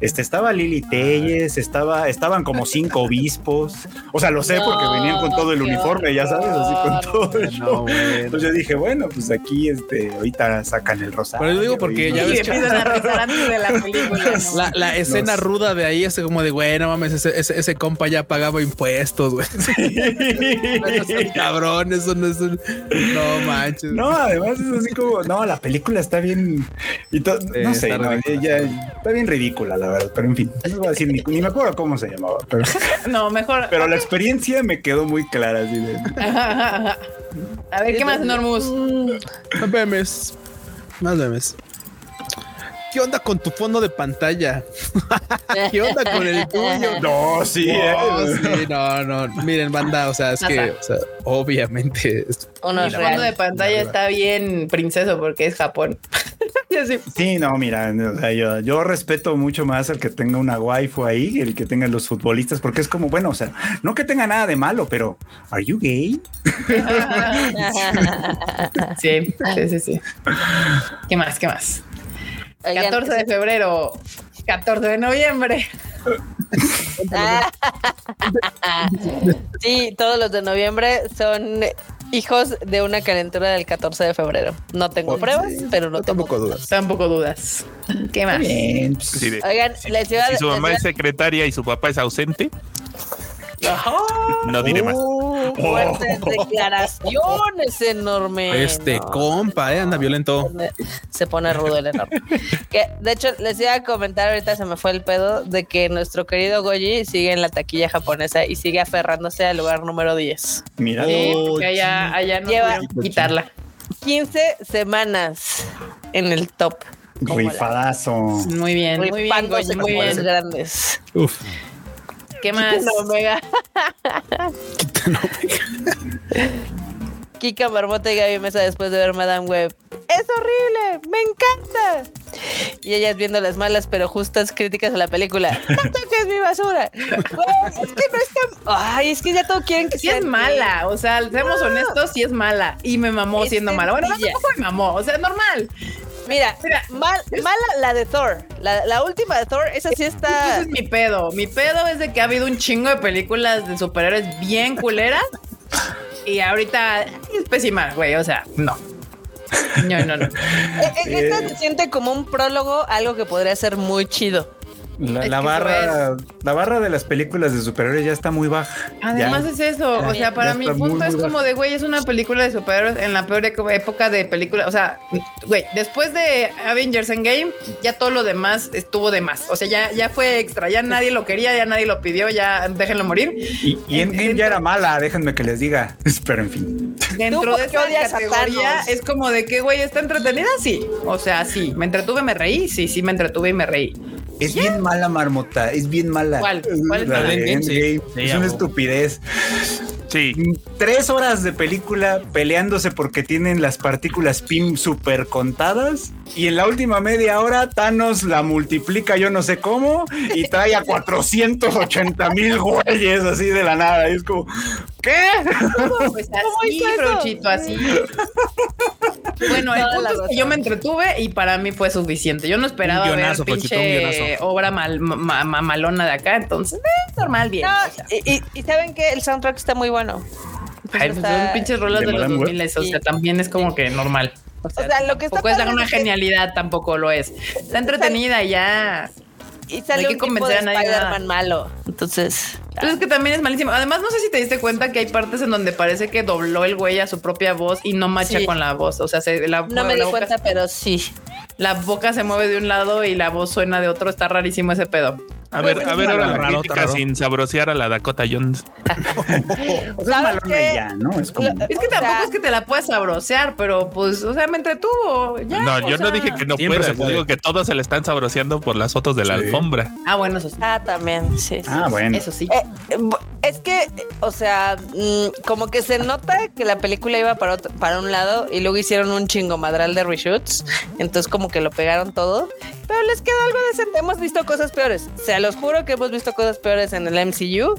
este, estaba Lili Telles, estaba, estaban como cinco obispos, o sea, lo sé porque No, venían con todo el qué uniforme, ya sabes, así con todo el show. No, güey. Entonces yo dije, bueno, pues aquí, este, ahorita sacan el rosario. Pero yo digo porque y- ya Y ves empiezan a rezar antes de la película. ¿no? La, la escena Los- ruda de ahí es como de, güey, no mames, ese, ese, ese compa ya pagaba impuestos, güey. No son cabrón, eso no es un... No manches. No, además es así como, no, la película está bien, y to- no está sé, no, ridícula. ya- está bien ridícula, la verdad, pero en fin, no voy a decir ni, ni me acuerdo cómo se llamaba, pero, No, mejor. pero la experiencia me quedó muy clara, así de, A ver, ¿qué más, Normus? Memes. Más memes. ¿Qué onda con tu fondo de pantalla? ¿Qué onda con el tuyo? no, sí, eh". No, sí, no, no. Miren, banda, o sea, es que o sea, obviamente es- Uno El es fondo de Ah, real. pantalla está bien princeso porque es Japón. Yo sí. Sí, no, mira, o sea, yo, yo respeto mucho más al que tenga una waifu ahí, el que tenga los futbolistas, porque es como, bueno, o sea, no que tenga nada de malo, pero, ¿are you gay? Sí, sí, sí, sí. ¿Qué más? ¿Qué más? Oigan, 14 de febrero, 14 de noviembre. Ah. sí, todos los de noviembre son hijos de una calentura del 14 de febrero. No tengo Sí, pruebas, pero no no tengo. tampoco dudas. Tampoco dudas. ¿Qué más? Bien, pues, Así de, Oigan, les iba, si su les mamá iba- es secretaria y su papá es ausente, no diré más. Oh. ¡Uh, fuertes declaraciones enormes. Este No, compa, eh, anda violento. se pone rudo el enorme. Que, de hecho, les iba a comentar ahorita, se me fue el pedo, de que nuestro querido Goji sigue en la taquilla japonesa y sigue aferrándose al lugar número 10. mira, Sí, porque allá, allá no Lleva- pudieron quitarla. 15 semanas en el top. ¿cómo la- rifadazo. Muy bien, muy bien, Rifándose Goyi, muy como los bien. grandes. Uf. ¿Qué más? Omega. Kika Marmota y Gaby Mesa después de ver Madame Web. ¡Es horrible! ¡Me encanta! Y ellas viendo las malas pero justas críticas a la película. ¡No toques mi basura! Güey, es que no es tan- ¡Ay, es que ya todo quieren que Si sea es mala, o sea, seamos honestos, si es mala. Y me mamó Ah. Es siendo mala. Bueno, no sencilla. tampoco me mamó, o sea, normal. Mira, Mira, mal- mala la de Thor. La, la última de Thor, esa Eh, sí Ese está... es pues, mi pedo. Mi pedo es de que ha habido un chingo de películas de superhéroes bien culeras. Y ahorita es pésima, güey. O sea, no. No, no, no. pues, eh, eh, Esta se siente como un prólogo, algo que podría ser muy chido. La, Es la que barra, la barra de las películas de superhéroes ya está muy baja. Además Ya. es eso. O sea, para Ya mi está muy, punto es muy como baja. de, güey, es una película de superhéroes en la peor eco- época de película. O sea, güey, después de Avengers Endgame, ya todo lo demás estuvo de más. O sea, ya, ya fue extra. Ya nadie lo quería, ya nadie lo pidió, ya déjenlo morir. y, y en- Endgame ya era mala, déjenme que les diga. Pero en fin. Dentro ¿por de qué esa odias a categoría Thanos? es como de que, güey, ¿está entretenida? Sí. O sea, sí. ¿Me entretuve, me reí? Sí, sí, me entretuve y me reí. Es bien mala, Marmota. Es bien mala. ¿Cuál? ¿Cuál es La mala? de Endgame, sí. Endgame. Sí, es a una huevo. estupidez. Sí, Tres horas de película peleándose porque tienen las partículas PIM super contadas. Y en la última media hora, Thanos la multiplica, yo no sé cómo, y trae a 480 mil güeyes así de la nada. Y es como, ¿qué? Pues ¿Cómo así, hizo eso? brochito, así. Bueno, el Toda punto la es que razón. yo me entretuve y para mí fue suficiente. Yo no esperaba Un guionazo, ver Brochito, un pinche guionazo. obra mal, ma- ma- malona de acá, entonces eh, normal bien. No, o sea. y, y- y saben que el soundtrack está muy bueno. Ay, pues, Está- son pinches rolas de de los Madame Web. 2000, o sea, Sí. también es como que normal. O O sea, lo que está Tampoco es padre una es que- genialidad, tampoco lo es. Está entretenida y ya. Y sale No hay que un tipo de convencer a nadie de nada. Spider-Man malo. Entonces, Pero es que también es malísimo. Además, no sé si te diste cuenta que hay partes en donde parece que dobló el güey a su propia voz y no macha Sí. con la voz. O sea, se- la, no me la di boca- cuenta, pero sí. la boca se mueve de un lado y la voz suena de otro. Está rarísimo ese pedo. A ver, a ver, ahora la Raro, crítica raro. sin sabrosear a la Dakota Jones. O sea, es ¿Sabes malona qué? y ya, ¿no? Es como. Lo- Es que O sea- tampoco es que te la puedas sabrosear, pero pues, o sea, me entretuvo. Ya, No, o yo no sea. dije que no Siempre pueda. yo se puede. Digo que todos se le están sabroseando por las fotos de la Sí. alfombra. Ah, bueno, eso sí. Ah, también, sí. sí. Ah, bueno. Eso sí. Eh, eh, bu- es que, eh, o sea, mm, como que se nota que la película iba para, otro- para un lado y luego hicieron un chingo madral de reshoots. Entonces, como que lo pegaron todo. Pero les quedó algo decente. Hemos visto cosas peores. Se los juro que hemos visto cosas peores en el MCU.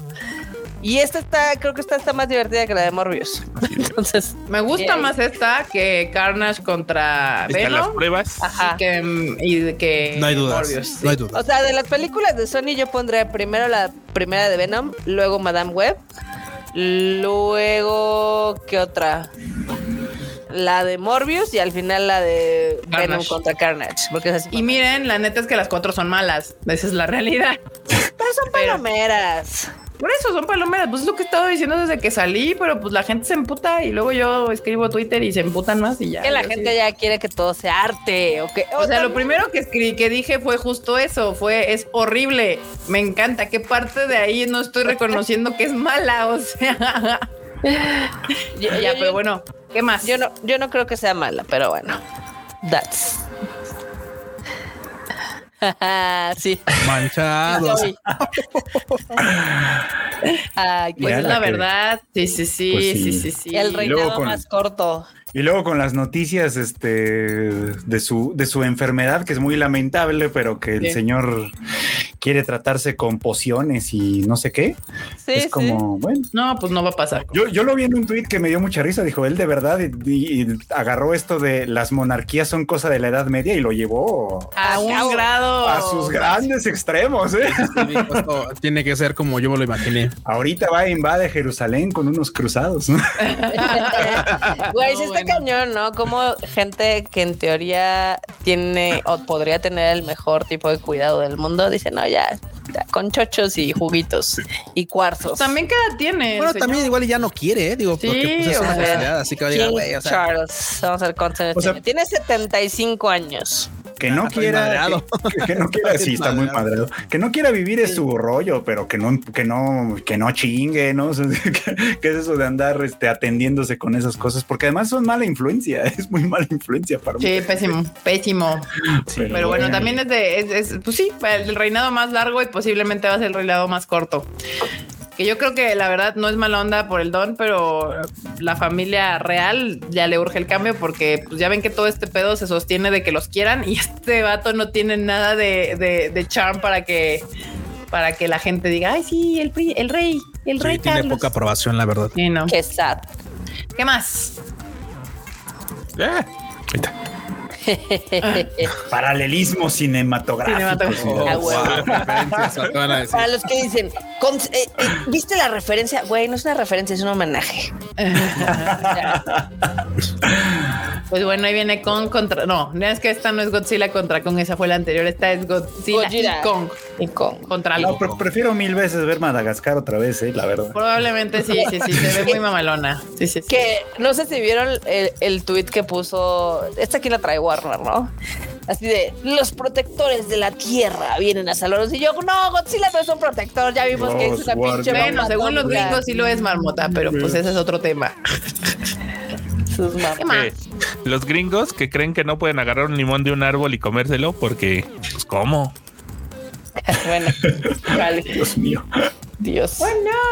Y esta está, creo que esta está más divertida que la de Morbius. Entonces, Me gusta Yay. más esta que Carnage contra Ahí están las Venom. pruebas. ajá. Y que, mm, y que No hay dudas. Morbius, sí. No hay dudas. O sea, de las películas de Sony yo pondré primero la primera de Venom, luego Madame Web, luego ¿qué otra? La de Morbius y al final la de Venom Carnage. contra Carnage, porque es así. Y miren, la neta es que las cuatro son malas. Esa es la realidad. pero son palomeras. Por eso son palomeras. Pues es lo que he estado diciendo desde que salí, pero pues la gente se emputa y luego yo escribo Twitter y se emputan más y ya. que la Yo gente sí. ya quiere que todo sea arte, ¿ok? O sea, lo primero que escribí, que dije fue justo eso, fue es horrible, me encanta, qué parte de ahí no estoy reconociendo que es mala, o sea. Yo- ya, yo- pero bueno, ¿qué más? Yo no, yo no creo que sea mala, pero bueno. That's. sí. Manchados. Soy. Ay, qué Pues Ya es la la que- verdad, sí, sí, sí, Pues sí. sí, sí, sí. El rey- reinado con- más corto. Y luego con las noticias este, de, su, de su enfermedad, que es muy lamentable, pero que el Sí. señor quiere tratarse con pociones y no sé qué. Sí, es como, bueno. No, pues no va a pasar. Yo, yo lo vi en un tuit que me dio mucha risa. Dijo, él de verdad y- y- y agarró esto de las monarquías son cosa de la Edad Media y lo llevó A un Acabo. grado. a Oh. sus grandes extremos. ¿eh? Sí, dijo, esto tiene que ser como yo me lo imaginé. Ahorita va e invade Jerusalén con unos cruzados. ¿no? sí. Güey, sí No, está bueno. cañón, ¿no? Como gente que en teoría tiene o podría tener el mejor tipo de cuidado del mundo, dice, no, ya, ya, con chochos y juguitos y cuarzos. También qué edad tiene. el Bueno, señor? también igual ya no quiere, ¿eh? digo, Sí, porque pues, es o una sea, facilidad, así que va a llegar, King güey, o sea, Charles, vamos a ver cuántos años O sea- tiene. Tiene 75 años. Que no Ah, Estoy quiera, madreado. que, que- que no quiera, sí, está muy Madreado. madreado. Que no quiera vivir es su rollo, pero que no, que no, que no chingue, ¿no? O sea, que, que es eso de andar este, atendiéndose con esas cosas, porque además son mala influencia, es muy mala influencia para mí. Sí, pésimo, pésimo. Pero bueno, eh, también es de, es- es- pues sí, el reinado más largo y posiblemente va a ser el reinado más corto. Que yo creo que la verdad no es mala onda por el don, pero la familia real ya le urge el cambio porque pues ya ven que todo este pedo se sostiene de que los quieran y este vato no tiene nada de, de, de charm para que para que la gente diga, ay sí, el, pri- el rey, el Sí, rey tiene Carlos". poca aprobación, la verdad. Sí, no. Qué sad. ¿Qué más? Ah, ahí está. Paralelismo cinematográfico. Cinematográfico. Oh. sí. Ah, huevo. Oh, wow, referencias, lo que van a decir. Para los que dicen, con- eh, eh, ¿viste la referencia? Güey, no es una referencia, es un homenaje. Pues bueno, ahí viene Kong contra. No, no es que esta no es Godzilla contra Kong, esa fue la anterior. Esta es Godzilla Gojira. y Kong Y con- contra No, algo. pre- prefiero mil veces ver Madagascar otra vez, ¿eh? la verdad. Probablemente sí, sí, sí, se ve muy mamalona. Sí, sí, sí. Que no sé si vieron el, el tweet que puso. Esta aquí la trae Warner, ¿no? Así de los protectores de la tierra vienen a salvarnos. Y yo, no, Godzilla no es un protector. Ya vimos que es Dios, una pinche. Warner. Bueno, bomba según los atómica. gringos sí lo es marmota, pero pues ese es otro tema. Sus mam- ¿Qué más? Eh, los gringos que creen que no pueden agarrar un limón de un árbol y comérselo porque, pues, ¿cómo? Bueno, vale. Dios mío. Dios.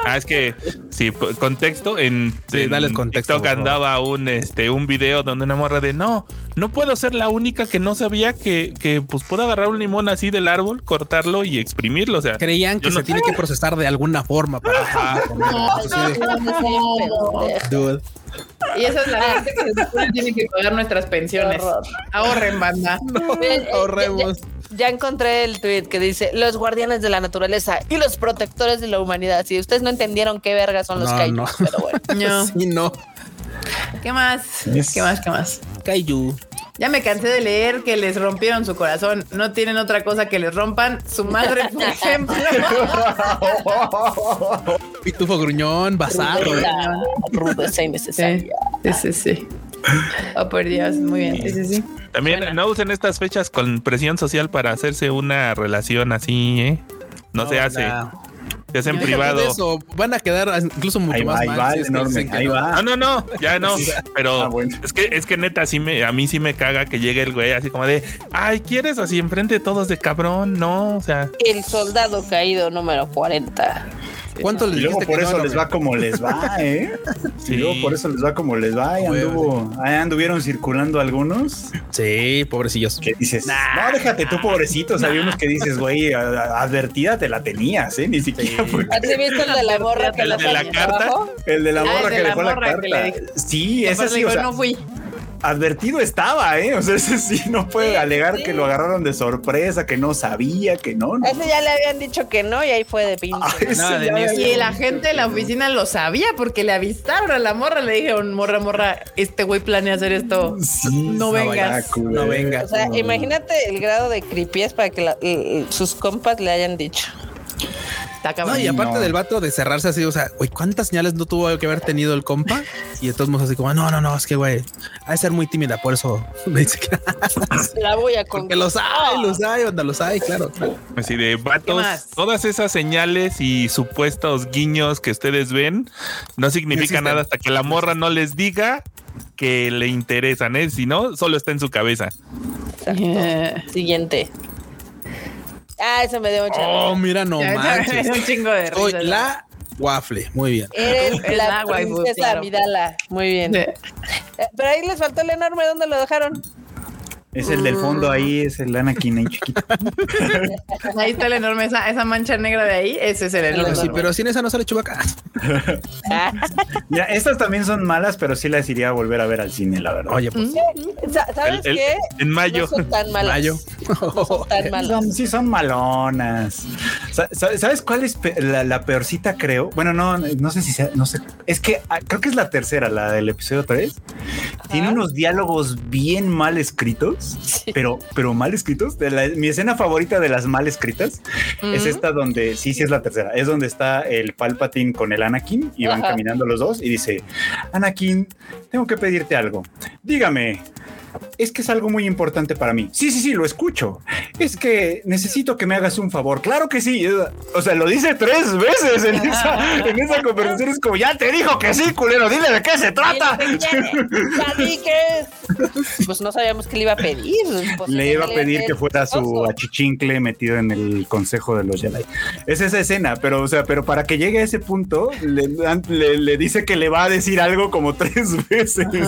Ah, es que sí, po- contexto en, Sí, en dales contexto, TikTok por favor. andaba un este un video donde una morra de no, no puedo ser la única que no sabía que, que pues puedo agarrar un limón así del árbol, cortarlo y exprimirlo. O sea, Creían que Yo no- se tiene que procesar de alguna forma para Ajá. Entonces, sí, dude. Y esa es la gente que se supone tiene que pagar nuestras pensiones. Horror. Ahorren, banda. Miren, eh, Ahorremos. Ya, ya- ya encontré el tweet que dice los guardianes de la naturaleza y los protectores de la humanidad. Si ustedes no entendieron qué verga son los No, kaijus, no. pero bueno. No. Sí, no. ¿Qué más? Es- ¿Qué más? ¿Qué más? Kaiju. Ya me cansé de leer que les rompieron su corazón. No tienen otra cosa que les rompan su madre, por ejemplo. Pitufo gruñón, basado. Rudeza innecesaria. Sí, sí, sí. Oh, por Dios, muy bien. Sí, sí, sí. También no usen estas fechas con presión social para hacerse una relación así, ¿eh? No, se hace. banda. Se hace en Deja privado. Deja de eso, van a quedar incluso mucho Ahí va, más ahí mal va si el es que enorme. dicen que Ahí no. Ah, va. no, no, ya no. Pero Ah, bueno. es que es que neta sí me a mí sí me caga que llegue el güey así como de, "Ay, ¿quieres así enfrente de todos de cabrón?" No, o sea, El soldado caído número 40. ¿Cuánto Y les luego dijiste por que no, eso no, les no? va como les va, ¿eh? Sí. Y luego por eso les va como les va. Y Huevo. anduvo, ahí anduvieron circulando algunos Sí, pobrecillos. que dices, no, déjate tú, pobrecito. O sea, Había unos que dices, güey, a- a- advertida te la tenías, ¿eh? Ni siquiera fue ¿Has visto el de la morra que ¿El la de la ponen carta? abajo? el de la Ah, el morra de que la dejó la morra carta. que le dijo. Sí, ese Aparte sí, digo, o sea, no fui. advertido estaba, ¿eh? O sea, ese sí no puede Sí, alegar sí. que lo agarraron de sorpresa, que no sabía, que no. no. A ese ya le habían dicho que no y ahí fue de Ah, pinche. ese Nada de ya- ni Y la gente de la oficina lo sabía porque le avisaron a la morra. Le dijeron, morra, morra, este güey planea hacer esto. Sí, No estaba vengas. ya, culero. No venga. O sea, imagínate el grado de creepyes para que la- eh, eh, sus compas le hayan dicho. Está No, cabrón. y aparte No. del vato de cerrarse así, o sea, güey, ¿cuántas señales no tuvo que haber tenido el compa? Y de todos modos así como, "Ah, no, no, no, es que güey, ha de ser muy tímida, por eso me dice que La voy a porque conquistar. los Oh. hay, los hay, onda, los hay, claro. claro. así de ¿Qué vatos, más? todas esas señales y supuestos guiños que ustedes ven no significa existen. nada hasta que la morra no les diga que le interesan, ¿eh? Si no, solo está en su cabeza. Yeah. Siguiente. Ah, eso me dio mucha Oh, mira, no Ya, ya, manches. un chingo de Soy risa. la waffle, muy bien. Eres Es la agua, pues, princesa claro. Amidala. Muy bien. Sí. Eh, Pero ahí les faltó el enorme. ¿Dónde lo dejaron? Es el del Mm. fondo ahí, es el Anakin ahí chiquito. Pues Ahí está el enorme, esa, esa mancha negra de ahí, ese es el enorme. Sí, pero sin esa no sale chubaca. Mira, estas también son malas, pero sí las iría a volver a ver al cine, la verdad. Oye, Mm, pues, Sa- ¿Sabes El- el- qué? en mayo. No son tan malas. mayo. No son Oh, tan malas. Son- sí, son malonas. Sa- sa- ¿Sabes cuál es pe- la, la peorcita, creo? Bueno, no, no sé si sea, no sé. Es que ah, creo que es la tercera, la del episodio 3. Tiene unos diálogos bien mal escritos, pero, pero mal escritos. De la- mi escena favorita de las mal escritas es esta donde, sí, sí es la tercera, es donde está el Palpatine con el Anakin y van Ajá. caminando los dos y dice, Anakin, tengo que pedirte algo. Dígame, es que es algo muy importante para mí. Sí, sí, sí, lo escucho. Es que necesito que me hagas un favor. Claro que sí. O sea, lo dice tres veces en esa, en esa conversación. Es como, ya te dijo que sí, culero, dile de qué se trata. Él te quiere. Ya di que es. Pues no sabíamos qué le iba a pedir. Pues, Le iba a pedir él- que fuera su oso. achichincle metido en el consejo de los Jedi. Es esa escena, pero, o sea, pero para que llegue a ese punto, le, dan- le- le dice que le va a decir algo como tres veces. Y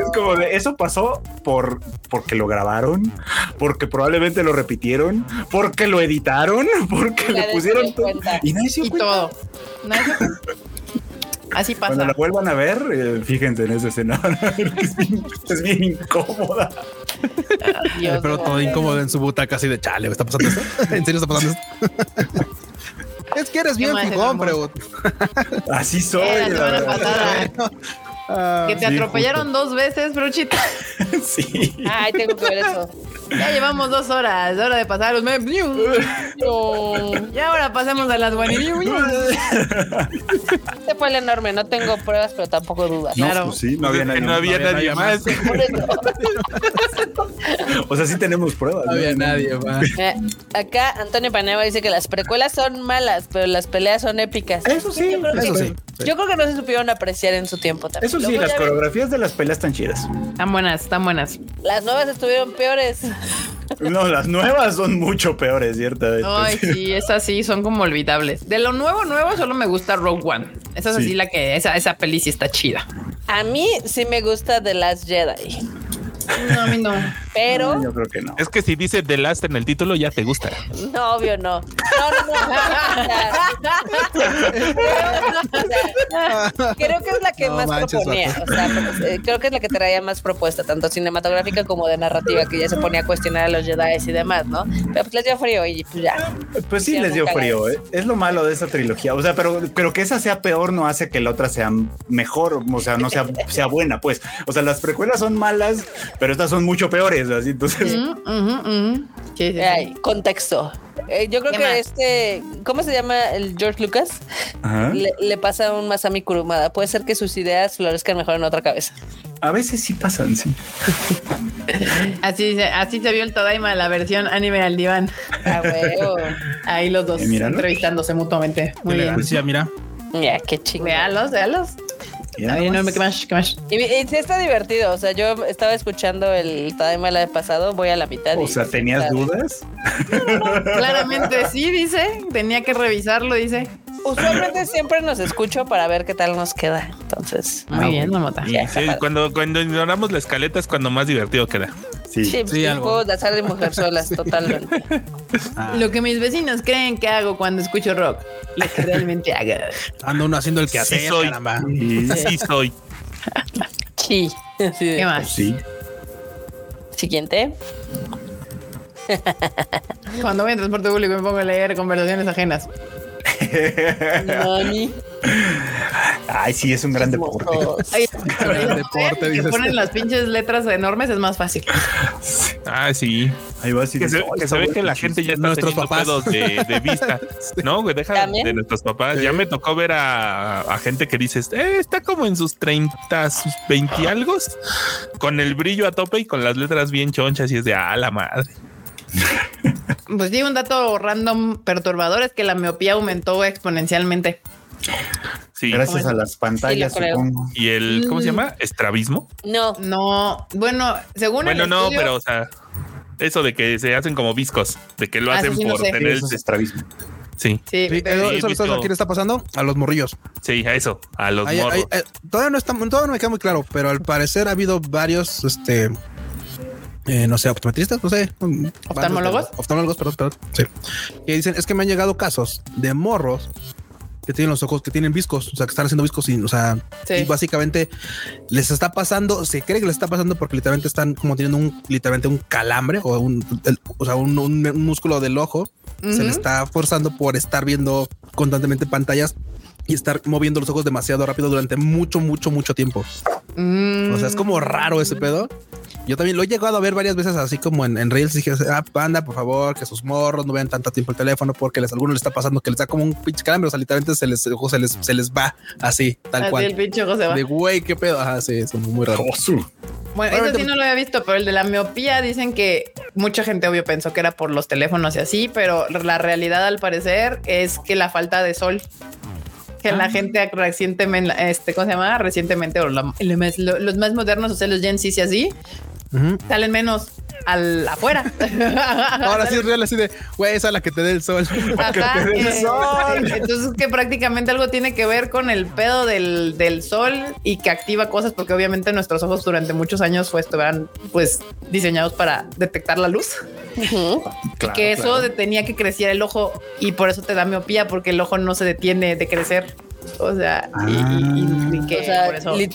es como de eso pasó por porque lo grabaron, porque probablemente lo repitieron, porque lo editaron, porque Nadie le se pusieron dio todo. cuenta. Y nadie se dio Y cuenta. todo. Nada, eso- Así Cuando la pasa. vuelvan a ver, eh, fíjense en esa escena. es, bien, es bien incómoda. Dios Pero mío. todo incómodo en su butaca así de chale, ¿me está pasando esto? ¿En serio está pasando esto? Es que eres bien más, fijón, mi amor? pero Así soy. Eh, la la semana verdad. pasada, ah, que te sí, atropellaron dos veces, Bruchita. Sí. Ay, tengo que ver eso. Ya llevamos dos horas, hora de pasar los memes. Y ahora pasemos a las guanillas. Este fue el enorme. No tengo pruebas, pero tampoco dudas. No, Claro. pues sí, no había Es que nadie, no había no nadie había nadie más. Por eso. O sea, sí tenemos pruebas. no había nadie, va. Eh, acá Antonio Paneva dice que las precuelas son malas, pero las peleas son épicas. Eso sí, Yo creo que- Eso sí. Yo creo que no se supieron apreciar en su tiempo también. Eso Lo sí, voy a las ver. coreografías de las peleas están chidas. Están buenas, están buenas. Las nuevas estuvieron peores. No, las nuevas son mucho peores, ciertamente. Ay, sí, esas sí son como olvidables. De lo nuevo, nuevo, solo me gusta Rogue One. Esa es Sí. así la que, esa, esa peli sí está chida. A mí sí me gusta The Last Jedi, No, a mí no. pero Yo creo que no. Es que si dice The Last en el título ya te gusta. no, obvio no. No, no, no. O sea, Creo que es la que No más manches, proponía. vato. O sea, pues, eh, creo que es la que traía más propuesta, tanto cinematográfica como de narrativa, que ya se ponía a cuestionar a los Jedi y demás, ¿no? Pero pues les dio frío y pues ya. Pues sí, les dio frío. eh. Es lo malo de esa trilogía. O sea, pero, pero que esa sea peor no hace que la otra sea mejor. O sea, no sea, sea buena, pues. O sea, las precuelas son malas, pero estas son mucho peores. Así entonces. Ujú, ujú, ujú. Sí, sí, sí. Ay, contexto. Eh, yo creo ¿Qué que más? este, ¿cómo se llama el George Lucas? ¿Ah? Ajá. Le, le pasa a un Masami Kurumada. Puede ser que sus ideas florezcan mejor en otra cabeza. A veces sí pasan, sí. Así, se- así se vio el Todaima, la versión anime al diván. Ah, huevo. Ahí los dos Eh, míralo. entrevistándose mutuamente. Muy bien. Elegancia, mira. Ya, qué chingada. Vealos, vealos. Ya, Ay, no, pues. ¿qué más? ¿Qué más? Y, y sí está divertido, o sea, yo estaba escuchando el Tadaima la vez pasado, voy a la mitad. O y- sea, ¿tenías dudas? Claramente sí, dice. Tenía que revisarlo, dice. Usualmente siempre nos escucho para ver qué tal nos queda, entonces. Ah, Muy bien, Mamota. ya, Sí, está padre. cuando, cuando ignoramos la escaleta es cuando más divertido queda. Sí. Sí, Sí, sí, algo. juegos de azar de mujer solas, totalmente. Lo que mis vecinos creen que hago cuando escucho rock, lo que realmente hago. Anda uno haciendo el que Sí hace, soy. caramba. Sí. Sí, soy. Sí. Así de- ¿Qué más? pues Sí. Siguiente. Cuando voy en transporte público me pongo a leer conversaciones ajenas. Mami. Ay, sí, es un gran deporte. mozos. Ay, El deporte, que dices. ponen las pinches letras enormes es más fácil. Ah, sí. Ahí vas y Que se, dices, que "Ay, se está ve bueno, que la chiste". gente ya está Nuestros teniendo papás. pedos de, de vista. No, güey, deja ¿También? de nuestros papás. Ya me tocó ver a, a gente que dices, eh, está como en sus 30, sus 20 algo, con el brillo a tope y con las letras bien chonchas y es de, ah, la madre. Pues sí, un dato random perturbador es que la miopía aumentó exponencialmente. Sí. Gracias a las pantallas, Sí, lo creo. supongo. Y el, ¿cómo se llama? Estrabismo. No, No, bueno, según Bueno, el no, estudio- pero, o sea, eso de que se hacen como viscos, de que lo Ah, hacen eso sí no por sé. Sí, tener el. eso es estrabismo. Sí, Sí, Sí, eh, pero- eso, Sí, eso lo sabes visto. a quién le está pasando a los morrillos. sí, a eso, a los Ay, ay, morros. ay, eh, todavía no está, todavía no me queda muy claro, pero al parecer ha habido varios, este, eh, no sé, optometristas, no sé, mm, ¿Oftalmólogos? varios- oftalmólogos, perdón, perdón, sí, que dicen es que me han llegado casos de morros que tienen los ojos, que tienen viscos, o sea, que están haciendo viscos y, o sea, sí. y básicamente les está pasando, se cree que les está pasando porque literalmente están como teniendo un, literalmente un calambre o un, el- o sea, un, un- un músculo del ojo se Ujú. le está forzando por estar viendo constantemente pantallas y estar moviendo los ojos demasiado rápido durante mucho, mucho, mucho tiempo. Mm. O sea, es como raro ese pedo. Yo también lo he llegado a ver varias veces así como en, en Reels. Dije, ah, panda, por favor, que sus morros no vean tanto tiempo el teléfono porque les, a alguno le está pasando que les da como un pinche calambre. O sea, literalmente se les, el ojo se les, se les va así, tal Así el cual. pinche ojo se va. De güey, qué pedo. Ajá, sí, es muy raro. Osu. Bueno, eso sí no lo había visto, pero el de la miopía dicen que mucha gente obvio pensó que era por los teléfonos y así, pero la realidad al parecer es que la falta de sol que la gente recientemente, este, ¿cómo se llama? Recientemente, o la- lo más- lo- los más modernos, o sea, los Gen Z y así, Ujú. salen menos al afuera. Ahora sí es real así de, güey, esa es la que te dé el sol. Ajá, dé el eh, Entonces que prácticamente algo tiene que ver con el pedo del, del sol y que activa cosas, porque obviamente nuestros ojos durante muchos años pues, estuvieron pues diseñados para detectar la luz ujú. Claro, que eso claro. detenía que creciera el ojo y por eso te da miopía porque el ojo no se detiene de crecer. O sea, y, Ah. y- y- y que o sea, por eso. lit-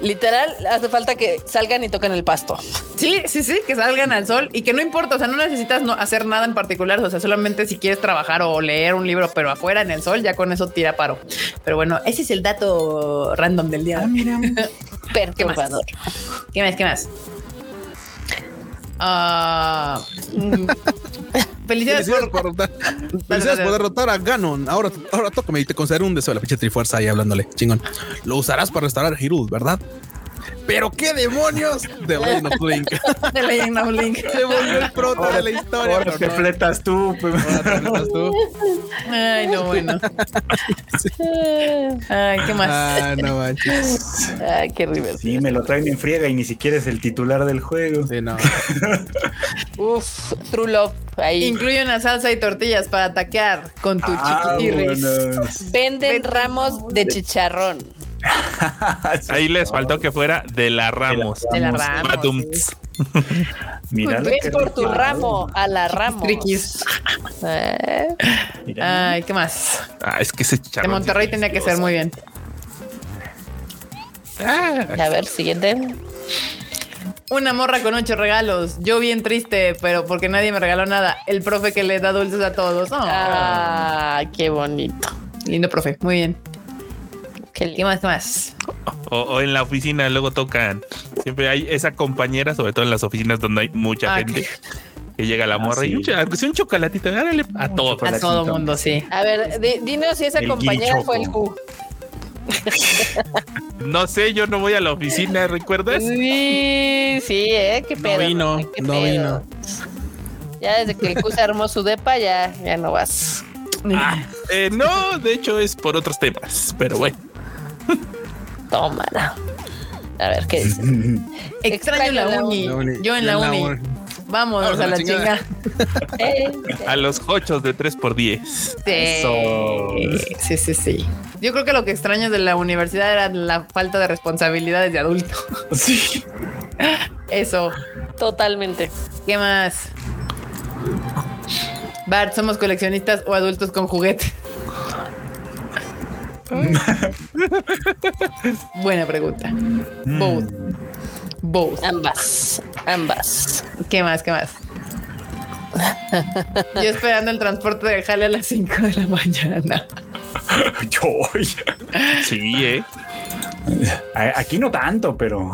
literal, hace falta que salgan y toquen el pasto. Sí, sí, sí, que salgan al sol y que no importa, o sea, no necesitas no hacer nada en particular, o sea, solamente si quieres trabajar o leer un libro, pero afuera en el sol, ya con eso tira paro. Pero bueno, ese es el dato random del día. Perturbador. ¿Qué más? ¿Qué más? Ah, mm, felicidades Felicidades por... por derrotar, felicidades por derrotar a Ganon. Ahora, ahora tócame y te concederé un deseo de la pinche trifuerza ahí hablándole. Chingón. Lo usarás para restaurar Hirul, ¿verdad? Pero qué demonios de Legend of Link. de Legend of Link. Se volvió el prota de la historia. Ahora te pero no. fletas tú. pues. Ahora te fletas tú. Ay, no, bueno. Ay, ¿qué más? Ah, no manches. Ay, qué horrible. Sí, me lo traen en friega y ni siquiera es el titular del juego. Sí, no. Uf, True Love. Ahí. Incluye una salsa y tortillas para taquear con tu Ah, chiquitirris. bueno. Venden ramos de chicharrón. Ahí les faltó que fuera de la Ramos. De la Vamos, Ramos. Batum. sí. Mira, la Ves que- Pues por tu ramo, a la ramo. Triquis. Eh, Mira. Ay, ¿qué más? Ah, es que ese De charro. Monterrey sí tenía que ser delicioso. muy bien. Ah, A ver, siguiente. Una morra con ocho regalos. Yo bien triste, pero porque nadie me regaló nada. El profe que le da dulces a todos. Oh, Ah, qué bonito. Lindo profe. Muy bien. Qué lindo. ¿Qué más? ¿Qué más? o, o en la oficina luego tocan. Siempre hay esa compañera, sobre todo en las oficinas donde hay mucha Ah, gente. Que llega la Ah, morra y sí. un, ch- aunque sea un chocolatito, dale A a todos. todo Chocolatito. mundo, sí. A ver, di- dinos si esa El compañera fue el guirichoco. Q. No sé, yo no voy a la oficina, ¿recuerdas? Sí, sí, eh, qué No pedo. vino, qué no pedo. vino. Ya desde que el Q se armó su depa, ya, ya no vas. Eh, no, de hecho es por otros temas, pero bueno. Tómala. A ver, ¿qué dice? Extraño la uni. Yo en la uni. Vamos a la chinga. Eh, A los hochos de 3x10. eh. Sí, sí, sí, sí. Yo creo que lo que extraño de la universidad era la falta de responsabilidades de adulto. Sí. Eso. totalmente. ¿Qué más? Bart, somos coleccionistas o adultos con juguete. Buena pregunta. mm. Both. Both. Ambas. Ambas. ¿Qué más? ¿Qué más? Yo esperando el transporte de Jale a las 5 de la mañana. Yo, Sí, eh. a- aquí no tanto, pero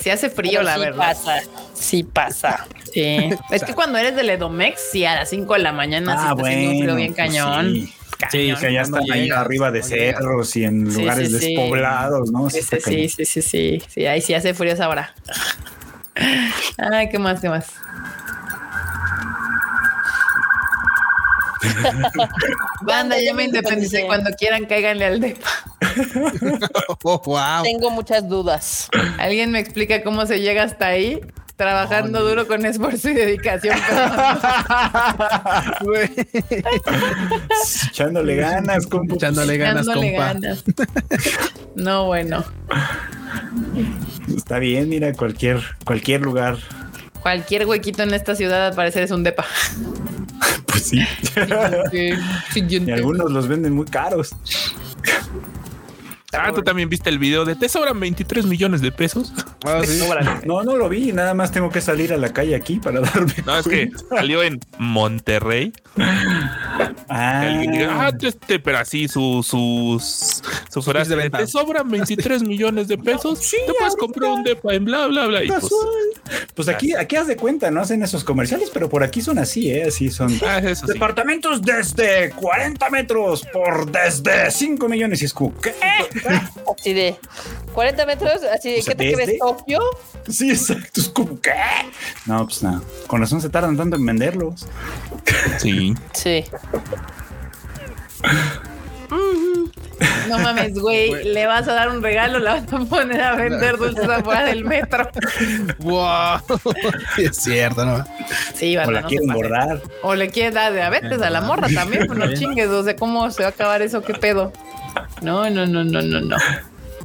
Se hace frío, la sí verdad. Pasa. Sí pasa. Sí. Es que cuando eres del Edomex, sí, a las 5 de la mañana sí ah, está haciendo un bueno, frío bien pues cañón. Sí. Sí, que allá cuando están ahí llegas, arriba de cuando llegas. cerros y en Sí, lugares sí, sí. despoblados, ¿no? Sí, Este, está sí, cañón. sí, sí, sí, sí, ahí sí hace frío esa hora. Ay, ¿qué más, qué más? Banda, ya me independicé. Cuando quieran, cáiganle al depa. Oh, wow. Tengo muchas dudas. ¿Alguien me explica cómo se llega hasta ahí? Trabajando duro con esfuerzo y dedicación. pero- pues, Echándole ganas, pues, compu. Echándole ganas, Dándole compa. ganas. No, bueno. Está bien, mira, cualquier, cualquier lugar. Cualquier huequito en esta ciudad al parecer es un depa. Pues sí. y Siguiente. algunos los venden muy caros. Ah, tú también viste el video de te sobran 23 millones de pesos. Ah, sí. No, no lo vi, nada más tengo que salir a la calle aquí para darme. No, es que cuenta. salió en Monterrey. Que Ah, alguien diga, ah, este, pero así su, sus, su frase de de venta. te sobran 23 millones de pesos. te puedes comprar un depa en bla, bla, bla. Y pues, pues aquí, aquí haz de cuenta, no hacen esos comerciales, pero por aquí son así, ¿eh? Así son. ah, eso sí. Departamentos desde 40 metros por desde 5 millones y es como, ¿qué? Así de 40 metros, así de O sea, ¿qué te desde- crees, Tokio? Sí, exacto, es como, ¿qué? No, pues nada. Con razón se tardan tanto en venderlos. Sí. Sí. No mames, güey, le vas a dar un regalo, la vas a poner a vender dulces afuera del metro. Wow. Sí, es cierto, ¿no? Sí, banda, O la no se quieren pasen. borrar. O le quieres dar diabetes a la morra también, pues no chingues, o sea, ¿cómo se va a acabar eso? ¿Qué pedo? No, no, no, no, no, no.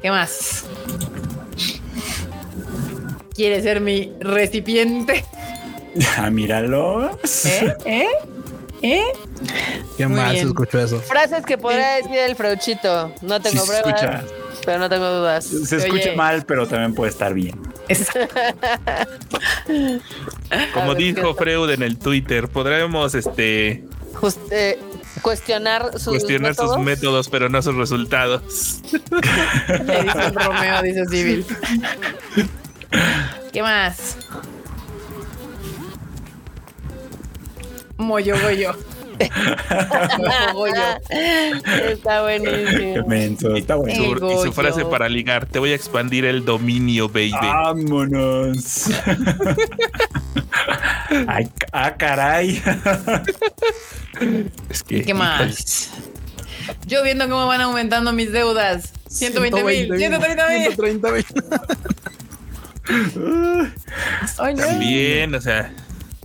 ¿Qué más? ¿Quiere ser mi recipiente? Ah, míralo. ¿Eh? ¿Eh? ¿Eh? Qué Muy mal se bien. escuchó eso. Frases que podrá decir el Freuchito. No Sí, tengo se pruebas, escucha, pero no tengo dudas. se escucha Oye. mal, pero también puede estar bien. Exacto. Como A ver, dijo Freud en el Twitter, podremos este Just- eh, cuestionar sus cuestionar sus métodos. métodos, pero no sus resultados. Le dice el Romeo, dice Civil. ¿Qué más? Moyo goyo. Moyo goyo. Está Qué buenísimo. menso, está Y bueno. Eh. su, y su Goyo. frase para ligar, te voy a expandir el dominio, baby. Ah. Vámonos. Ay, ca- ah, caray. es que, ¿Qué más? Yo viendo cómo van aumentando mis deudas. 120 mil, 130 mil. 130 mil. Ay, no. También, o sea,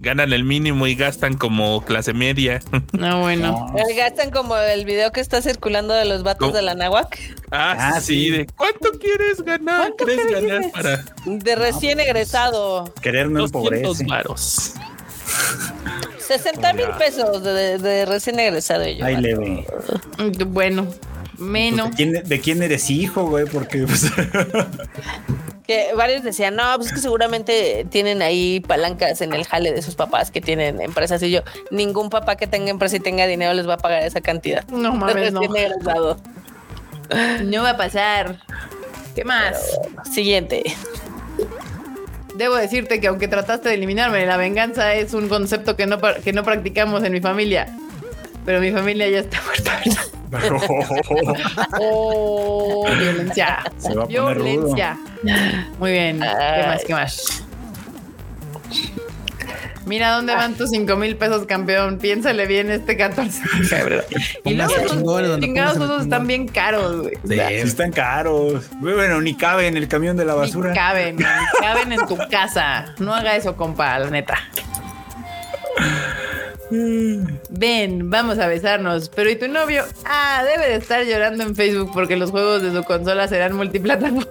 ganan el mínimo y gastan como clase media. No, bueno. No. Eh, Gastan como el video que está circulando de los vatos No. de la náhuac, Ah, Ah, sí, sí. de cuánto quieres ganar, crees ganar para de recién pues, egresado. Querer no 200 empobrece. varos. 60 mil pesos de, de- de recién egresado. y yo, Ay, ah, leve. Pues, Mm, Bueno, menos. ¿De, quién, de quién eres hijo, güey? Porque pues, Que varios decían, no, pues es que seguramente tienen ahí palancas en el jale de sus papás que tienen empresas. Y yo, ningún papá que tenga empresa y tenga dinero les va a pagar esa cantidad. No mames, no. Recién egresado. No va a pasar. ¿Qué más? Siguiente. Debo decirte que aunque trataste de eliminarme, la venganza es un concepto que no, par- que no practicamos en mi familia. Pero mi familia ya está muerta. Oh, violencia. se va a poner rudo. Violencia. Muy bien. ¿Qué más? ¿Qué más? Mira dónde van tus cinco mil pesos, campeón. Piénsale bien este 14 de febrero. Y luego Póngase chingón, los donde chingados póngase todos están chingón. bien caros, güey. O sea, Sí. Sí están caros. Bueno, ni cabe en el camión de la ni basura. caben, man, ni caben en tu casa. No haga eso, compa, la neta. Ven, vamos a besarnos. Pero ¿y tu novio? Ah, debe de estar llorando en Facebook porque los juegos de su consola serán multiplataforma.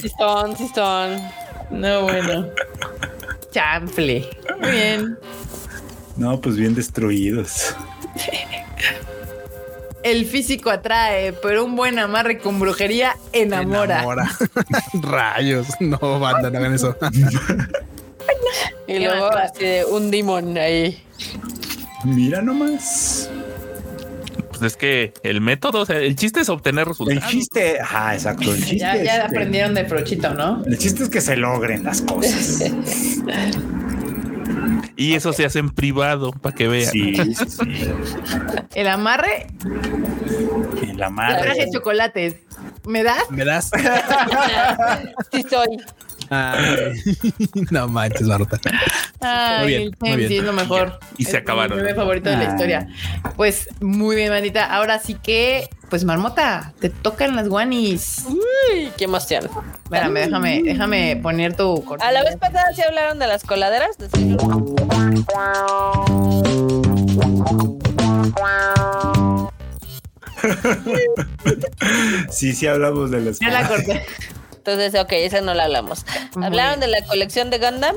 Sistón, sistón. No, bueno. Chanfle. Muy bien. No, pues bien destruidos. El físico atrae, pero un buen amarre con brujería enamora. Enamora. Rayos. No, banda, no hagan eso. Y Qué luego bárbaro. así de un dimon ahí. Mira nomás. Pues es que el método, o sea, el chiste es obtener El resultados. chiste. Ajá, exacto. El chiste. Ya, ya es que- aprendieron de Frochito, ¿no? El chiste es que se logren las cosas. Y eso se hace en privado, para que vean. Sí, sí, sí. El amarre El le amarre. traje chocolates. ¿Me das? ¿Me das? Sí soy. Ay, no manches, Marta. Ay, bien, el muy bien. Chelsea es lo mejor. Y se Es mi acabaron. meme favorito de la Ah. historia. Pues muy bien, manita. Ahora sí que, pues marmota, te tocan las guanis. Uy, qué emoción. Espérame, déjame, déjame poner tu A la vez cortina. pasada sí hablaron de las coladeras. de seguro. Sí, sí, hablamos de las Ya la corté. Entonces, ok, esa no la hablamos. Muy ¿Hablaron de la colección de Gundam?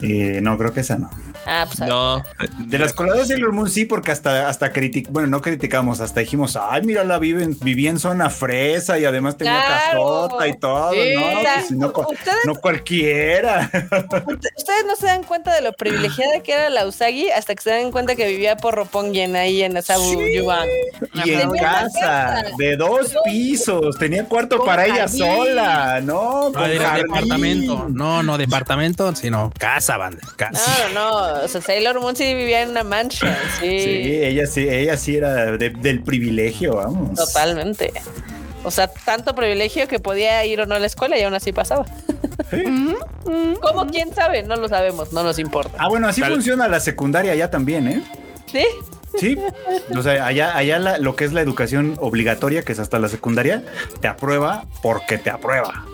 Eh, no, creo que esa no. Ah, pues No, De las coladas del Moon sí, porque hasta, hasta critic, bueno, no criticamos, hasta dijimos, ay, mira, la viven, viví en zona fresa y además tenía Claro. casota y todo, Sí. ¿no? O sea, Pues, no, cu- ustedes- no cualquiera. Ustedes no se dan cuenta de lo privilegiada que era la Usagi hasta que se dan cuenta que vivía por Ropongen ahí en Asabu Yuban. Y en Tenía casa, una de dos pisos, tenía cuarto Con para ella jardín. sola, ¿no? No, Con Ah, era jardín. departamento. No, no, departamento, sino casa, banda. Casa. No, no, no. O sea, Sailor Moon sí vivía en una mansion. Sí. Sí, ella sí, ella sí era de- del privilegio, vamos. Totalmente. O sea, tanto privilegio que podía ir o no a la escuela y aún así pasaba. ¿Cómo? ¿Quién sabe? No lo sabemos, no nos importa. Ah, bueno, así Tal- funciona la secundaria ya también, ¿eh? ¿Sí? Sí, o sea, allá, allá la- lo que es la educación obligatoria, que es hasta la secundaria, te aprueba porque te aprueba.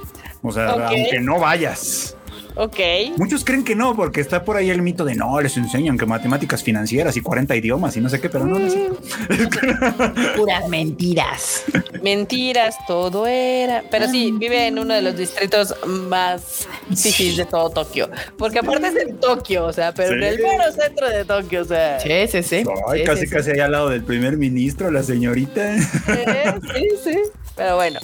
O sea, Ok. aunque no vayas. Ok. Muchos creen que no, porque está por ahí el mito de no, les enseñan que matemáticas financieras y 40 idiomas y no sé qué, pero no, no es cierto. Puras mentiras. Mentiras, todo era. Pero sí, vive en uno de los distritos más difíciles de todo Tokio. Porque aparte es en Tokio, o sea, pero en Sí. el mero centro de Tokio, o sea. Sí, Sí, sí, sí. Mm, Ay, Sí, casi, sí, sí. casi allá al lado del primer ministro, la señorita. sí, sí. Pero bueno,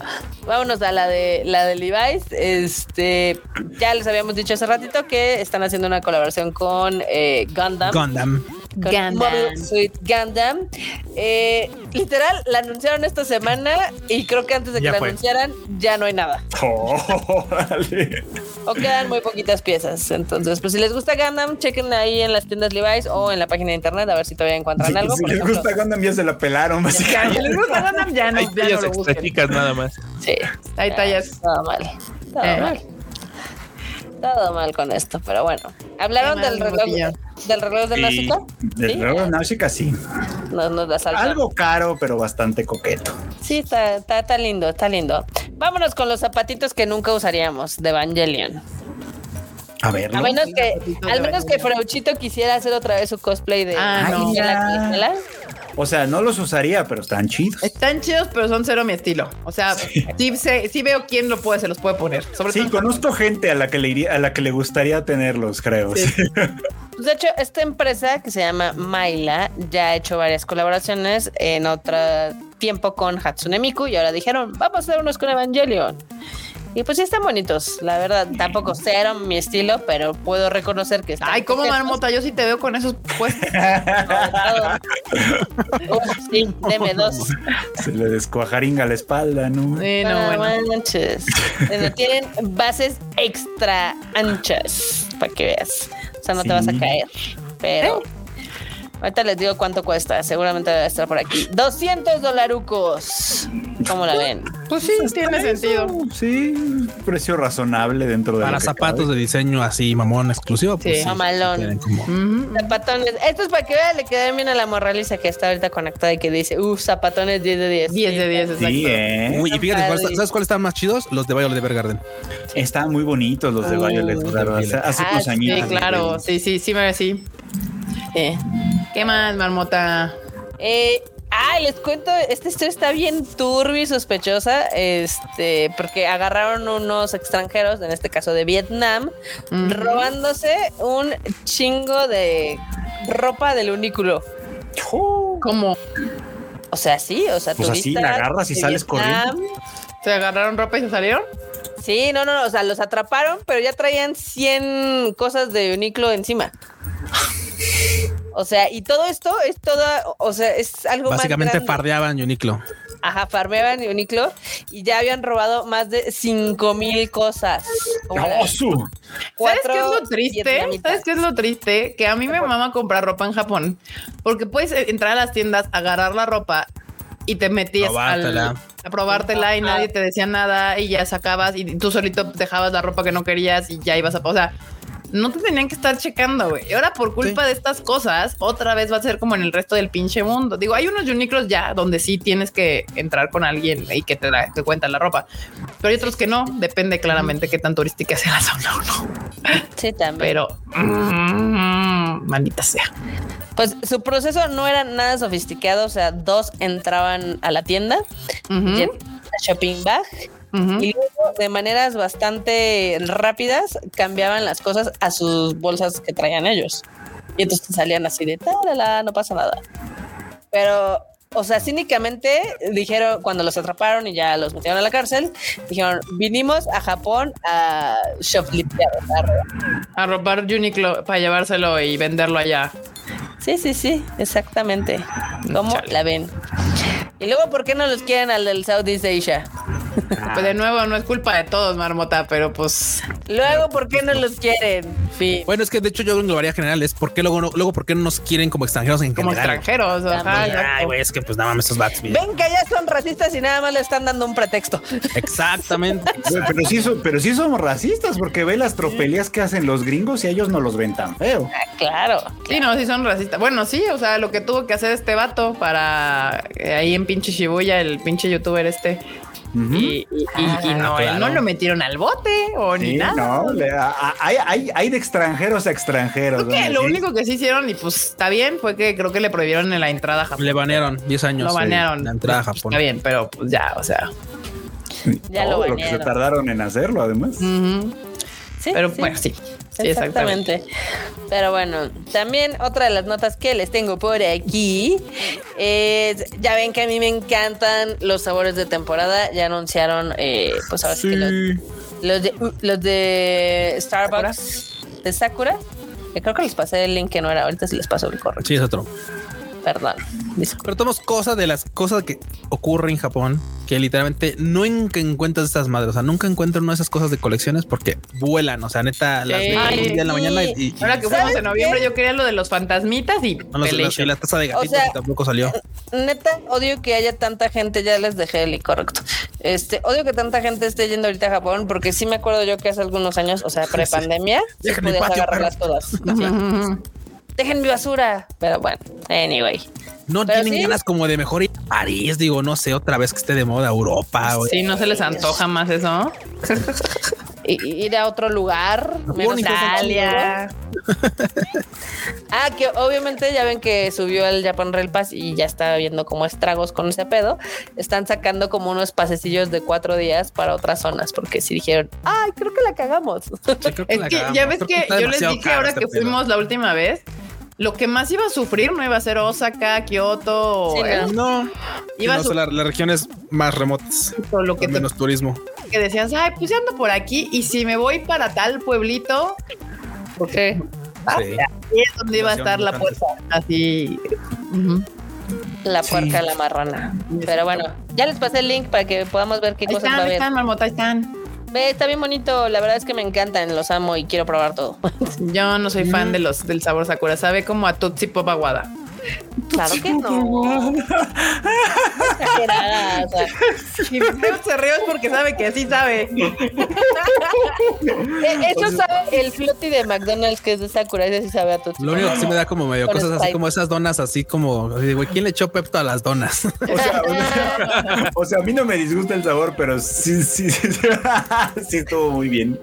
vámonos a la de la de Levi's. Este, ya les habíamos dicho hace ratito que están haciendo una colaboración con eh, Gundam. Gundam. con Gundam. Mobile Suit Gundam. Eh, literal, la anunciaron esta semana y creo que antes de que Ya la fue. anunciaran ya no hay nada. Órale. O quedan muy poquitas piezas. Entonces, pues si les gusta Gundam, chequen ahí en las tiendas Levi's o en la página de internet a ver si todavía encuentran Si, algo. si por les ejemplo. gusta Gundam ya se la pelaron, básicamente. Ya, si les gusta Gundam, ya no, hay ya no tallas lo extra busquen. chicas nada más. Sí, Ah, Hay tallas. todo mal. Todo Eh. mal. Todo mal con esto, pero bueno. ¿Hablaron Qué del mal, reloj, Lupillo. del reloj de Sí. Nazuka? Desde luego, Nausicaa sí. No nos la saltaron. Algo caro, pero bastante coqueto. Sí, está, está, está lindo, está lindo. Vámonos con los zapatitos que nunca usaríamos de Evangelion. A ver, A ¿no? menos sí, que, zapatitos de al menos que Evangelion. Frauchito quisiera hacer otra vez su cosplay de Ah, de no. Gisela Crisela. o sea, no los usaría, pero están chidos. Están chidos, pero son cero mi estilo. O sea, sí, sé- sí veo quién lo puede, se los puede poner. Sobre Sí, todo. conozco gente a la que le iría- a la que le gustaría tenerlos, creo. Sí. Sí. Pues, de hecho, esta empresa que se llama Maila ya ha hecho varias colaboraciones en otro tiempo con Hatsune Miku y ahora dijeron, vamos a hacer unos con Evangelion. Y pues sí están bonitos, la verdad, tampoco cero mi estilo, pero puedo reconocer que están Ay, cómo coquetos. marmota, yo sí te veo con esos puestos. Uf, sí, deme dos. Se le descuajaringa la espalda, ¿no? Sí, no, No bueno. manches. Bueno, tienen bases extra anchas para que veas. O sea, no te vas a Sí. caer. Pero ¿Eh? ahorita les digo cuánto cuesta. Seguramente debe estar por aquí. 200 dolarucos. ¿Cómo la ven? Pues sí, tiene sentido. Uh, Sí, precio razonable dentro de lo Para que zapatos de diseño así, mamón exclusivo. Pues, Sí. sí, sí, Mamalón. tienen como- Ujú. Zapatones. Esto es para que vean, le quedan bien a la morraliza que está ahorita conectada y que dice, uff, zapatones 10 de 10. 10 de 10, cabe. Sí, exacto. ¿eh? Uy, y fíjate, ¿cuál- padre. ¿sabes cuáles están más chidos? Los de Violet de Bergarden. Están muy bonitos los de Violet, Uy. claro, hace, hace Ah, unos sí, añitos. Sí, claro. Sí, sí, sí, me sí. Sí. ¿Qué más, marmota? Eh, ah, les cuento, esta historia está bien turbia y sospechosa, este, porque agarraron unos extranjeros, en este caso de Vietnam, Ujú. robándose un chingo de ropa del unículo. ¿Cómo? O sea, sí, o sea, Pues así, la agarras y de sales ¿Se agarraron ropa y se salieron? Sí, no, no, no, o sea, los atraparon, pero ya traían 100 cosas de unículo encima. O sea, y todo esto es toda, o sea, es algo más Básicamente grande. fardeaban Uniqlo. Ajá, farmeaban Uniqlo y ya habían robado más de 5000 cosas. Como la- ¡Oh, su! ¿Sabes cuatro qué es lo triste? vietnamitas. ¿Sabes qué es lo triste? Que a mí me mama comprar ropa en Japón. Porque puedes eh, entrar a las tiendas, agarrar la ropa y te metías al, Probártela. a probártela y Ajá. nadie te decía nada y ya sacabas y tú solito dejabas la ropa que no querías y ya ibas a... O sea, no te tenían que estar checando, güey. Y ahora por culpa de estas cosas, otra vez va a ser como en el resto del pinche mundo. Digo, hay unos Uniclos ya donde sí tienes que entrar con alguien y que te, la- te cuenta la ropa. Pero hay otros que no. Depende claramente qué tan turística sea la zona o no Sí, también. pero mm, maldita sea. Pues su proceso no era nada sofisticado, o sea, dos entraban a la tienda, Ujú, llenaban la shopping bag ujú. y luego de maneras bastante rápidas cambiaban las cosas a sus bolsas que traían ellos. Y entonces te salían así de la no pasa nada. Pero, o sea, cínicamente dijeron, cuando los atraparon y ya los metieron a la cárcel, dijeron, vinimos a Japón a shopliftear. a robar". A robar Uniqlo para llevárselo y venderlo allá. Sí, sí, sí, exactamente. ¿Cómo la ven? Y luego, ¿por qué no los quieren al del Southeast Asia? Pues Ah. de nuevo, no es culpa de todos, Marmota, pero pues Luego, ¿por qué no los quieren? Fin. Bueno, es que de hecho yo englobaría general es por qué luego, no- luego por qué no nos quieren como extranjeros en como general. extranjeros. ajá, También. exacto. Ay, güey, es que pues nada más estos bats. mira. Ven que ya son racistas y nada más le están dando un pretexto. Exactamente. Güey, Pero sí, so- pero sí somos racistas, porque ve las tropelías que hacen los gringos y ellos no los ven tan feo. Claro. Sí, no, sí son racistas. Bueno, sí, o sea, lo que tuvo que hacer este vato para eh, ahí en pinche Shibuya, el pinche youtuber este. Ujú. Y, y- y- y no, Ah, claro. no lo metieron al bote o Sí, ni nada. no, le- a- a- hay, hay- hay de extranjeros a extranjeros. Creo que pues, ¿no? lo Sí. único que sí hicieron, y pues está bien, fue que creo que le prohibieron en la entrada a Japón. Le banearon 10 años. Lo eh, banearon. La entrada a Japón. Está bien, pero pues ya, o sea. Ya Todo lo que se banearon. tardaron en hacerlo, además. ujú. Sí, Pero sí, bueno, sí. Sí, exactamente. exactamente. Pero bueno, también otra de las notas que les tengo por aquí es, ya ven que a mí me encantan los sabores de temporada, ya anunciaron, eh, pues ahora sí que los, Sí. los de, uh, los de Starbucks, de Sakura, que creo que les pasé el link que no era, ahorita se les paso el correo, Sí, es otro. perdón. disculpen. Pero tomamos cosas de las cosas que ocurren en Japón, que literalmente nunca encuentras estas madres. O sea, nunca encuentran una de esas cosas de colecciones porque vuelan. O sea, neta, las Sí. dejan un día en la Ay, mañana sí. y, y- y- Ahora que fuimos ¿Sabes en noviembre, yo quería lo de los fantasmitas y no, los- las- y Pelation. la taza de gatitos sea, que tampoco salió. Neta, odio que haya tanta gente, ya les dejé el link, correcto. Este, odio que tanta gente esté yendo ahorita a Japón, porque sí me acuerdo yo que hace algunos años, o sea, prepandemia, sí Deja mi podías patio, agarrarlas todas. Ujú. Dejen mi basura. Pero bueno, anyway. No Pero tienen sí. ganas como de mejor ir a París, digo, no sé, otra vez que esté de moda Europa. o- Sí, no se les antoja más eso. I- ir a otro lugar, menos Bonito, Italia. ah, que obviamente ya ven que subió el Japan Rail Pass y ya está viendo como estragos con ese pedo. Están sacando como unos pasecillos de cuatro días para otras zonas, porque si dijeron, ay, creo que la cagamos. Sí, creo Es la que cagamos. ya ves Creo que está yo les demasiado dije caro ahora este que pedo. fuimos la última vez, lo que más iba a sufrir no iba a ser Osaka, Kioto, Sí, eh, no. No, iba a no, o sea, sufrir la- las regiones más remotas, todo lo que, con te- menos turismo. que decías, ay, pues ya ando por aquí y si me voy para tal pueblito, Sí. Sí. ahí es donde iba a estar la puerta, así. ujú. La Sí. puerca, la marrana. Pero bueno, ya les pasé el link para que podamos ver qué Ahí cosas va a están, ahí haber. están, marmota, ahí están. Ve, está bien bonito. La verdad es que me encantan, los amo y quiero probar todo. Yo no soy fan de los del sabor sakura, sabe como a Tutsi Pop Aguada. Claro que no. Exagerada, o sea, Y Leo se ríe es porque sabe que sí sabe. Eh, Pues, Eso sabe el floaty de McDonald's que es de Sakura, ese sí sabe a tu Lo único que sí me da como medio Con cosas así Sprite. como esas donas, así como, así de, güey, ¿quién le echó Pepto a las donas? O sea, o sea, o sea, a mí no me disgusta el sabor, pero sí, sí, sí, sí, sí estuvo muy bien.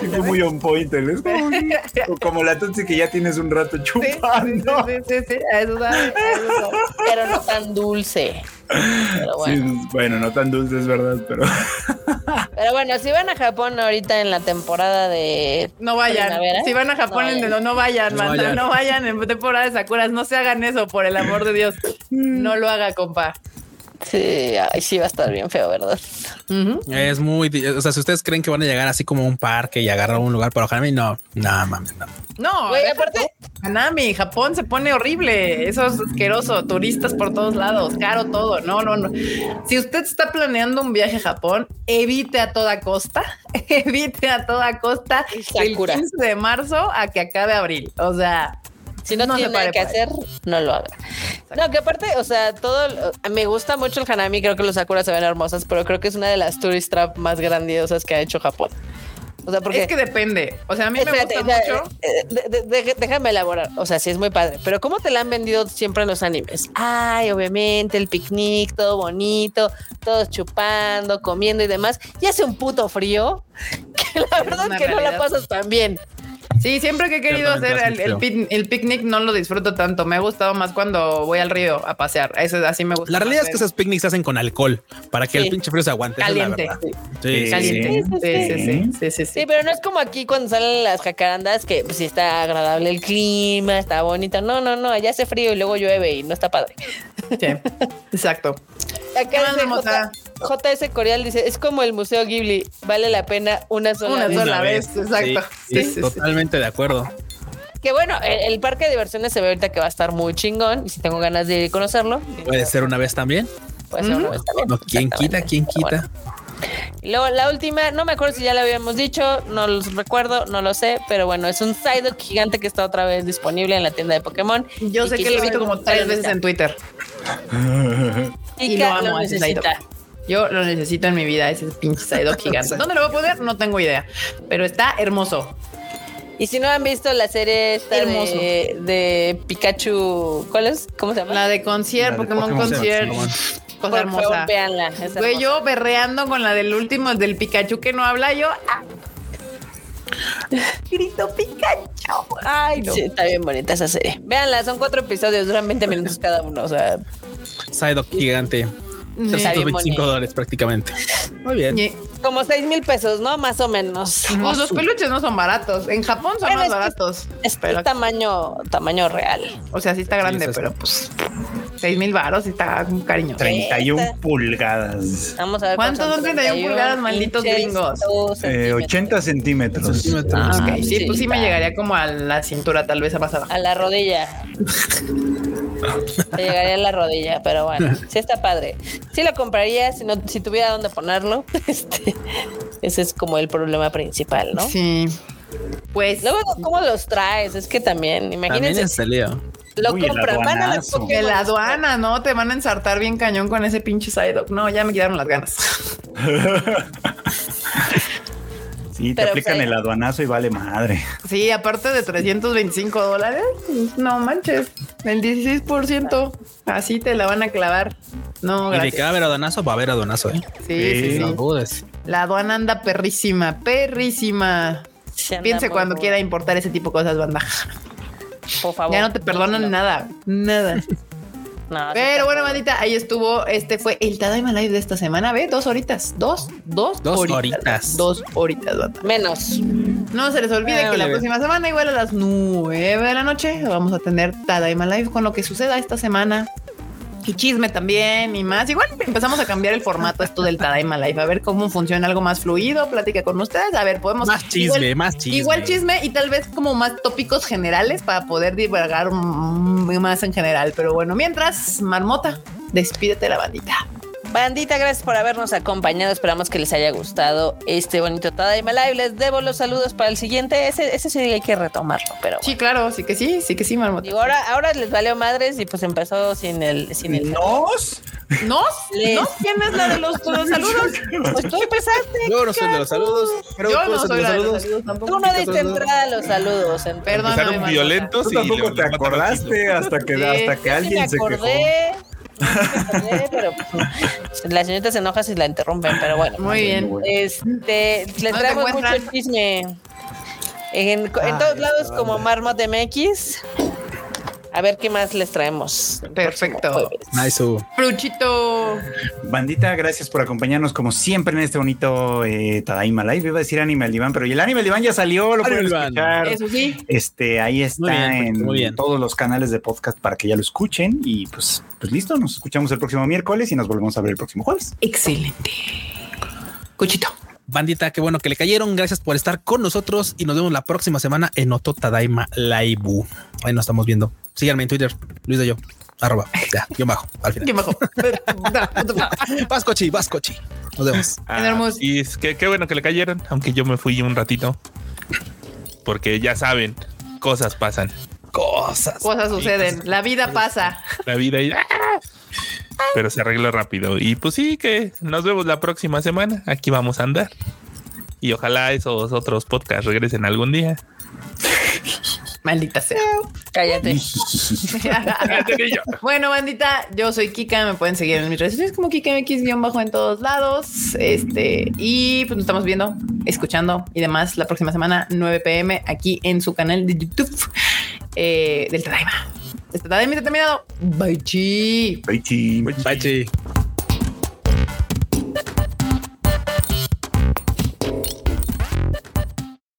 Sí fue muy on point. ¿no? Es como, como la tutsi que ya tienes un rato chupando. Sí, sí, sí, a eso sabe, a eso sabe. Pero no tan dulce. Pero Sí, bueno. es- bueno, no tan dulce, es verdad, pero Pero bueno, si van a Japón ahorita en la temporada de. No vayan. Primavera. Si van a Japón, No vayan. en- no, no vayan, No manda, no, vayan. vayan en temporada de sakuras. No se hagan eso, por el amor de Dios. Mm. No lo haga, compa. Sí, ay, sí va a estar bien feo, ¿verdad? Ujú. es muy, di- o sea, si ustedes creen que van a llegar así como a un parque y agarrar un lugar para ojarme, no, no mames, no. No, Güey, deja aparte- tú. Hanami, Japón se pone horrible. Eso es asqueroso. Turistas por todos lados, caro todo. No, no, no. Si usted está planeando un viaje a Japón, evite a toda costa, evite a toda costa Sakura. el 15 de marzo a que acabe abril. O sea, Si no, No se tiene nada pare por que ahí. hacer, no lo haga. No, que aparte, o sea, todo. Me gusta mucho el Hanami, creo que los Sakura se ven hermosas, pero creo que es una de las tourist trap más grandiosas que ha hecho Japón. O sea, porque. es que depende. O sea, a mí Espérate, me gusta o sea, mucho. eh, de- de- de- déjame elaborar. O sea, sí es muy padre, pero ¿cómo te la han vendido siempre en los animes? Ay, obviamente, el picnic, todo bonito, todos chupando, comiendo y demás. Y hace un puto frío que la verdad una es que no la realidad. pasas tan bien. Sí, siempre que he querido Ciertamente hacer el, hace el pin- el picnic no lo disfruto tanto. Me ha gustado más cuando voy al río a pasear. Eso así me gusta. La realidad es más que ver esos picnics se hacen con alcohol para que Sí. el pinche frío se aguante. esa es la Caliente. verdad. Sí, sí, caliente. Sí, sí, sí, sí, sí, Sí, sí. pero no es como aquí cuando salen las jacarandas que pues, sí está agradable el clima, está bonito. No, no, no, allá hace frío y luego llueve y no está padre. Sí. Exacto. ¿Qué Acá más, dice Marmota? J- JS Coreal dice, es como el Museo Ghibli, vale la pena una sola Una vez. Una sola vez, exacto. sí, Sí, sí, sí. Totalmente de acuerdo. Que bueno, el, el parque de diversiones se ve ahorita que va a estar muy chingón y si tengo ganas de ir a conocerlo, Puede ser una vez también. puede ser una Ujú. vez también. No, ¿Quién quita? Exactamente. ¿Quién Pero quita? bueno. Y Luego, la última, no me acuerdo si ya la habíamos dicho, no los recuerdo, no lo sé, pero bueno, es un Psyduck gigante que está otra vez disponible en la tienda de Pokémon. Yo Y sé que lo he visto sí, como tres lo veces en Twitter. Y lo Chica, amo, lo a ese necesita. Psyduck. Yo lo necesito en mi vida, ese pinche Psyduck gigante. ¿Dónde lo voy a poner? No tengo idea. Pero está hermoso. Y si no han visto la serie esta Hermoso. de, de Pikachu, ¿cuál es? ¿Cómo se llama? La de La concierge, de Pokémon, Pokémon concierge. Pokémon. Por Cosa favor, hermosa. véanla, es Güey, hermosa. yo berreando con la del último, del Pikachu que no habla, yo ah, grito Pikachu. Ay, no. Sí, está bien bonita esa serie. Véanla, son cuatro episodios, duran 20 minutos cada uno. O sea, Psyduck gigante. Está bien 325 bonito. dólares prácticamente. Muy bien. Y- como 6 mil pesos, ¿no? Más o menos. Pues los peluches no son baratos. En Japón son Pero más es que- baratos. Es Pero- tamaño, tamaño real. o sea, sí está grande, eso es- pero pues seis mil baros sí está un cariño. 31 pulgadas. Vamos a ver. ¿Cuánto cuántos son 31 pulgadas, malditos pinches, gringos? dos Eh, centímetros. 80 centímetros. Centímetros. Ah, Ah, ok. Sí, pues sí me sí. llegaría como a la cintura, tal vez más abajo. A la rodilla. Te llegaría a la rodilla, pero bueno, sí está padre. Sí lo compraría si no, si tuviera dónde ponerlo. Este, ese es como el problema principal, ¿no? Sí. Pues Luego, ¿cómo los traes? Es que también, También imagínense, es el lío. lo Uy, el compran, van a la aduanazo. de Pokémon la aduana, ¿no? Te van a ensartar bien cañón con ese pinche side No, ya me quedaron las ganas. Sí, Y te Pero, aplican pues, ahí- el aduanazo y vale madre. Sí, aparte de 325 dólares, pues, no manches, el 16%, así te la van a clavar. No, Y de gracias. que va a haber aduanazo, va a haber aduanazo, ¿eh? Sí, sí, Sí. No sí. dudes. La aduana anda perrísima, perrísima. Se anda Piense muy cuando rudo. quiera importar ese tipo de cosas, banda. Por favor. Ya no te perdonan nada, nada. No, sí Pero está bueno, rudo. bandita, ahí estuvo. Este fue el Tadaima Live de esta semana. Ve, dos horitas, dos, dos, Dos horitas. Dos horitas, banda. Menos. No se les olvide Eh, que la vale. próxima semana, igual a las 9 de la noche, vamos a tener Tadaima Live con lo que suceda esta semana. Y chisme también y más. Igual empezamos a cambiar el formato esto del Tadaima Live, a ver cómo funciona algo más fluido, plática con ustedes, a ver, podemos... Más chisme, igual- más chisme. Igual chisme y tal vez como más tópicos generales para poder divagar mm, más en general. Pero bueno, mientras, Marmota, despídete de la bandita. Bandita, gracias por habernos acompañado. Esperamos que les haya gustado este bonito Tadaima Live. Les debo los saludos para el siguiente. Ese, ese sí hay que retomarlo, pero bueno. Sí, claro, sí que sí, sí que sí, Marmota. Digo, ahora, ahora les valió madres y pues empezó sin el, sin el ¿Nos? ¿Nos? Les- ¿Nos? ¿Quién es la de los, los saludos? Pues tú empezaste. Yo no soy de los saludos. Pero Yo tú no eres soy la de los saludos tampoco. Tú no diste entrada a los saludos. entonces. Perdón. Perdóname, Empezaron Marmota. violentos Tú y tampoco le- te le mataron acordaste hasta que, Sí, hasta que Yo sí Pues, alguien se me quejó. acordé, sí me acordé, pero pues, no. la señorita se enoja si la interrumpen, pero bueno. Muy bien. Este, les te traemos mucho encuentran? chisme. En, en todos lados, como Marmot MX. A ver qué más les traemos. el próximo Perfecto. jueves. Nice, uh. Hugo. Fruchito. Bandita, gracias por acompañarnos como siempre en este bonito eh, Tadaima Live. Iba a decir Animal Diván, pero el Animal Diván ya salió, lo pueden Animal Diván. escuchar. Eso sí. Este, ahí Muy está bien, en muy bien. todos los canales de podcast para que ya lo escuchen. Y pues, pues listo, nos escuchamos el próximo miércoles y nos volvemos a ver el próximo jueves. Excelente. Cuchito. Bandita, qué bueno que le cayeron. Gracias por estar con nosotros y nos vemos la próxima semana en Oto Tadaima Live. Ahí nos estamos viendo. Síganme en Twitter, Luis de yo. Arroba. Ya, yo bajo. Al final. Qué bajo. Vascochi, Vascochi. Nos vemos. Enormous. Y es que qué bueno que le cayeron, aunque yo me fui un ratito. Porque ya saben, cosas pasan. Cosas. Cosas suceden. La vida pasa. La vida y- ¡ah! Pero se arregla rápido. Y pues sí, que nos vemos la próxima semana. Aquí vamos a andar. Y ojalá esos otros podcasts regresen algún día. Maldita sea. Cállate. Bueno, bandita, yo soy Kika, me pueden seguir en mis redes sociales como KikaMX guión bajo en todos lados. Este, y pues nos estamos viendo, escuchando y demás la próxima semana, 9 pm, aquí en su canal de YouTube eh, del Tadaima. Este Tadaima está terminado. Bye, chi. Bye, team. Bye, chi.